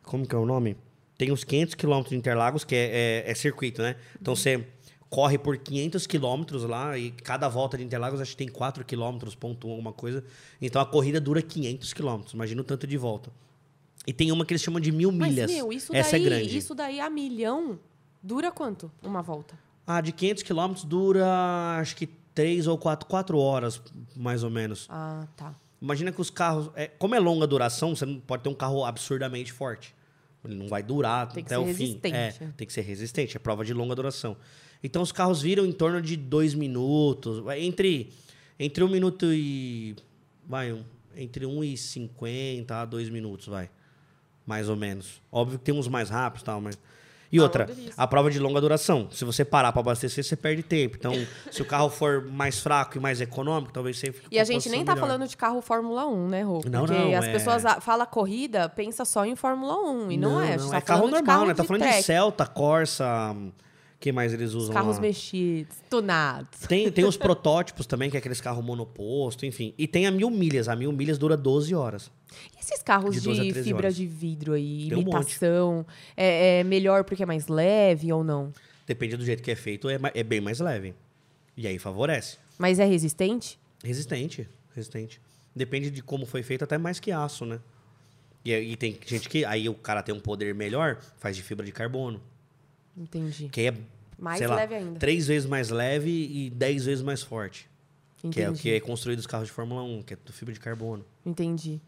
B: Como que é o nome? Tem uns 500 quilômetros de Interlagos, que é, é, é circuito, né? Então você corre por 500 quilômetros lá e cada volta de Interlagos acho que tem 4 quilômetros, ponto um, alguma coisa. Então a corrida dura 500 quilômetros, imagina o tanto de volta. E tem uma que eles chamam de mil
A: Mas,
B: milhas.
A: meu, isso
B: Essa
A: daí,
B: é grande.
A: isso daí a milhão dura quanto? Uma volta.
B: Ah, de 500 quilômetros dura acho que 3 ou 4, 4 horas, mais ou menos.
A: Ah, tá.
B: Imagina que os carros. é, como é longa duração, você não pode ter um carro absurdamente forte. Ele não vai durar
A: Tem que
B: até
A: ser
B: o fim.
A: resistente.
B: É, tem que ser resistente, é prova de longa duração. Então os carros viram em torno de dois minutos. vai, Entre, entre um minuto e. Vai, um, entre 1 e 50 a dois minutos, vai. Mais ou menos. Óbvio que tem uns mais rápidos e tal, mas. E outra,
A: Ah, delícia.
B: a prova de longa duração. Se você parar para abastecer, você perde tempo. Então, se o carro for mais fraco e mais econômico, talvez você fique
A: E
B: com
A: a gente
B: posição
A: nem tá
B: melhor.
A: falando de carro Fórmula 1, né, Rô?
B: Não,
A: Porque
B: não,
A: as
B: é-
A: pessoas a- falam corrida, pensa só em Fórmula 1. E não, é. A gente tá
B: é carro
A: falando de
B: normal,
A: carro
B: né? Tá
A: de
B: falando de
A: track,
B: Celta, Corsa, que mais eles
A: Os
B: usam
A: carros
B: lá?
A: mexidos, tunados.
B: Tem, tem os protótipos também, que é aqueles carros monoposto, enfim. E tem a mil milhas. A mil milhas dura 12 horas.
A: E esses carros
B: De
A: de,
B: 12 a 13
A: fibra
B: horas.
A: de vidro aí,
B: Tem um monte.
A: imitação, é, é melhor porque é mais leve ou não?
B: Depende do jeito que é feito, é, ma- é bem mais leve. E aí favorece.
A: Mas é resistente?
B: Resistente, resistente. Depende de como foi feito, até mais que aço, né? E, aí tem gente que. Aí o cara tem um poder melhor, faz de fibra de carbono.
A: Entendi.
B: Que é.
A: Mais
B: sei
A: leve
B: lá,
A: ainda.
B: Três vezes mais leve e dez vezes mais forte.
A: Entendi.
B: Que é o que é construído os carros de Fórmula 1, que é do fibra de carbono.
A: Entendi.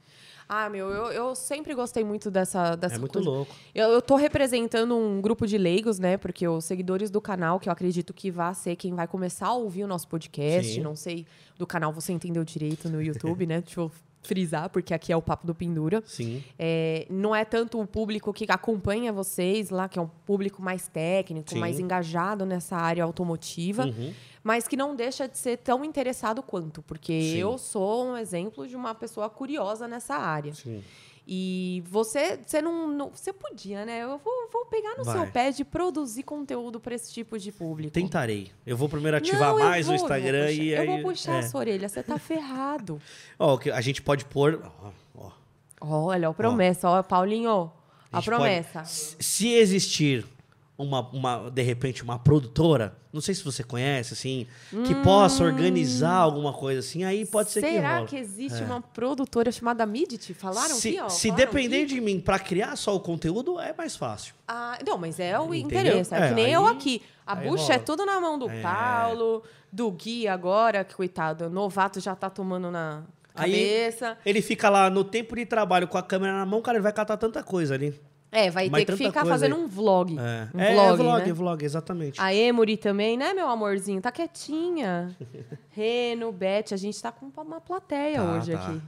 A: Ah, meu, eu, eu sempre gostei muito dessa, dessa
B: é muito
A: coisa.
B: louco.
A: Eu, eu tô representando um grupo de leigos, né? Porque os seguidores do canal, que eu acredito que vá ser quem vai começar a ouvir o nosso podcast,
B: Sim.
A: não sei, do canal você entendeu direito no YouTube, né? Deixa eu frisar, porque aqui é o Papo do Pendura.
B: Sim.
A: É, não é tanto o público que acompanha vocês lá, que é um público mais técnico,
B: Sim.
A: mais engajado nessa área automotiva,
B: Uhum.
A: mas que não deixa de ser tão interessado quanto, porque
B: Sim.
A: eu sou um exemplo de uma pessoa curiosa nessa área.
B: Sim.
A: E você, você não, não- você podia, né? Eu vou, vou pegar no
B: Vai.
A: seu pé de produzir conteúdo para esse tipo de público.
B: Tentarei. Eu vou primeiro ativar
A: Não, eu
B: mais
A: vou,
B: o
A: eu vou
B: Instagram
A: puxar-
B: e aí.
A: Eu vou puxar
B: é.
A: a sua orelha, você tá ferrado.
B: Ó, o que a gente pode pôr. ó, ó.
A: Olha, ó, a promessa, ó, Paulinho,
B: A
A: a,
B: gente
A: promessa.
B: pode- se- se existir uma, uma, de repente, uma produtora, não sei se você conhece, assim, que possa organizar alguma coisa assim, aí pode ser que
A: Hum. Será
B: rola.
A: que, existe uma produtora chamada Midit? Falaram
B: se
A: aqui, ó.
B: se
A: falaram
B: depender
A: aqui.
B: de mim pra criar só o conteúdo, é mais fácil.
A: Ah, não, mas é o
B: Entendeu?
A: interesse. É,
B: É,
A: que nem
B: aí-
A: eu aqui. A
B: aí
A: bucha é
B: rola.
A: tudo na mão do
B: É.
A: Paulo, do Gui agora, que coitado, novato já tá tomando na
B: Aí-
A: cabeça.
B: Ele fica lá no tempo de trabalho com a câmera na mão, cara, ele vai catar tanta coisa ali.
A: é, vai
B: mas
A: ter que
B: tanta
A: ficar
B: coisa
A: fazendo
B: aí.
A: um vlog.
B: É,
A: Um
B: é, é
A: vlog,
B: vlog,
A: né?
B: vlog, exatamente.
A: A Emory também, né, meu amorzinho? Tá quietinha. Reno, Beth, a gente tá com uma plateia
B: Tá,
A: hoje
B: tá.
A: aqui.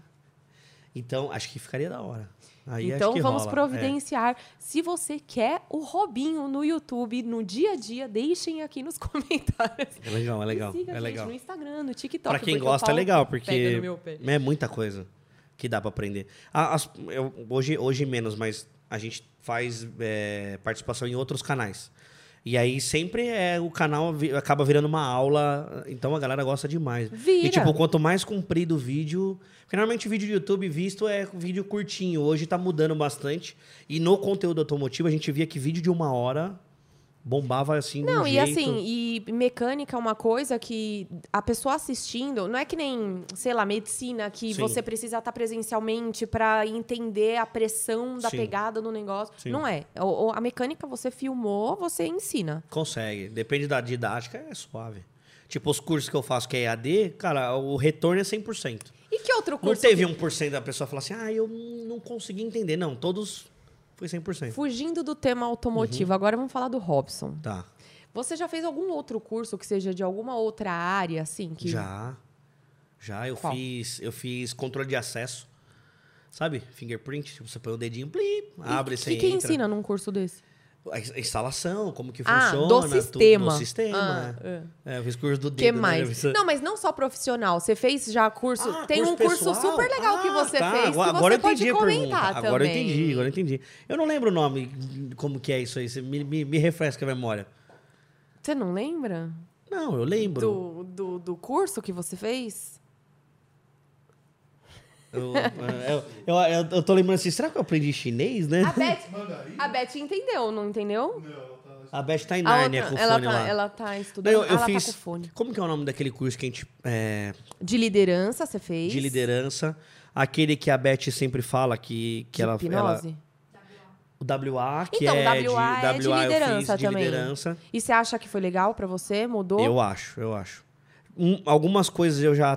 B: Então, acho que ficaria da hora. Aí acho
A: então
B: que
A: vamos
B: rola. é.
A: providenciar. Se você quer o Robinho no YouTube, no dia a dia, deixem aqui nos comentários.
B: É, é legal, é legal.
A: E siga a
B: é
A: gente
B: legal.
A: no Instagram, no TikTok.
B: Pra quem
A: porque o
B: gosta é
A: Paulo
B: legal, porque
A: Pega no meu pé.
B: é muita coisa que dá pra aprender. A- as- eu- hoje, hoje menos, mas a gente faz é, participação em outros canais. E aí sempre é, o canal vi- acaba virando uma aula, então a galera gosta demais.
A: Vira.
B: E tipo, quanto mais comprido o vídeo... Porque normalmente o vídeo do YouTube visto é vídeo curtinho, hoje tá mudando bastante. E no conteúdo automotivo a gente via que vídeo de uma hora bombava assim de um
A: Não, e
B: jeito.
A: assim, e mecânica é uma coisa que a pessoa assistindo, não é que nem, sei lá, medicina, que
B: Sim.
A: você precisa estar presencialmente pra entender a pressão da
B: Sim.
A: pegada no negócio.
B: Sim.
A: Não é. O- o- a mecânica você filmou, você ensina.
B: Consegue. Depende da didática, é suave. Tipo, os cursos que eu faço que é EAD, cara, o retorno é 100%.
A: E que outro
B: Não
A: curso?
B: teve 1% da pessoa falar assim, ah, eu não consegui entender. Não, todos foi 100%.
A: Fugindo do tema automotivo,
B: Uhum.
A: agora vamos falar do Robson.
B: Tá,
A: Você já fez algum outro curso que seja de alguma outra área, assim? Que...
B: já. Já, eu
A: Qual?
B: fiz, eu fiz controle de acesso. Sabe? Fingerprint, tipo, você põe o dedinho, plim, abre,
A: e,
B: você
A: que, que
B: entra.
A: ensina num curso desse?
B: A ins- a instalação, como que
A: Ah,
B: funciona.
A: do
B: tudo,
A: sistema.
B: do sistema.
A: Ah,
B: é. eu fiz curso do dedo.
A: O que
B: né?
A: mais?
B: Isso-
A: Não, mas não só profissional. Você fez já curso.
B: Ah,
A: tem um curso
B: pessoal?
A: super legal que
B: Ah,
A: você
B: tá.
A: fez.
B: Agora,
A: que
B: agora
A: você
B: eu entendi
A: pode
B: a pergunta.
A: comentar também.
B: Agora eu entendi, agora eu entendi. Eu não lembro o nome, como que é isso aí. Você me, me, me refresca a memória.
A: Você não lembra
B: Não, eu lembro.
A: do, do, do curso que você fez?
B: Eu, é, eu, eu, eu- eu tô lembrando assim, será que eu aprendi chinês, né?
A: A Beth,
C: Mandarim?
A: a Beth entendeu, não entendeu?
C: Não, ela tá.
B: A Beth tá em
A: A
B: Nárnia
A: outra-
B: com o
A: ela,
B: fone
A: tá,
B: lá.
A: ela tá
B: Não,
A: estudando.
B: eu, eu
A: ela
B: fiz.
A: tá com fone.
B: Como que é o nome daquele curso que a gente. é,
A: De liderança, você fez?
B: de liderança. Aquele que a Beth sempre fala que, que
A: De
B: ela, ela.
A: hipnose?
B: O WA, que
A: Então, o
B: é, de,
A: WA é de
B: WA eu fiz
A: liderança
B: de
A: também.
B: liderança.
A: E você acha que foi legal pra você? Mudou?
B: Eu acho, eu acho. Um- algumas coisas eu já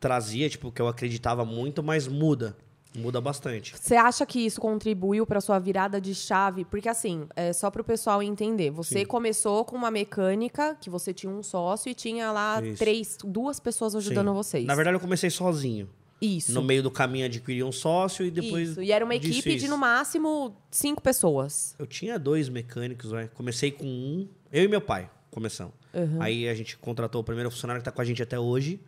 B: trazia, tipo, que eu acreditava muito, mas muda. Muda bastante.
A: Você acha que isso contribuiu para sua virada de chave? Porque assim, é só para o pessoal entender. Você
B: Sim.
A: começou com uma mecânica que você tinha um sócio e tinha lá
B: Isso.
A: três, duas pessoas ajudando
B: Sim.
A: vocês.
B: Na verdade, eu comecei sozinho.
A: Isso.
B: No meio do caminho adquiri um sócio e depois.
A: Isso. E era uma
B: disso
A: equipe de
B: isso.
A: no máximo cinco pessoas.
B: Eu tinha dois mecânicos, né? comecei com um, eu e meu pai começamos. Aí a gente contratou o primeiro funcionário que tá com a gente até hoje.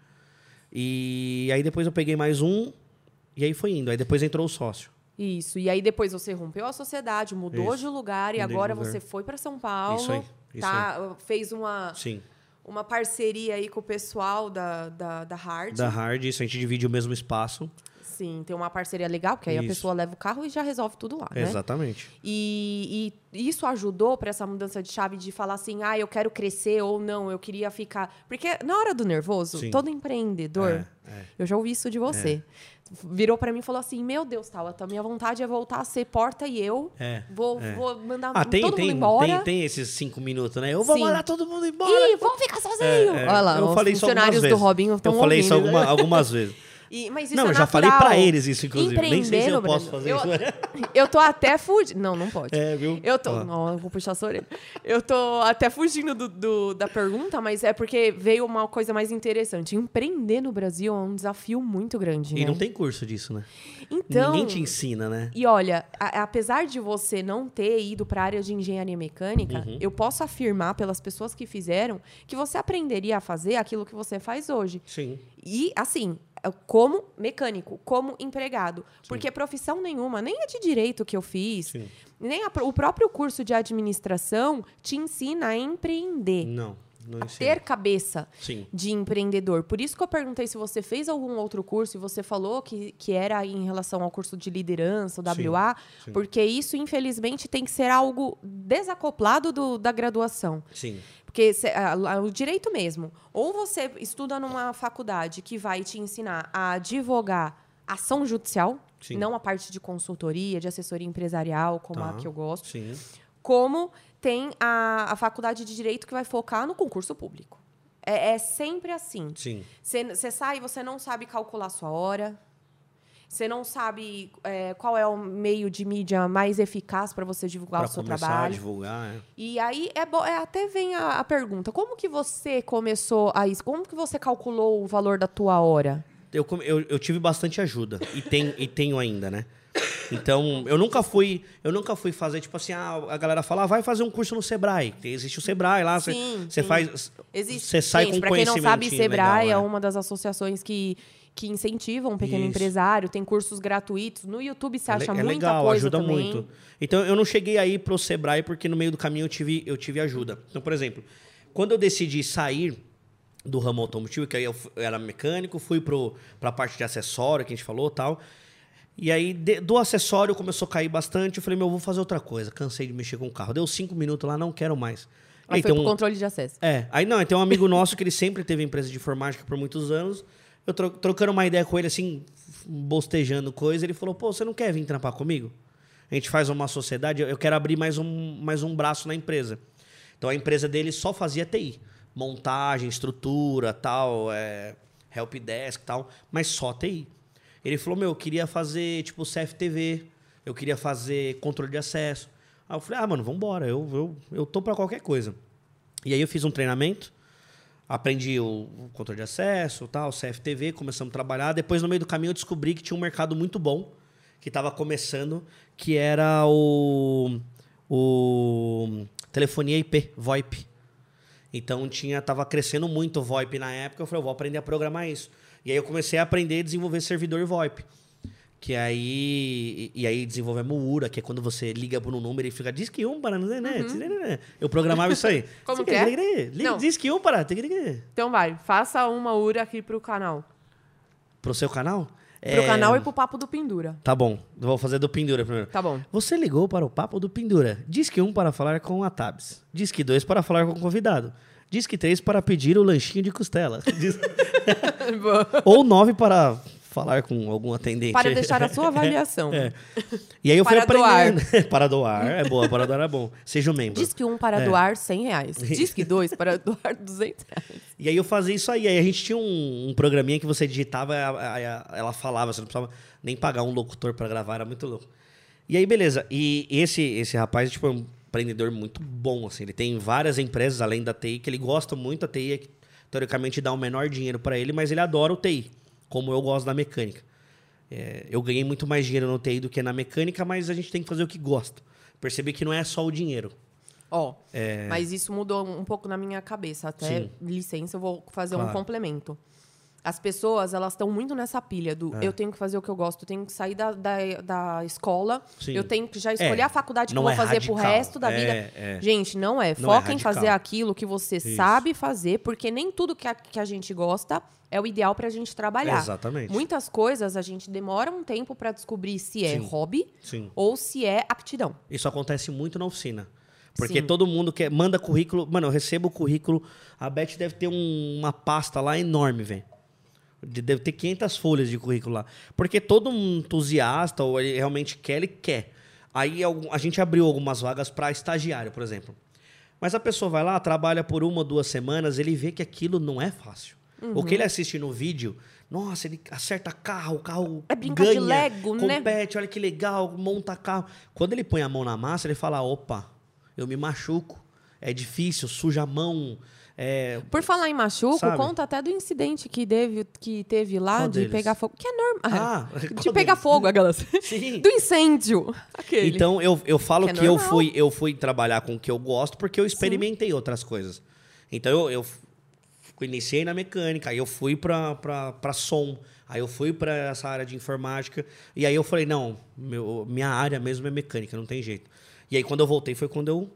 B: E aí depois eu peguei mais um e aí foi indo. Aí depois entrou o sócio.
A: Isso. E aí depois você rompeu a sociedade, mudou
B: Isso.
A: de lugar e
B: Mudei de
A: agora
B: lugar.
A: você foi para São Paulo.
B: Isso aí, isso
A: tá, fez uma,
B: Sim.
A: uma parceria aí com o pessoal da, da, da Hard.
B: Da Hard, isso a gente divide o mesmo espaço.
A: Sim, tem uma parceria legal, porque aí a
B: Isso.
A: pessoa leva o carro e já resolve tudo lá, né?
B: Exatamente.
A: E, e isso ajudou para essa mudança de chave de falar assim, ah, eu quero crescer ou não, eu queria ficar. Porque na hora do nervoso,
B: Sim.
A: todo empreendedor,
B: É, é.
A: eu já ouvi isso de você, virou para mim e falou assim: Meu Deus, tal, a minha vontade é voltar a ser porta e eu
B: É,
A: vou,
B: é.
A: vou mandar
B: Ah, tem,
A: todo
B: tem,
A: mundo embora.
B: tem, tem esses cinco minutos, né? Eu vou
A: Sim.
B: mandar todo mundo embora.
A: Ih, vamos ficar sozinho.
B: É, é.
A: Olha lá,
B: eu
A: os
B: falei isso algumas
A: funcionários do
B: vezes.
A: Robinho
B: Eu
A: estão
B: falei isso
A: ouvindo.
B: alguma- algumas vezes.
A: E- mas isso
B: não,
A: é
B: eu já falei
A: natural.
B: pra eles isso, inclusive. Nem sei se eu
A: Empreendendo,
B: posso fazer
A: Breno,
B: isso. né?
A: eu, eu tô até fugindo. Não, não pode.
B: É, viu?
A: Eu tô.
B: Ó.
A: Não, eu vou puxar a sua orelha. Eu tô até fugindo do, do- da pergunta, mas é porque veio uma coisa mais interessante. Empreender no Brasil é um desafio muito grande.
B: E
A: né?
B: não tem curso disso, né?
A: Então.
B: Ninguém te ensina, né?
A: E olha, a- apesar de você não ter ido para a área de engenharia mecânica,
B: Uhum.
A: eu posso afirmar pelas pessoas que fizeram que você aprenderia a fazer aquilo que você faz hoje.
B: Sim.
A: E, assim, como mecânico, como empregado. Porque profissão nenhuma, nem a de direito que eu fiz,
B: Sim.
A: nem a pro- o próprio curso de administração te ensina a empreender,
B: Não, não
A: a
B: ensina.
A: ter cabeça
B: Sim.
A: de empreendedor. Por isso que eu perguntei se você fez algum outro curso e você falou que, que era em relação ao curso de liderança, o
B: Sim,
A: WA,
B: sim.
A: porque isso, infelizmente, tem que ser algo desacoplado do- da graduação.
B: Sim.
A: Porque cê- a- a- o direito mesmo. Ou você estuda numa faculdade que vai te ensinar a advogar ação judicial,
B: Sim.
A: não a parte de consultoria, de assessoria empresarial, como
B: Tá.
A: a que eu gosto,
B: Sim.
A: como tem a, a faculdade de direito que vai focar no concurso público. É, é sempre assim.
B: Sim.
A: Você sai e você não sabe calcular sua hora. Você não sabe é, qual é o meio de mídia mais eficaz para você divulgar
B: Pra
A: o seu
B: começar a
A: trabalho.
B: divulgar, é.
A: E aí é, bo- é até vem a, a pergunta: como que você começou a isso? Como que você calculou o valor da tua hora?
B: eu, come- eu, eu tive bastante ajuda e, tem, e tenho ainda, né? Então, eu nunca fui, eu nunca fui fazer, tipo assim, ah, a galera fala, ah, vai fazer um curso no Sebrae. Tem- Existe o Sebrae lá, você
A: Sim,
B: você
A: sim.
B: faz.
A: Existe.
B: Você sai
A: Gente,
B: com
A: pra quem não sabe,
B: conhecimentinho
A: Sebrae
B: legal, né?
A: é uma das associações que, que incentivam o pequeno
B: Isso.
A: empresário, tem cursos gratuitos. No YouTube você
B: É
A: acha
B: le- é
A: muita
B: legal,
A: coisa
B: ajuda
A: também.
B: muito. Então eu não cheguei aí pro Sebrae porque no meio do caminho eu tive, eu tive ajuda. Então, por exemplo, quando eu decidi sair do ramo automotivo, que aí eu fu- eu era mecânico, fui pro, pra parte de acessório que a gente falou tal. E aí, de- do acessório começou a cair bastante. Eu falei, meu, eu vou fazer outra coisa. Cansei de mexer com o carro. Deu cinco minutos lá, não quero mais.
A: Aí foi
B: tem
A: pro
B: um-
A: controle de acesso.
B: é, aí não, aí tem um amigo nosso que ele sempre teve empresa de informática por muitos anos. Eu tro- trocando uma ideia com ele, assim, bostejando coisa, ele falou: pô, você não quer vir trampar comigo? A gente faz uma sociedade, eu- eu quero abrir mais um, mais um braço na empresa. Então a empresa dele só fazia TI. Montagem, estrutura, tal, é, help desk tal, mas só TI. Ele falou: meu, eu queria fazer tipo CFTV, eu queria fazer controle de acesso. Aí eu falei, ah, mano, vambora, eu, eu, eu tô pra qualquer coisa. E aí eu fiz um treinamento, aprendi o o controle de acesso, tal, CFTV, começamos a trabalhar. Depois, no meio do caminho, eu descobri que tinha um mercado muito bom, que estava começando, que era o, o telefonia IP, VoIP. Então tinha, tava crescendo muito o VoIP na época, eu falei, eu vou aprender a programar isso. E aí eu comecei a aprender a desenvolver servidor VoIP. Que aí. E e aí desenvolvemos o URA, que é quando você liga por um número e fica, diz que um, para, né, né? né?" Eu programava isso aí.
A: Uhum. Como que é? Não.
B: Diz que um, para.
A: Então vai, faça uma URA aqui pro canal.
B: Pro seu canal? É,
A: Pro canal e pro Papo do Pendura.
B: Tá bom, eu vou fazer do Pendura primeiro.
A: Tá bom.
B: Você ligou para o papo do Pendura. Diz que um para falar com a Tabs. Diz que dois para falar com o convidado. Diz que três para pedir o lanchinho de costela. Diz- Ou nove para falar com algum atendente.
A: Para deixar a sua avaliação.
B: É. E aí eu fui
A: Para doar.
B: aprendendo. para doar. É boa, para doar é bom. Seja um membro.
A: Diz que um para
B: É.
A: doar 100 reais. Diz que dois para doar 200 reais.
B: E aí eu fazia isso aí. Aí a gente tinha um, um programinha que você digitava, a- a- a- ela falava, você não precisava nem pagar um locutor pra gravar, era muito louco. E aí, beleza. E esse, esse rapaz, tipo, é um empreendedor muito bom, assim. Ele tem várias empresas, além da TI, que ele gosta muito. A TI, é que, teoricamente, dá o menor dinheiro pra ele, mas ele adora o TI. como eu gosto da mecânica. É, eu ganhei muito mais dinheiro no TI do que na mecânica, mas a gente tem que fazer o que gosta. Perceber que não é só o dinheiro.
A: Ó, mas isso mudou um pouco na minha cabeça. Até,
B: É. Sim.
A: licença, eu vou fazer um
B: Claro.
A: complemento. As pessoas, elas estão muito nessa pilha do
B: É.
A: eu tenho que fazer o que eu gosto, eu tenho que sair da, da, da escola,
B: Sim.
A: eu tenho que já escolher
B: É,
A: a faculdade que eu
B: não
A: vou
B: é
A: fazer pro
B: radical,
A: resto da
B: é,
A: vida.
B: é.
A: Gente, não é.
B: Não é
A: Foca em
B: radical.
A: fazer aquilo que você
B: Isso.
A: sabe fazer, porque nem tudo que a, que a gente gosta é o ideal pra gente trabalhar.
B: Exatamente.
A: Muitas coisas a gente demora um tempo pra descobrir se é
B: Sim.
A: hobby
B: Sim.
A: ou se é aptidão.
B: Isso acontece muito na oficina. Porque
A: Sim.
B: todo mundo quer, manda currículo. Mano, eu recebo o currículo. A Beth deve ter um- uma pasta lá enorme, velho. De- Deve ter 500 folhas de currículo lá. Porque todo um entusiasta, ou ele realmente quer, ele quer. Aí algum- a gente abriu algumas vagas para estagiário, por exemplo. Mas a pessoa vai lá, trabalha por uma ou duas semanas, ele vê que aquilo não é fácil. O
A: Uhum.
B: que ele assiste no vídeo, nossa, ele acerta carro, o carro
A: É brincar de
B: ganha,
A: Lego, né?
B: compete, pet, olha que legal, monta carro. Quando ele põe a mão na massa, ele fala: opa, eu me machuco, é difícil, suja a mão. É,
A: Por falar em machuco,
B: Sabe?
A: conta até do incidente que teve, que teve lá
B: Qual
A: de
B: deles?
A: pegar fogo. Que é normal.
B: Ah,
A: de
B: qual
A: pegar
B: deles?
A: fogo, aquelas.
B: Sim.
A: Do incêndio. Aquele.
B: Então eu, eu falo
A: Que é
B: que, eu,
A: normal.
B: fui, eu fui trabalhar com o que eu gosto porque eu experimentei outras coisas. Então eu, eu f- iniciei na mecânica, aí eu fui pra, pra, pra som, aí eu fui pra essa área de informática. E aí eu falei: não, meu- minha área mesmo é mecânica, não tem jeito. E aí quando eu voltei foi quando eu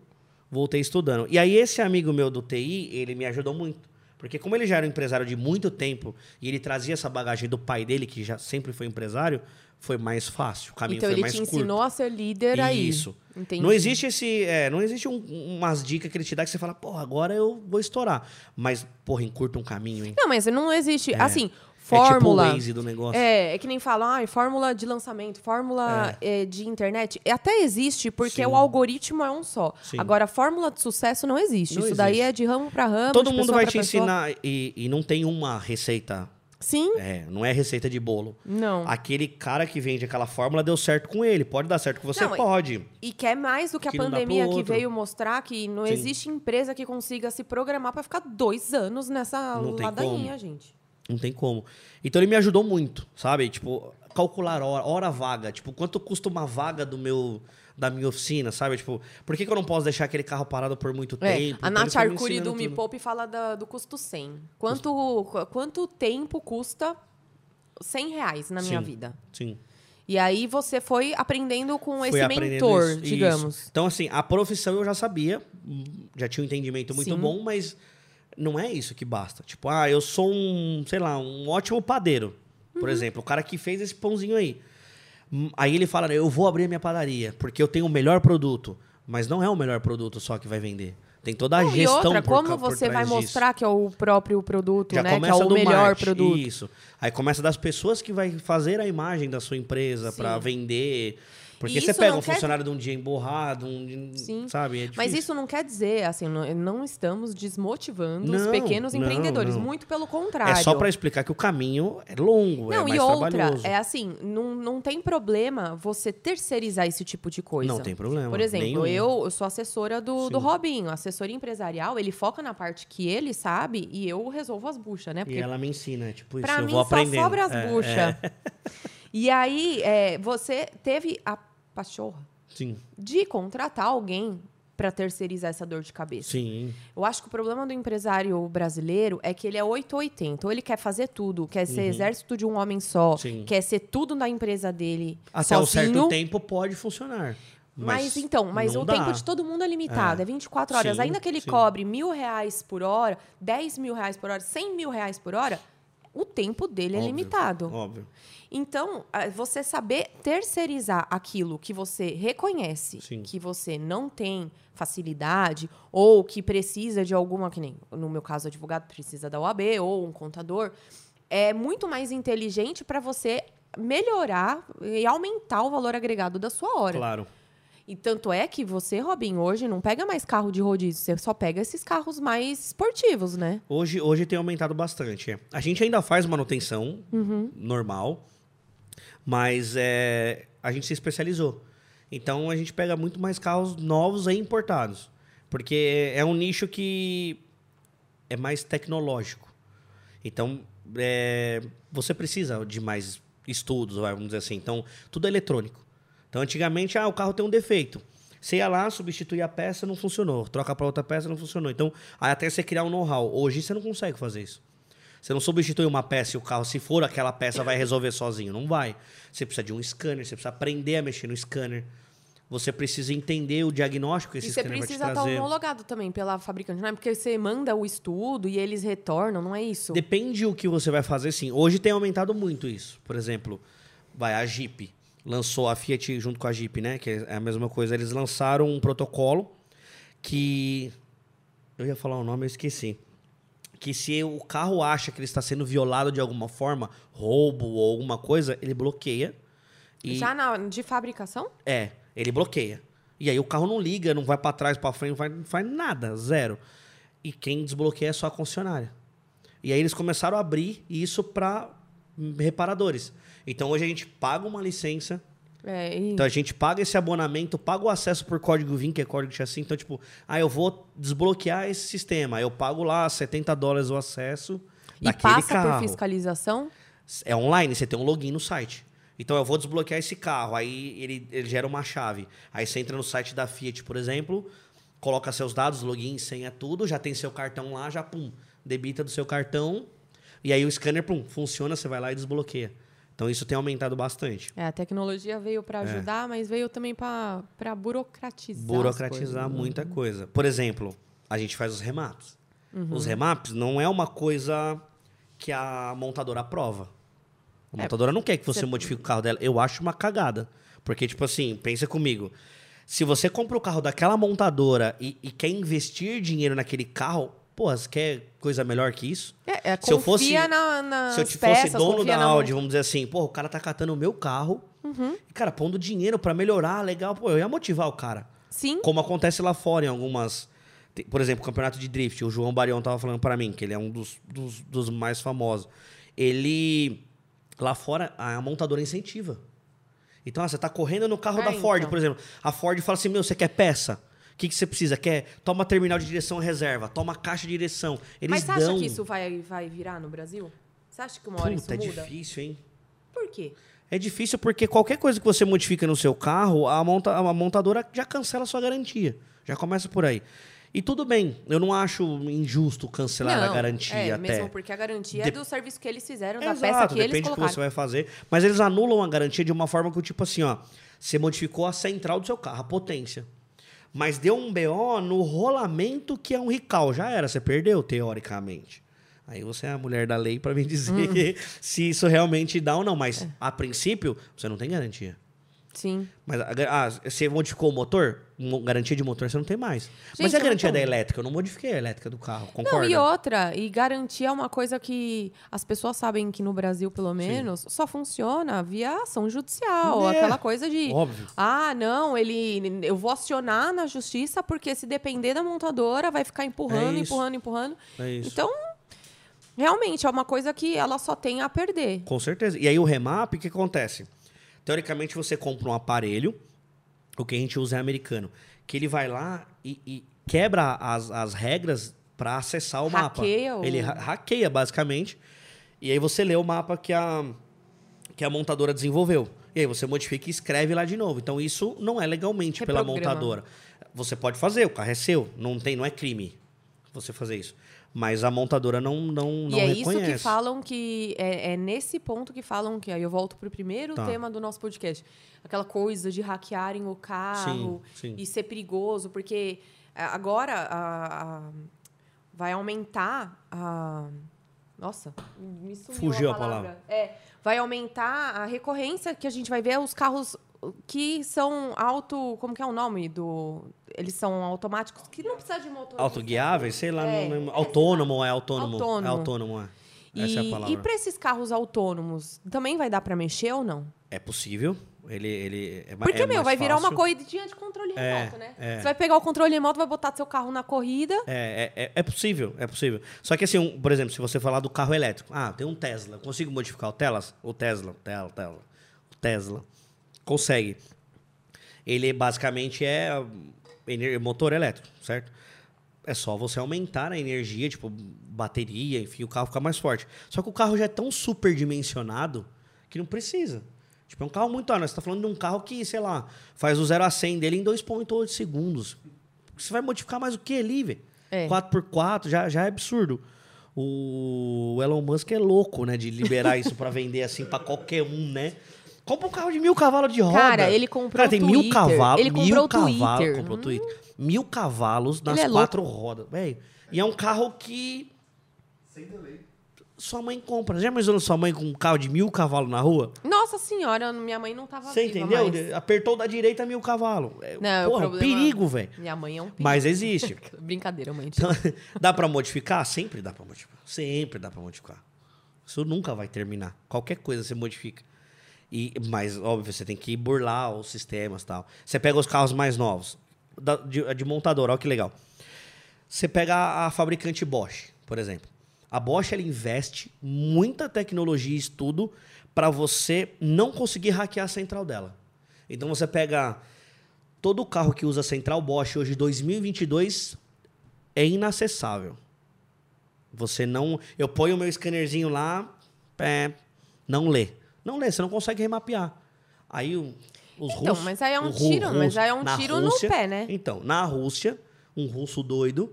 B: voltei estudando. E aí esse amigo meu do TI, ele me ajudou muito. Porque como ele já era um empresário de muito tempo e ele trazia essa bagagem do pai dele, que já sempre foi empresário, foi mais fácil. O caminho
A: Então
B: foi
A: ele
B: mais
A: te
B: curto.
A: ensinou a ser líder aí.
B: Isso.
A: Entendi.
B: Não existe esse. é, não existe um- umas dicas que ele te dá que você fala, porra, agora eu vou estourar. Mas, porra, encurta um caminho, hein?
A: Não, mas não existe. Assim,
B: É
A: fórmula.
B: tipo o Waze do negócio.
A: É, é que nem falam, ah, fórmula de lançamento, fórmula eh, de internet. É, Até existe, porque
B: Sim.
A: o algoritmo é um só.
B: Sim.
A: Agora, fórmula de sucesso não existe.
B: Não
A: Isso daí
B: existe.
A: é de ramo pra ramo.
B: Todo
A: de
B: mundo
A: pessoa
B: vai
A: pra
B: te
A: pessoa.
B: ensinar e, e não tem uma receita.
A: Sim,
B: É, não é receita de bolo.
A: não.
B: Aquele cara que vende aquela fórmula deu certo com ele. Pode dar certo com você?
A: Não, e-
B: Pode.
A: E que é mais do que,
B: Que
A: a
B: não dá pro
A: pandemia que
B: outro.
A: veio mostrar que não
B: Sim.
A: existe empresa que consiga se programar pra ficar dois anos nessa
B: Não tem
A: ladainha,
B: como.
A: gente.
B: Não tem como. Então ele me ajudou muito, sabe? Tipo, calcular hora, hora vaga, tipo, quanto custa uma vaga do meu da minha oficina, sabe? Tipo, por que, que eu não posso deixar aquele carro parado por muito
A: É,
B: tempo?
A: a
B: Então, ele
A: Nath
B: foi me
A: Arcuri do
B: ensinando
A: Me
B: tudo.
A: Poupe fala da- do custo 100. Quanto, qu- quanto tempo custa 100 reais na minha
B: Sim.
A: vida?
B: Sim.
A: E aí você foi aprendendo com
B: Fui
A: esse
B: aprendendo
A: mentor,
B: isso- isso.
A: digamos.
B: Então, assim, a profissão eu já sabia, hum, já tinha um entendimento muito
A: Sim.
B: bom, mas não é isso que basta. Tipo, ah, eu sou um, sei lá, um ótimo padeiro, por
A: Uhum.
B: exemplo, o cara que fez esse pãozinho aí. Hum, Aí ele fala, eu vou abrir a minha padaria, porque eu tenho o melhor produto. Mas não é o melhor produto só que vai vender. Tem toda a
A: Não, e
B: gestão
A: outra,
B: por
A: como
B: ca- por
A: você
B: trás
A: vai
B: disso.
A: mostrar que é o próprio produto,
B: Já
A: né? Que é
B: começa
A: o
B: do
A: melhor
B: marketing,
A: produto.
B: Isso. Aí começa das pessoas que vai fazer a imagem da sua empresa
A: Sim.
B: pra vender. Porque
A: E
B: você
A: isso
B: pega
A: não
B: um
A: quer-
B: funcionário de um dia emborrado, um dia-
A: Sim.
B: sabe? É
A: Mas
B: difícil.
A: isso não quer dizer, assim, não, não estamos desmotivando os
B: Não,
A: pequenos
B: não,
A: empreendedores.
B: não.
A: Muito pelo
B: é
A: contrário.
B: só pra explicar que o caminho é longo, é
A: Não,
B: mais
A: e outra,
B: trabalhoso.
A: é assim, não, não tem problema você terceirizar esse tipo de coisa.
B: Não tem problema.
A: Por exemplo,
B: nenhum.
A: eu, né, eu sou assessora do, do
B: Sim.
A: Robinho. A assessoria empresarial, ele foca na parte que ele sabe e eu resolvo as buchas, né?
B: E
A: Porque
B: ela me ensina, é tipo isso,
A: pra
B: eu
A: mim
B: vou
A: só
B: aprendendo.
A: sobra as
B: É,
A: buchas.
B: é,
A: E aí, é, você teve a pachorra
B: sim,
A: de contratar alguém pra terceirizar essa dor de cabeça.
B: sim.
A: Eu acho que o problema do empresário brasileiro é que ele é 880. Ou ele quer fazer tudo, quer ser exército de um homem só,
B: Uhum. Sim.
A: quer ser tudo na empresa dele.
B: Até um
A: sozinho.
B: certo tempo pode funcionar.
A: Mas,
B: Mas,
A: então, mas
B: não
A: o
B: dá.
A: tempo de todo mundo é limitado, é, 24 horas.
B: Sim,
A: Ainda que ele
B: sim.
A: cobre mil reais por hora, 10 mil reais por hora, 100 mil reais por hora, o tempo dele é
B: Óbvio,
A: limitado.
B: Óbvio.
A: Então, ah, você saber terceirizar aquilo que você reconhece
B: Sim.
A: que você não tem facilidade ou que precisa de alguma, que nem no meu caso, advogado precisa da OAB ou um contador, é muito mais inteligente para você melhorar e aumentar o valor agregado da sua hora.
B: Claro.
A: E tanto é que você, Robin, hoje não pega mais carro de rodízio, você só pega esses carros mais esportivos, né?
B: Hoje, hoje tem aumentado bastante. é. A gente ainda faz manutenção normal, mas é, a gente se especializou. Então a gente pega muito mais carros novos e importados. Porque é um nicho que é mais tecnológico. é Então é, você precisa de mais estudos, vai, vamos dizer assim. Então, tudo é eletrônico. Então, antigamente, ah, o carro tem um defeito. Você ia lá, substituir a peça, não funcionou. Troca para outra peça, não funcionou. Então, aí até você criar um know-how. Hoje, você não consegue fazer isso. Você não substitui uma peça e o carro, se for aquela peça, vai resolver sozinho. Não vai. Você precisa de um scanner, você precisa aprender a mexer no scanner. Você precisa entender o diagnóstico que esse
A: E você
B: scanner vai te
A: precisa um estar
B: trazer.
A: homologado também pela fabricante, não é? Porque você manda o estudo e eles retornam, não é isso?
B: Depende o que você vai fazer, sim. Hoje tem aumentado muito isso. Por exemplo, vai a Jeep. Lançou a Fiat junto com a Jeep, né? Que é a mesma coisa. Eles lançaram um protocolo que. Eu ia falar o nome, eu esqueci. Que se o carro acha que ele está sendo violado de alguma forma, roubo ou alguma coisa, ele bloqueia. E
A: Já na, de fabricação?
B: é, ele bloqueia. E aí o carro não liga, não vai pra trás, pra frente, não vai- não faz nada, zero. E quem desbloqueia é só a concessionária. E aí eles começaram a abrir isso pra hum, reparadores. Então hoje a gente paga uma licença,
A: É, e-
B: então a gente paga esse abonamento, paga o acesso por código VIN, que é código de chassi. Então, tipo, ah, eu vou desbloquear esse sistema. Eu pago lá 70 dólares o acesso
A: e
B: daquele
A: passa
B: carro.
A: por fiscalização?
B: É online, você tem um login no site. Então eu vou desbloquear esse carro, aí ele, ele gera uma chave. Aí você entra no site da Fiat, por exemplo, coloca seus dados, login, senha, tudo, já tem seu cartão lá, já pum, debita do seu cartão. E aí o scanner, pum, funciona, você vai lá e desbloqueia. Então isso tem aumentado bastante.
A: É, a tecnologia veio
B: É.
A: para ajudar, mas veio também para burocratizar. as
B: Burocratizar
A: coisas, né?
B: muita coisa. Por exemplo, a gente faz os remaps.
A: Uhum.
B: Os remaps não é uma coisa que a montadora aprova. A
A: É,
B: montadora não quer que você modifique o carro dela. Eu acho uma cagada. Porque, tipo assim, pensa comigo. Se você compra o carro daquela montadora e, e quer investir dinheiro naquele carro, porra, você quer coisa melhor que isso?
A: É, é,
B: Se eu
A: confia
B: fosse-
A: na, nas
B: Se eu te
A: Ah, peças,
B: fosse dono
A: confia
B: da
A: na Uhum. mão.
B: Audi, vamos dizer assim, pô, o cara tá catando o meu carro, e, cara, pondo dinheiro pra melhorar, legal, pô, eu ia motivar o cara.
A: Sim,
B: Como acontece lá fora em algumas. te- Por exemplo, campeonato de drift. O João Barion tava falando para mim, que ele é um dos, dos, dos mais famosos. Ele. Lá fora, a montadora incentiva. Então, ah, você tá correndo no carro
A: Ah,
B: da Ford,
A: então.
B: por exemplo. A Ford fala assim: meu, você quer peça? O que, que você precisa? Quer? Toma terminal de direção reserva, toma caixa de direção. Eles
A: mas você acha
B: dão.
A: que isso vai, vai virar no Brasil? Você acha que uma hora
B: Puta, é
A: isso muda?
B: difícil, hein?
A: Por quê?
B: É difícil porque qualquer coisa que você modifica no seu carro, a, monta a montadora já cancela a sua garantia. Já começa por aí. E tudo bem, eu não acho injusto cancelar a
A: Não,
B: garantia
A: é,
B: até.
A: mesmo porque a garantia é
B: De-
A: do serviço que eles fizeram, da peça
B: Exato,
A: que eles
B: depende do que
A: colocaram.
B: você vai fazer. Mas eles anulam a garantia de uma forma que, tipo assim, ó, você modificou a central do seu carro, a potência. Mas deu um BO no rolamento que é um rical. Já era, você perdeu, teoricamente. Aí você é a mulher da lei pra me dizer
A: Hum.
B: se isso realmente dá ou não.
A: É.
B: Mas, a princípio, você não tem garantia.
A: Sim.
B: Mas a gar- ah, você modificou o motor? Mo- Garantia de motor você não tem mais.
A: Gente,
B: Mas e a
A: eu
B: garantia
A: não tô-
B: da elétrica? Eu não modifiquei a elétrica do carro,
A: Não,
B: concorda?
A: e outra, e garantia é uma coisa que as pessoas sabem que no Brasil, pelo menos, só funciona via ação judicial.
B: É.
A: Aquela coisa de.
B: Óbvio.
A: Ah, não, ele. Eu vou acionar na justiça, porque se depender da montadora, vai ficar empurrando,
B: É isso.
A: empurrando, empurrando.
B: É isso.
A: Então, realmente, é uma coisa que ela só tem a perder.
B: Com certeza. E aí o remap, o que acontece? Teoricamente você compra um aparelho, o que a gente usa é americano, que ele vai lá e, e quebra as, as regras para acessar o
A: Hackeia
B: mapa.
A: o-
B: Ele ha- hackeia, basicamente. E aí você lê o mapa que a, que a montadora desenvolveu. E aí você modifica e escreve lá de novo. Então isso não é legalmente pela
A: Reprograma.
B: montadora. Você pode fazer, o carro é seu, não tem, não é crime você fazer isso. Mas a montadora não não não
A: e é
B: reconhece.
A: isso que falam que. É, é nesse ponto que falam que. Aí eu volto pro primeiro
B: Tá.
A: tema do nosso podcast. Aquela coisa de hackearem o carro
B: Sim, sim.
A: e ser é perigoso, porque é, agora a- a- vai aumentar a. Nossa, me sumiu
B: Fugiu a
A: a palavra. É, vai aumentar a recorrência que a gente vai ver os carros que são auto. Como que é o nome do. Eles são automáticos, que não precisa de motor.
B: Autoguiáveis, sei lá,
A: É,
B: não lembro.
A: é,
B: autônomo é autônomo.
A: Autônomo.
B: É autônomo, é. Essa é a
A: E,
B: palavra.
A: e para esses carros autônomos, também vai dar para mexer ou não?
B: É possível. Ele, ele é ma-
A: Porque,
B: é
A: meu,
B: mais
A: vai virar uma
B: fácil.
A: corridinha de controle
B: É,
A: remoto, né?
B: é.
A: Você vai pegar o controle remoto, vai botar seu carro na corrida.
B: É, é, é- é possível, é possível. Só que assim, um- por exemplo, se você falar do carro elétrico, ah, tem um Tesla, eu consigo modificar o Telas? O Tesla, o Tesla, o Tesla, o Tesla. Consegue. Ele basicamente é hum, ener- motor elétrico, certo? É, É só você aumentar a energia, tipo, bateria, enfim, o carro fica mais forte. Só que o carro já é tão superdimensionado que não precisa. Tipo, é um carro muito. Ah, nós tá falando de um carro que, sei lá, faz o 0 a 100 dele em 2,8 segundos. Você vai modificar mais o que ali, velho?
A: É.
B: 4x4 já, já é absurdo. O Elon Musk é louco, né? De liberar isso pra vender assim pra qualquer um, né? Compra um carro de mil cavalos de roda.
A: Cara, ele comprou
B: Cara, tem
A: o
B: mil
A: Twitter.
B: cavalos.
A: Ele
B: mil
A: comprou o
B: cavalos,
A: Twitter. Hum.
B: Comprou o Twitter. Mil cavalos nas
A: Ele é louco.
B: quatro rodas. Véio. E é um carro que
C: Sem delay.
B: sua mãe compra. Já imaginou sua mãe com um carro de mil cavalos na rua?
A: Nossa senhora, minha mãe não tava
B: Você
A: viva
B: entendeu?
A: mais.
B: Apertou da direita mil cavalos. É,
A: Não, o
B: Porra,
A: problema-
B: perigo, velho.
A: Minha mãe é um perigo.
B: Mas existe.
A: Brincadeira, mãe.
B: Então, dá pra modificar? Sempre dá pra modificar. Sempre dá pra modificar. Isso nunca vai terminar. Qualquer coisa você modifica. E, mas, óbvio, você tem que burlar os sistemas e tal. Você pega os carros mais novos, da- de, de montadora, olha que legal. Você pega a, a fabricante Bosch, por exemplo. A Bosch ela investe muita tecnologia e estudo para você não conseguir hackear a central dela. Então você pega todo carro que usa central Bosch hoje 2022 é inacessável. Você não, eu ponho o meu scannerzinho lá, pé, não lê. Não lê, você não consegue remapear. Aí o- os
A: Então,
B: russos,
A: mas aí é um
B: o ru-
A: tiro, mas
B: russo-
A: aí é um
B: na
A: tiro no
B: Rússia-
A: pé, né?
B: Então, na Rússia, um russo doido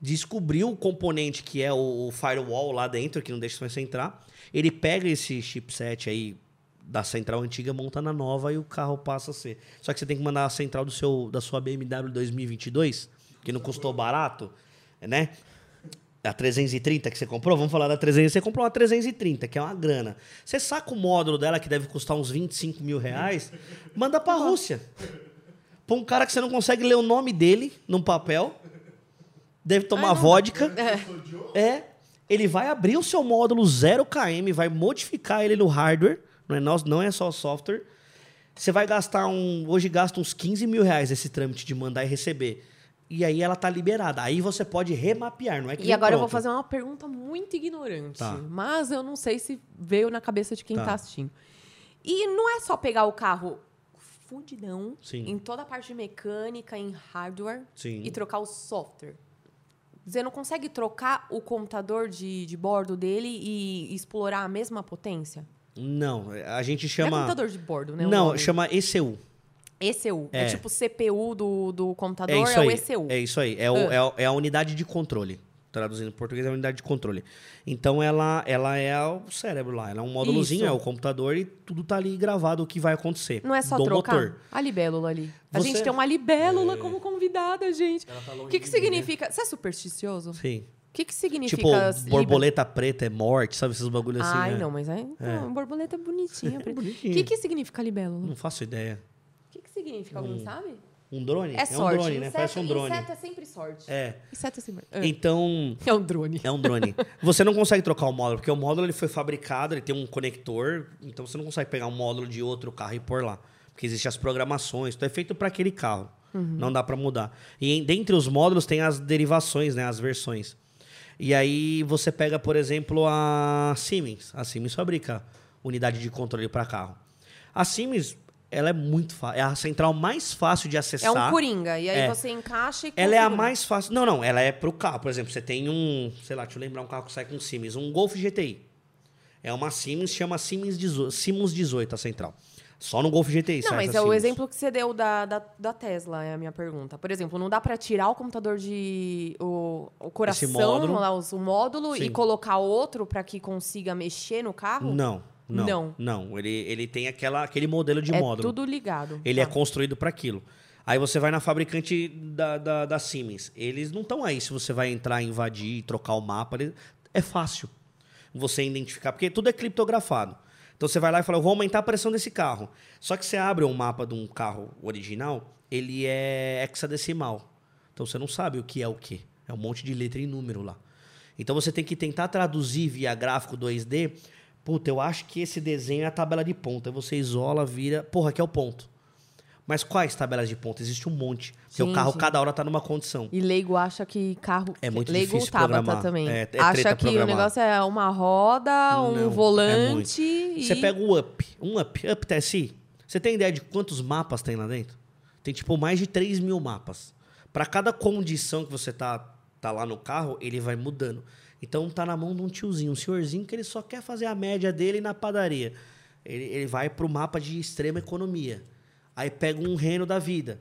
B: descobriu o componente que é o, o firewall lá dentro, que não deixa você entrar. Ele pega esse chipset aí da central antiga, monta na nova e o carro passa a ser. Só que você tem que mandar a central do seu, da sua BMW 2022, que não custou barato, né? A 330 que você comprou, vamos falar da 330. Você comprou uma 330, que é uma grana. Você saca o módulo dela, que deve custar uns 25 mil reais, manda pra Rússia. Pra um cara que você não consegue ler o nome dele num papel, deve tomar
A: não dá.
B: vodka.
C: Sou de outro.
B: É. Ele vai abrir o seu módulo 0KM, vai modificar ele no hardware, não é, nós- não é só software. Você vai gastar um. Hoje gasta uns 15 mil reais esse trâmite de mandar e receber. E aí ela tá liberada. Aí você pode remapear, não é que
A: E
B: nem
A: agora eu vou
B: pronto.
A: fazer uma pergunta muito ignorante,
B: Tá.
A: mas eu não sei se veio na cabeça de quem
B: Tá.
A: tá, assistindo. E não é só pegar o carro fudidão
B: Sim.
A: em toda a parte de mecânica, em hardware
B: Sim.
A: e trocar o software. Você não consegue trocar o computador de, de bordo dele e explorar a mesma potência?
B: Não, a gente
A: Não um é
B: chama.
A: computador de bordo, né? o
B: não,
A: nome?
B: chama ECU.
A: ECU. É.
B: É.
A: tipo CPU do, do computador,
B: É
A: é,
B: isso aí.
A: o ECU.
B: É isso aí. É, o-
A: Ah.
B: é o- é a unidade de controle. Traduzindo em português, é a unidade de controle. Então ela, ela é o cérebro lá. Ela é um módulozinho,
A: Isso.
B: é o computador e tudo tá ali gravado o que vai acontecer.
A: Não é só
B: do
A: trocar
B: motor.
A: a libélula ali. A
B: Você- É.
A: gente tem uma libélula como convidada, gente. O que, que significa? Você é supersticioso? O
B: Sim.
A: que, que significa?
B: Tipo,
A: libé-
B: borboleta preta é morte, sabe? Esses bagulhos assim.
A: Ai,
B: né?
A: não, mas aí, não, borboleta é bonitinha. O
B: bonitinho.
A: que, que significa libélula?
B: Não faço ideia.
A: O que, que significa? Alguém sabe?
B: Um drone?
A: É
B: um
A: sorte.
B: drone, né?
A: Inseto-
B: Parece um drone.
A: Inseto é sempre sorte.
B: É.
A: Inseto é sempre. É,
B: Então,
A: É um drone.
B: É um drone. Você não consegue trocar o módulo, porque o módulo ele foi fabricado, ele tem um conector, então você não consegue pegar um módulo de outro carro e pôr lá. Porque existem as programações, então é feito para aquele carro.
A: Uhum.
B: Não dá para mudar. E em- dentre os módulos tem as derivações, né, as versões. E aí você pega, por exemplo, a Siemens. A Siemens fabrica unidade de controle para carro. A Siemens, ela é muito fácil, é a central mais fácil de acessar.
A: É um coringa. E aí
B: É.
A: você encaixa e.
B: Ela é a
A: configura.
B: mais fácil. Não, não, ela é pro carro. Por exemplo, você tem um, sei lá, deixa eu lembrar um carro que sai com Siemens, um Golf GTI. É uma Siemens, chama Siemens 18, Siemens 18 a central. Só no Golf GTI,
A: Não,
B: sai
A: mas
B: essa
A: é o
B: Siemens.
A: exemplo que você deu da, da, da Tesla, é a minha pergunta. Por exemplo, não dá pra tirar o computador de. o, o coração,
B: módulo.
A: lá, os- o módulo, e
B: Sim.
A: colocar outro pra que consiga mexer no carro?
B: Não, não.
A: Não.
B: Não. Ele, ele tem aquela, aquele modelo de
A: é
B: módulo.
A: tudo ligado.
B: Ele é
A: Tá.
B: construído para aquilo. Aí você vai na fabricante da, da, da Siemens. Eles não estão aí se você vai entrar, invadir, trocar o mapa. Ele- É fácil você identificar, porque tudo é criptografado. Então você vai lá e fala, eu vou aumentar a pressão desse carro. Só que você abre um mapa de um carro original, ele é hexadecimal. Então você não sabe o que é o que. É um monte de letra e número lá. Então você tem que tentar traduzir via gráfico 2D. Puta, eu acho que esse desenho é a tabela de ponto. Aí você isola, vira. Porra, que é o ponto. Mas quais tabelas de ponto? Existe um monte. Porque
A: Sim,
B: o carro
A: sim.
B: cada hora tá numa condição.
A: E leigo acha que carro.
B: É muito
A: leigo
B: difícil
A: Tabata
B: programar.
A: também.
B: É- é treta
A: acha que o
B: programar.
A: negócio é uma roda, um
B: Não, é
A: volante. e...
B: Você pega o up, um up, up TSI. Você tem ideia de quantos mapas tem lá dentro? Tem tipo mais de 3 mil mapas. Para cada condição que você tá tá lá no carro, ele vai mudando. Então tá na mão de um tiozinho, um senhorzinho que ele só quer fazer a média dele na padaria. Ele, ele vai pro mapa de extrema economia. Aí pega um reino da vida,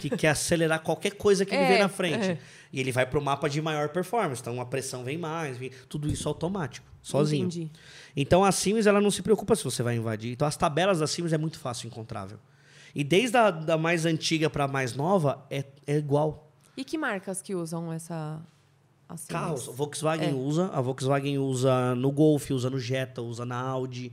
B: que quer acelerar qualquer coisa que ele
A: É,
B: vê na frente.
A: é.
B: E ele vai pro mapa de maior performance. Então a pressão vem mais, vem- tudo isso automático, sozinho.
A: Entendi.
B: Então a Sims ela não se preocupa se você vai invadir. Então as tabelas da Sims é muito fácil encontrável. E desde a da mais antiga pra mais nova é, é igual.
A: E que marcas que usam essa. assim,
B: Carros, a
A: esse-
B: Volkswagen usa, a Volkswagen usa no Golf, usa no Jetta, usa na Audi.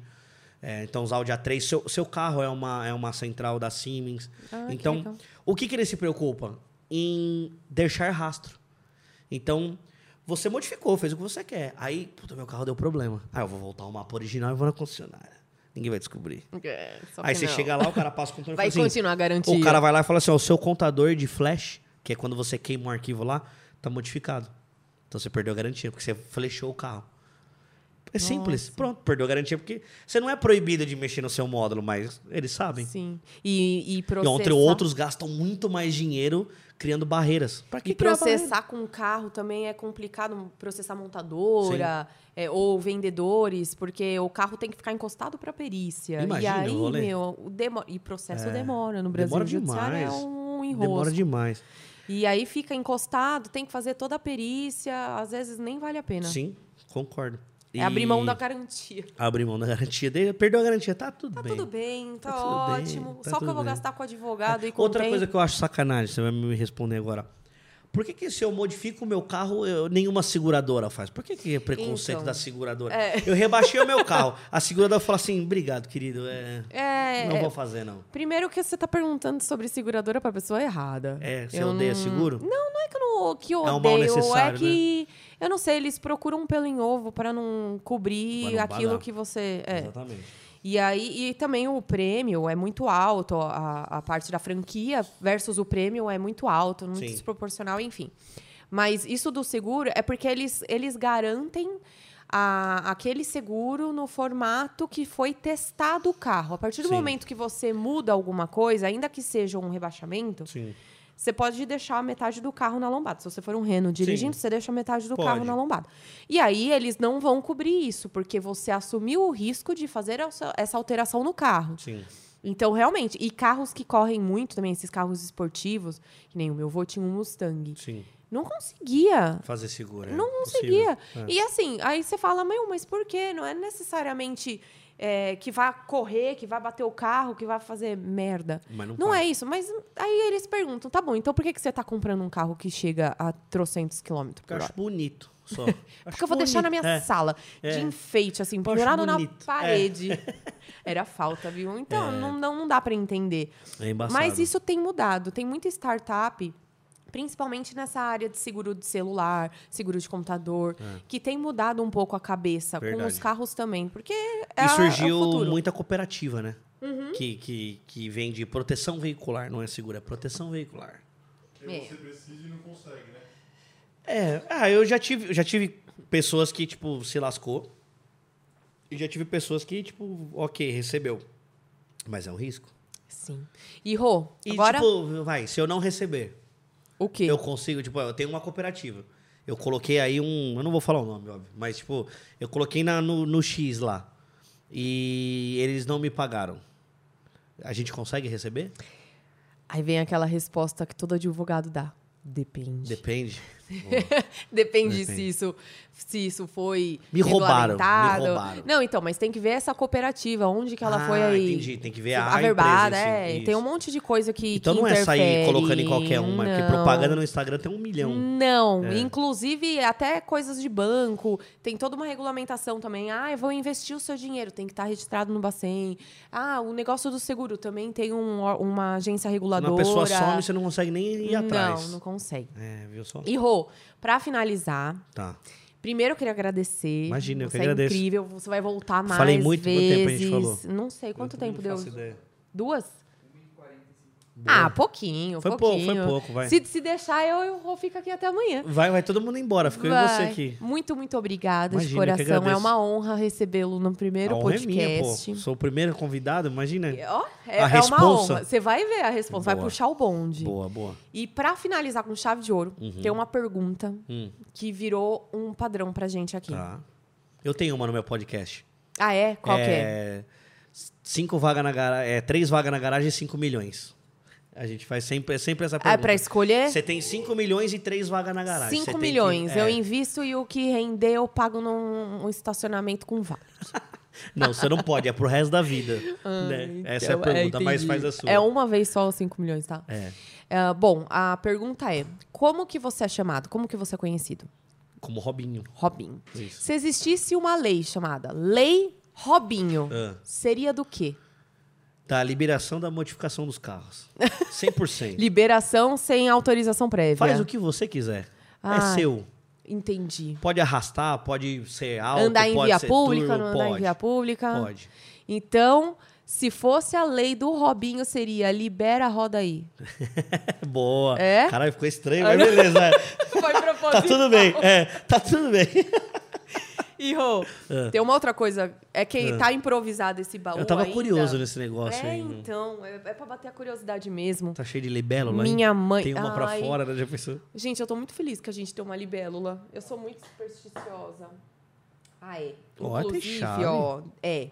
B: É, então os Audi A3, seu, seu carro é uma, é uma central da Siemens.
A: Ah, que
B: então,
A: legal.
B: o que, que ele se preocupa? Em deixar rastro. Então, você modificou, fez o que você quer. Aí, puta, meu carro deu problema. Ah, eu vou voltar ao mapa original e vou na concessionária. Ninguém vai descobrir.
A: É, só
B: Aí
A: que
B: você
A: não.
B: chega lá, o cara passa o controle e
A: Vai
B: fala assim,
A: continuar a garantia.
B: o cara vai lá e fala assim, ó, o seu contador de flash, que é quando você queima um arquivo lá, tá modificado. Então você perdeu a garantia, porque você flechou o carro. É simples. Pronto, perdeu a garantia, porque você não é proibido de mexer no seu módulo, mas eles sabem.
A: Sim. E, e
B: E
A: processar.
B: ontem outros gastam muito mais dinheiro criando barreiras. Pra que
A: E
B: criar
A: processar com carro também é complicado. Processar montadora é, ou vendedores, porque o carro tem que ficar encostado para perícia.
B: Imagina o
A: e aí,
B: rolê. É.
A: meu, o demo... e processo demora. No Brasil,
B: demora
A: o judiciário é
B: demais.
A: um
B: barreira?
A: enrosco.
B: Demora demais.
A: E aí fica encostado, tem que fazer toda a perícia. Às vezes nem vale a pena.
B: Sim, concordo.
A: Né? É abrir mão da
B: da
A: garantia.
B: Abrir mão da garantia dele, perdeu a garantia, tá tudo
A: Tá
B: bem.
A: tudo bem, tá,
B: Tá tudo bem,
A: ótimo.
B: tá
A: Só que eu
B: tudo
A: vou
B: bem.
A: gastar com advogado e com
B: Outra
A: tempo.
B: coisa que eu acho sacanagem, você vai me responder agora. Por que, que se eu modifico o meu carro, eu- nenhuma seguradora faz? Por que, que é preconceito
A: Então,
B: da seguradora?
A: é.
B: Eu rebaixei o meu carro. A seguradora fala assim: obrigado, querido. é,
A: É,
B: não
A: é,
B: vou fazer, não.
A: Primeiro que você tá perguntando sobre seguradora pra pessoa errada.
B: É, você
A: Eu
B: odeia
A: não-
B: seguro?
A: Não, não é que eu, não, que eu
B: É um mal
A: odeio. é
B: necessário, né?
A: que, eu não sei, eles procuram um pelo em ovo pra não cobrir
B: Pra não
A: aquilo
B: pagar.
A: que você... é.
B: Exatamente.
A: E aí, e também o prêmio é muito alto, a, a parte da franquia versus o prêmio é muito alto, muito
B: Sim.
A: desproporcional, enfim. Mas isso do seguro é porque eles, eles garantem a- aquele seguro no formato que foi testado o carro. A partir do
B: Sim.
A: momento que você muda alguma coisa, ainda que seja um rebaixamento,
B: Sim.
A: você pode deixar metade do carro na lombada. Se você for um Reno dirigindo, você deixa metade do
B: Pode.
A: carro na lombada. E aí eles não vão cobrir isso, porque você assumiu o risco de fazer essa- essa alteração no carro.
B: Sim.
A: Então, realmente, e carros que correm muito também, esses carros esportivos, que nem o meu avô tinha um Mustang.
B: Sim.
A: Não conseguia
B: Fazer seguro. é
A: não
B: impossível. é.
A: conseguia. E assim, aí você fala, meu, mas por quê? Não é necessariamente é, que vá correr, que vá bater o carro, que vá fazer merda.
B: Mas não
A: é
B: faz.
A: isso. Mas aí eles perguntam, tá bom, então por que, que você tá comprando um carro que chega a trocentos quilômetros
B: Porque
A: por
B: eu
A: hora?
B: acho bonito. Só. Porque
A: É Porque eu vou deixar na minha sala
B: É.
A: de enfeite, assim,
B: acho
A: pendurado na
B: bonito. É.
A: parede. Era falta, viu? Então, não, não, não dá pra entender.
B: É embaçado.
A: Mas isso tem mudado. Tem muita startup, principalmente nessa área de seguro de celular, seguro de computador, que tem mudado um pouco a cabeça com os
B: É. Verdade.
A: carros também. Porque é,
B: E
A: é o
B: surgiu
A: futuro. Uhum.
B: muita cooperativa, né? Que, que, que vende proteção veicular, não é seguro, é proteção veicular.
C: Porque
A: É.
C: você precisa e não consegue, né?
B: É, ah, eu já tive, já tive pessoas que, tipo, se lascou. E já tive pessoas que, tipo, ok, recebeu. Mas é um risco.
A: Sim. E, Rô,
B: E,
A: agora
B: tipo, vai, se eu não receber,
A: o quê?
B: eu consigo, tipo, eu tenho uma cooperativa. Eu coloquei aí um. Eu não vou falar o nome, óbvio, mas, tipo, eu coloquei na, no, no X lá. E eles não me pagaram. A gente consegue receber?
A: Aí vem aquela resposta que todo advogado dá. Depende.
B: Depende.
A: Depende, se
B: Depende.
A: isso se isso foi
B: Me roubaram, me
A: regulamentado.
B: roubaram.
A: Não, então, mas tem que ver essa cooperativa, onde que ela
B: Ah,
A: foi aí.
B: entendi, tem que ver a
A: averbada,
B: empresa, assim,
A: é.
B: sim,
A: Tem um
B: isso.
A: monte de coisa que
B: então
A: que
B: não é sair
A: interfere.
B: colocando em qualquer uma, é porque
A: Não.
B: propaganda no Instagram tem um É. milhão.
A: Não, inclusive até coisas de banco, tem toda uma regulamentação também. Ah, eu vou investir o seu dinheiro, tem que estar registrado no Bacen. Ah, o negócio do seguro também tem um or- uma agência reguladora.
B: Uma pessoa some, você não consegue nem ir atrás.
A: Não, não consegue.
B: É, viu só?
A: E Rô, pra finalizar,
B: Tá.
A: Primeiro, eu queria agradecer.
B: Imagina, eu
A: você
B: que agradeço.
A: é incrível, você vai voltar mais
B: Falei muito, quanto
A: vezes.
B: tempo a gente falou?
A: Não sei, quanto tempo deu?
B: Não faço ideia.
A: Duas? Ah, pouquinho,
B: Foi pouco,
A: pouquinho.
B: foi pouco, vai.
A: Se, se deixar, eu, eu vou- fico aqui até amanhã.
B: Vai, vai todo mundo embora, ficou eu e você
A: Vai.
B: aqui.
A: Muito, muito obrigada de
B: Imagina, eu que
A: coração. É
B: agradeço.
A: uma honra recebê-lo no primeiro
B: A honra é minha, pô.
A: podcast.
B: Sou o primeiro convidado, imagina.
A: Ó, é, é
B: A
A: uma
B: responsa.
A: honra. Você vai ver a resposta, vai
B: Boa.
A: puxar o bonde.
B: Boa, boa.
A: E pra finalizar com chave de ouro, tem uma pergunta
B: Uhum. Hum.
A: que virou um padrão pra gente aqui.
B: Tá. Eu tenho uma no meu podcast.
A: Ah, é? Qual que é?
B: Cinco vagas na garagem. É, três vagas na garagem e cinco milhões. A gente faz sempre, é sempre
A: Ah,
B: essa
A: é
B: pergunta.
A: pra escolher?
B: Você tem cinco milhões e três vagas na garagem. Você
A: 5
B: tem
A: milhões.
B: que- é.
A: Eu invisto e o que render eu pago num um estacionamento com vale.
B: Não, você não pode, é pro resto da vida. né? Essa é a
A: Então,
B: pergunta, mas
A: entendi.
B: faz a sua.
A: É uma vez só os 5 milhões, tá?
B: É,
A: É, bom, a pergunta é: como que você é chamado? Como que você é conhecido?
B: como Robinho.
A: Robinho.
B: Isso.
A: Se existisse uma lei chamada Lei Robinho,
B: Ah.
A: seria do quê?
B: Tá, liberação da modificação dos carros. 100%.
A: Liberação sem autorização prévia.
B: Faz o que você quiser.
A: Ah.
B: É seu.
A: Entendi.
B: Pode arrastar, pode ser alto,
A: andar em
B: pode
A: via
B: ser
A: pública,
B: turbo,
A: não andar
B: pode.
A: em via pública.
B: Pode.
A: Então, se fosse a lei do Robinho, seria libera a roda aí.
B: Boa.
A: É?
B: Caralho, ficou estranho, mas beleza. é.
A: Foi proposital.
B: tá tudo bem. É, tá tudo bem.
A: Então, E, Rô, tem uma outra coisa. É que tá improvisado esse baú
B: Eu tava
A: ainda.
B: curioso nesse negócio
A: É,
B: aí. né? meu.
A: então. É, é pra bater a curiosidade mesmo.
B: Tá cheio de libélula, hein?
A: Minha mãe-
B: Tem uma pra
A: Ai.
B: fora, né? Já pensou?
A: Gente, eu tô muito feliz que a gente tem uma libélula. Eu sou muito supersticiosa. Ah, é.
B: Ó, tem
A: Inclusive,
B: chave.
A: ó, é.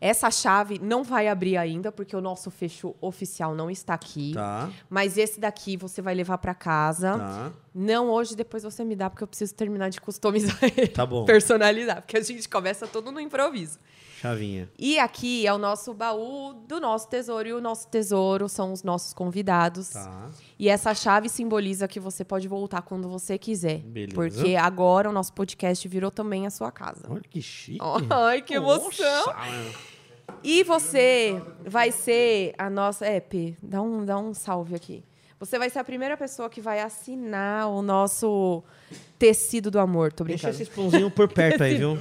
A: Essa chave não vai abrir ainda, porque o nosso fecho oficial não está aqui.
B: Tá,
A: Mas esse daqui você vai levar pra casa.
B: tá.
A: Não hoje, depois você me dá, porque eu preciso terminar de customizar ele.
B: Tá bom.
A: Personalizar, porque a gente começa tudo no improviso.
B: Chavinha.
A: E aqui é o nosso baú do nosso tesouro. E o nosso tesouro são os nossos convidados.
B: Tá.
A: E essa chave simboliza que você pode voltar quando você quiser.
B: Beleza.
A: Porque agora o nosso podcast virou também a sua casa.
B: Olha que chique.
A: Ai, que emoção!
B: Nossa.
A: E você vai ser a nossa. É, P, dá um, dá um salve aqui. Você vai ser a primeira pessoa que vai assinar o nosso tecido do amor. Tô
B: Deixa
A: brincando.
B: esses pãozinhos por perto aí, viu?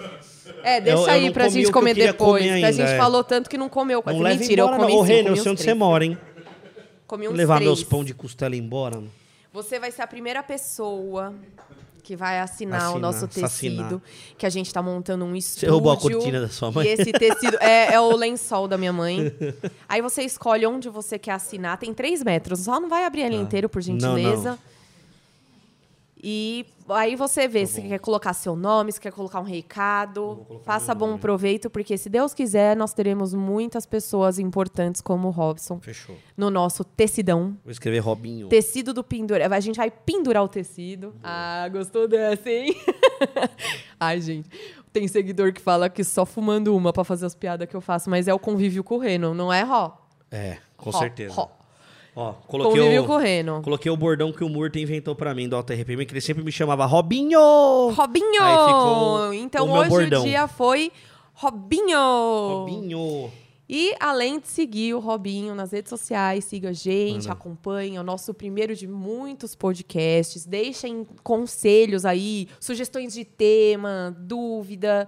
A: É, deixa
B: Eu- eu
A: aí
B: não
A: pra
B: comi o
A: gente
B: que eu
A: comer
B: queria
A: depois.
B: comer
A: que a gente
B: ainda, é.
A: falou tanto que não comeu quase.
B: Não leva
A: Mentira,
B: embora,
A: eu comi
B: não. Ô,
A: cinco,
B: Renan, eu
A: comi
B: sei
A: uns
B: onde você
A: três.
B: mora, hein?
A: Comi uns
B: Levar
A: três.
B: meus pão de costela embora. mano.
A: Você vai ser a primeira pessoa que vai assinar, o
B: Assinar,
A: nosso tecido.
B: assinar.
A: Que a gente tá montando um estúdio.
B: roubou a cortina da sua mãe?
A: E esse tecido é, é o lençol da minha mãe. Aí você escolhe onde você quer assinar. Tem três metros. Só não vai abrir ele inteiro, por
B: Ah. Não, não.
A: gentileza. E aí você
B: Tá
A: vê se quer colocar seu nome, se quer colocar um recado. Faça bom proveito, porque se Deus quiser, nós teremos muitas pessoas importantes como o Robson
B: Fechou.
A: no nosso tecidão.
B: Vou escrever Robinho.
A: Tecido do pendura. A gente vai pendurar o tecido. Ah, gostou dessa, hein? Ai, gente. Tem seguidor que fala que só fumando uma pra fazer as piadas que eu faço, mas é o convívio com o Reno, não é Ró?
B: É, com
A: Ró,
B: certeza.
A: Ró.
B: Ó, coloquei
A: Convívio
B: o,
A: com o Reno.
B: coloquei o bordão que o Murta inventou pra mim do Alto RPM, que ele sempre me chamava Robinho!
A: Robinho!
B: Aí ficou
A: então
B: o meu
A: hoje
B: bordão.
A: o dia foi Robinho!
B: Robinho!
A: E além de seguir o Robinho nas redes sociais, siga a gente, acompanhe o nosso primeiro de muitos podcasts. Deixem conselhos aí, sugestões de tema, dúvida.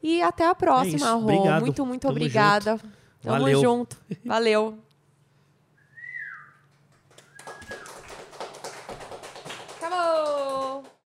A: E até a próxima,
B: É isso,
A: Rô.
B: obrigado.
A: Muito, muito
B: Tamo
A: obrigada. Tamo
B: Valeu.
A: junto. Valeu.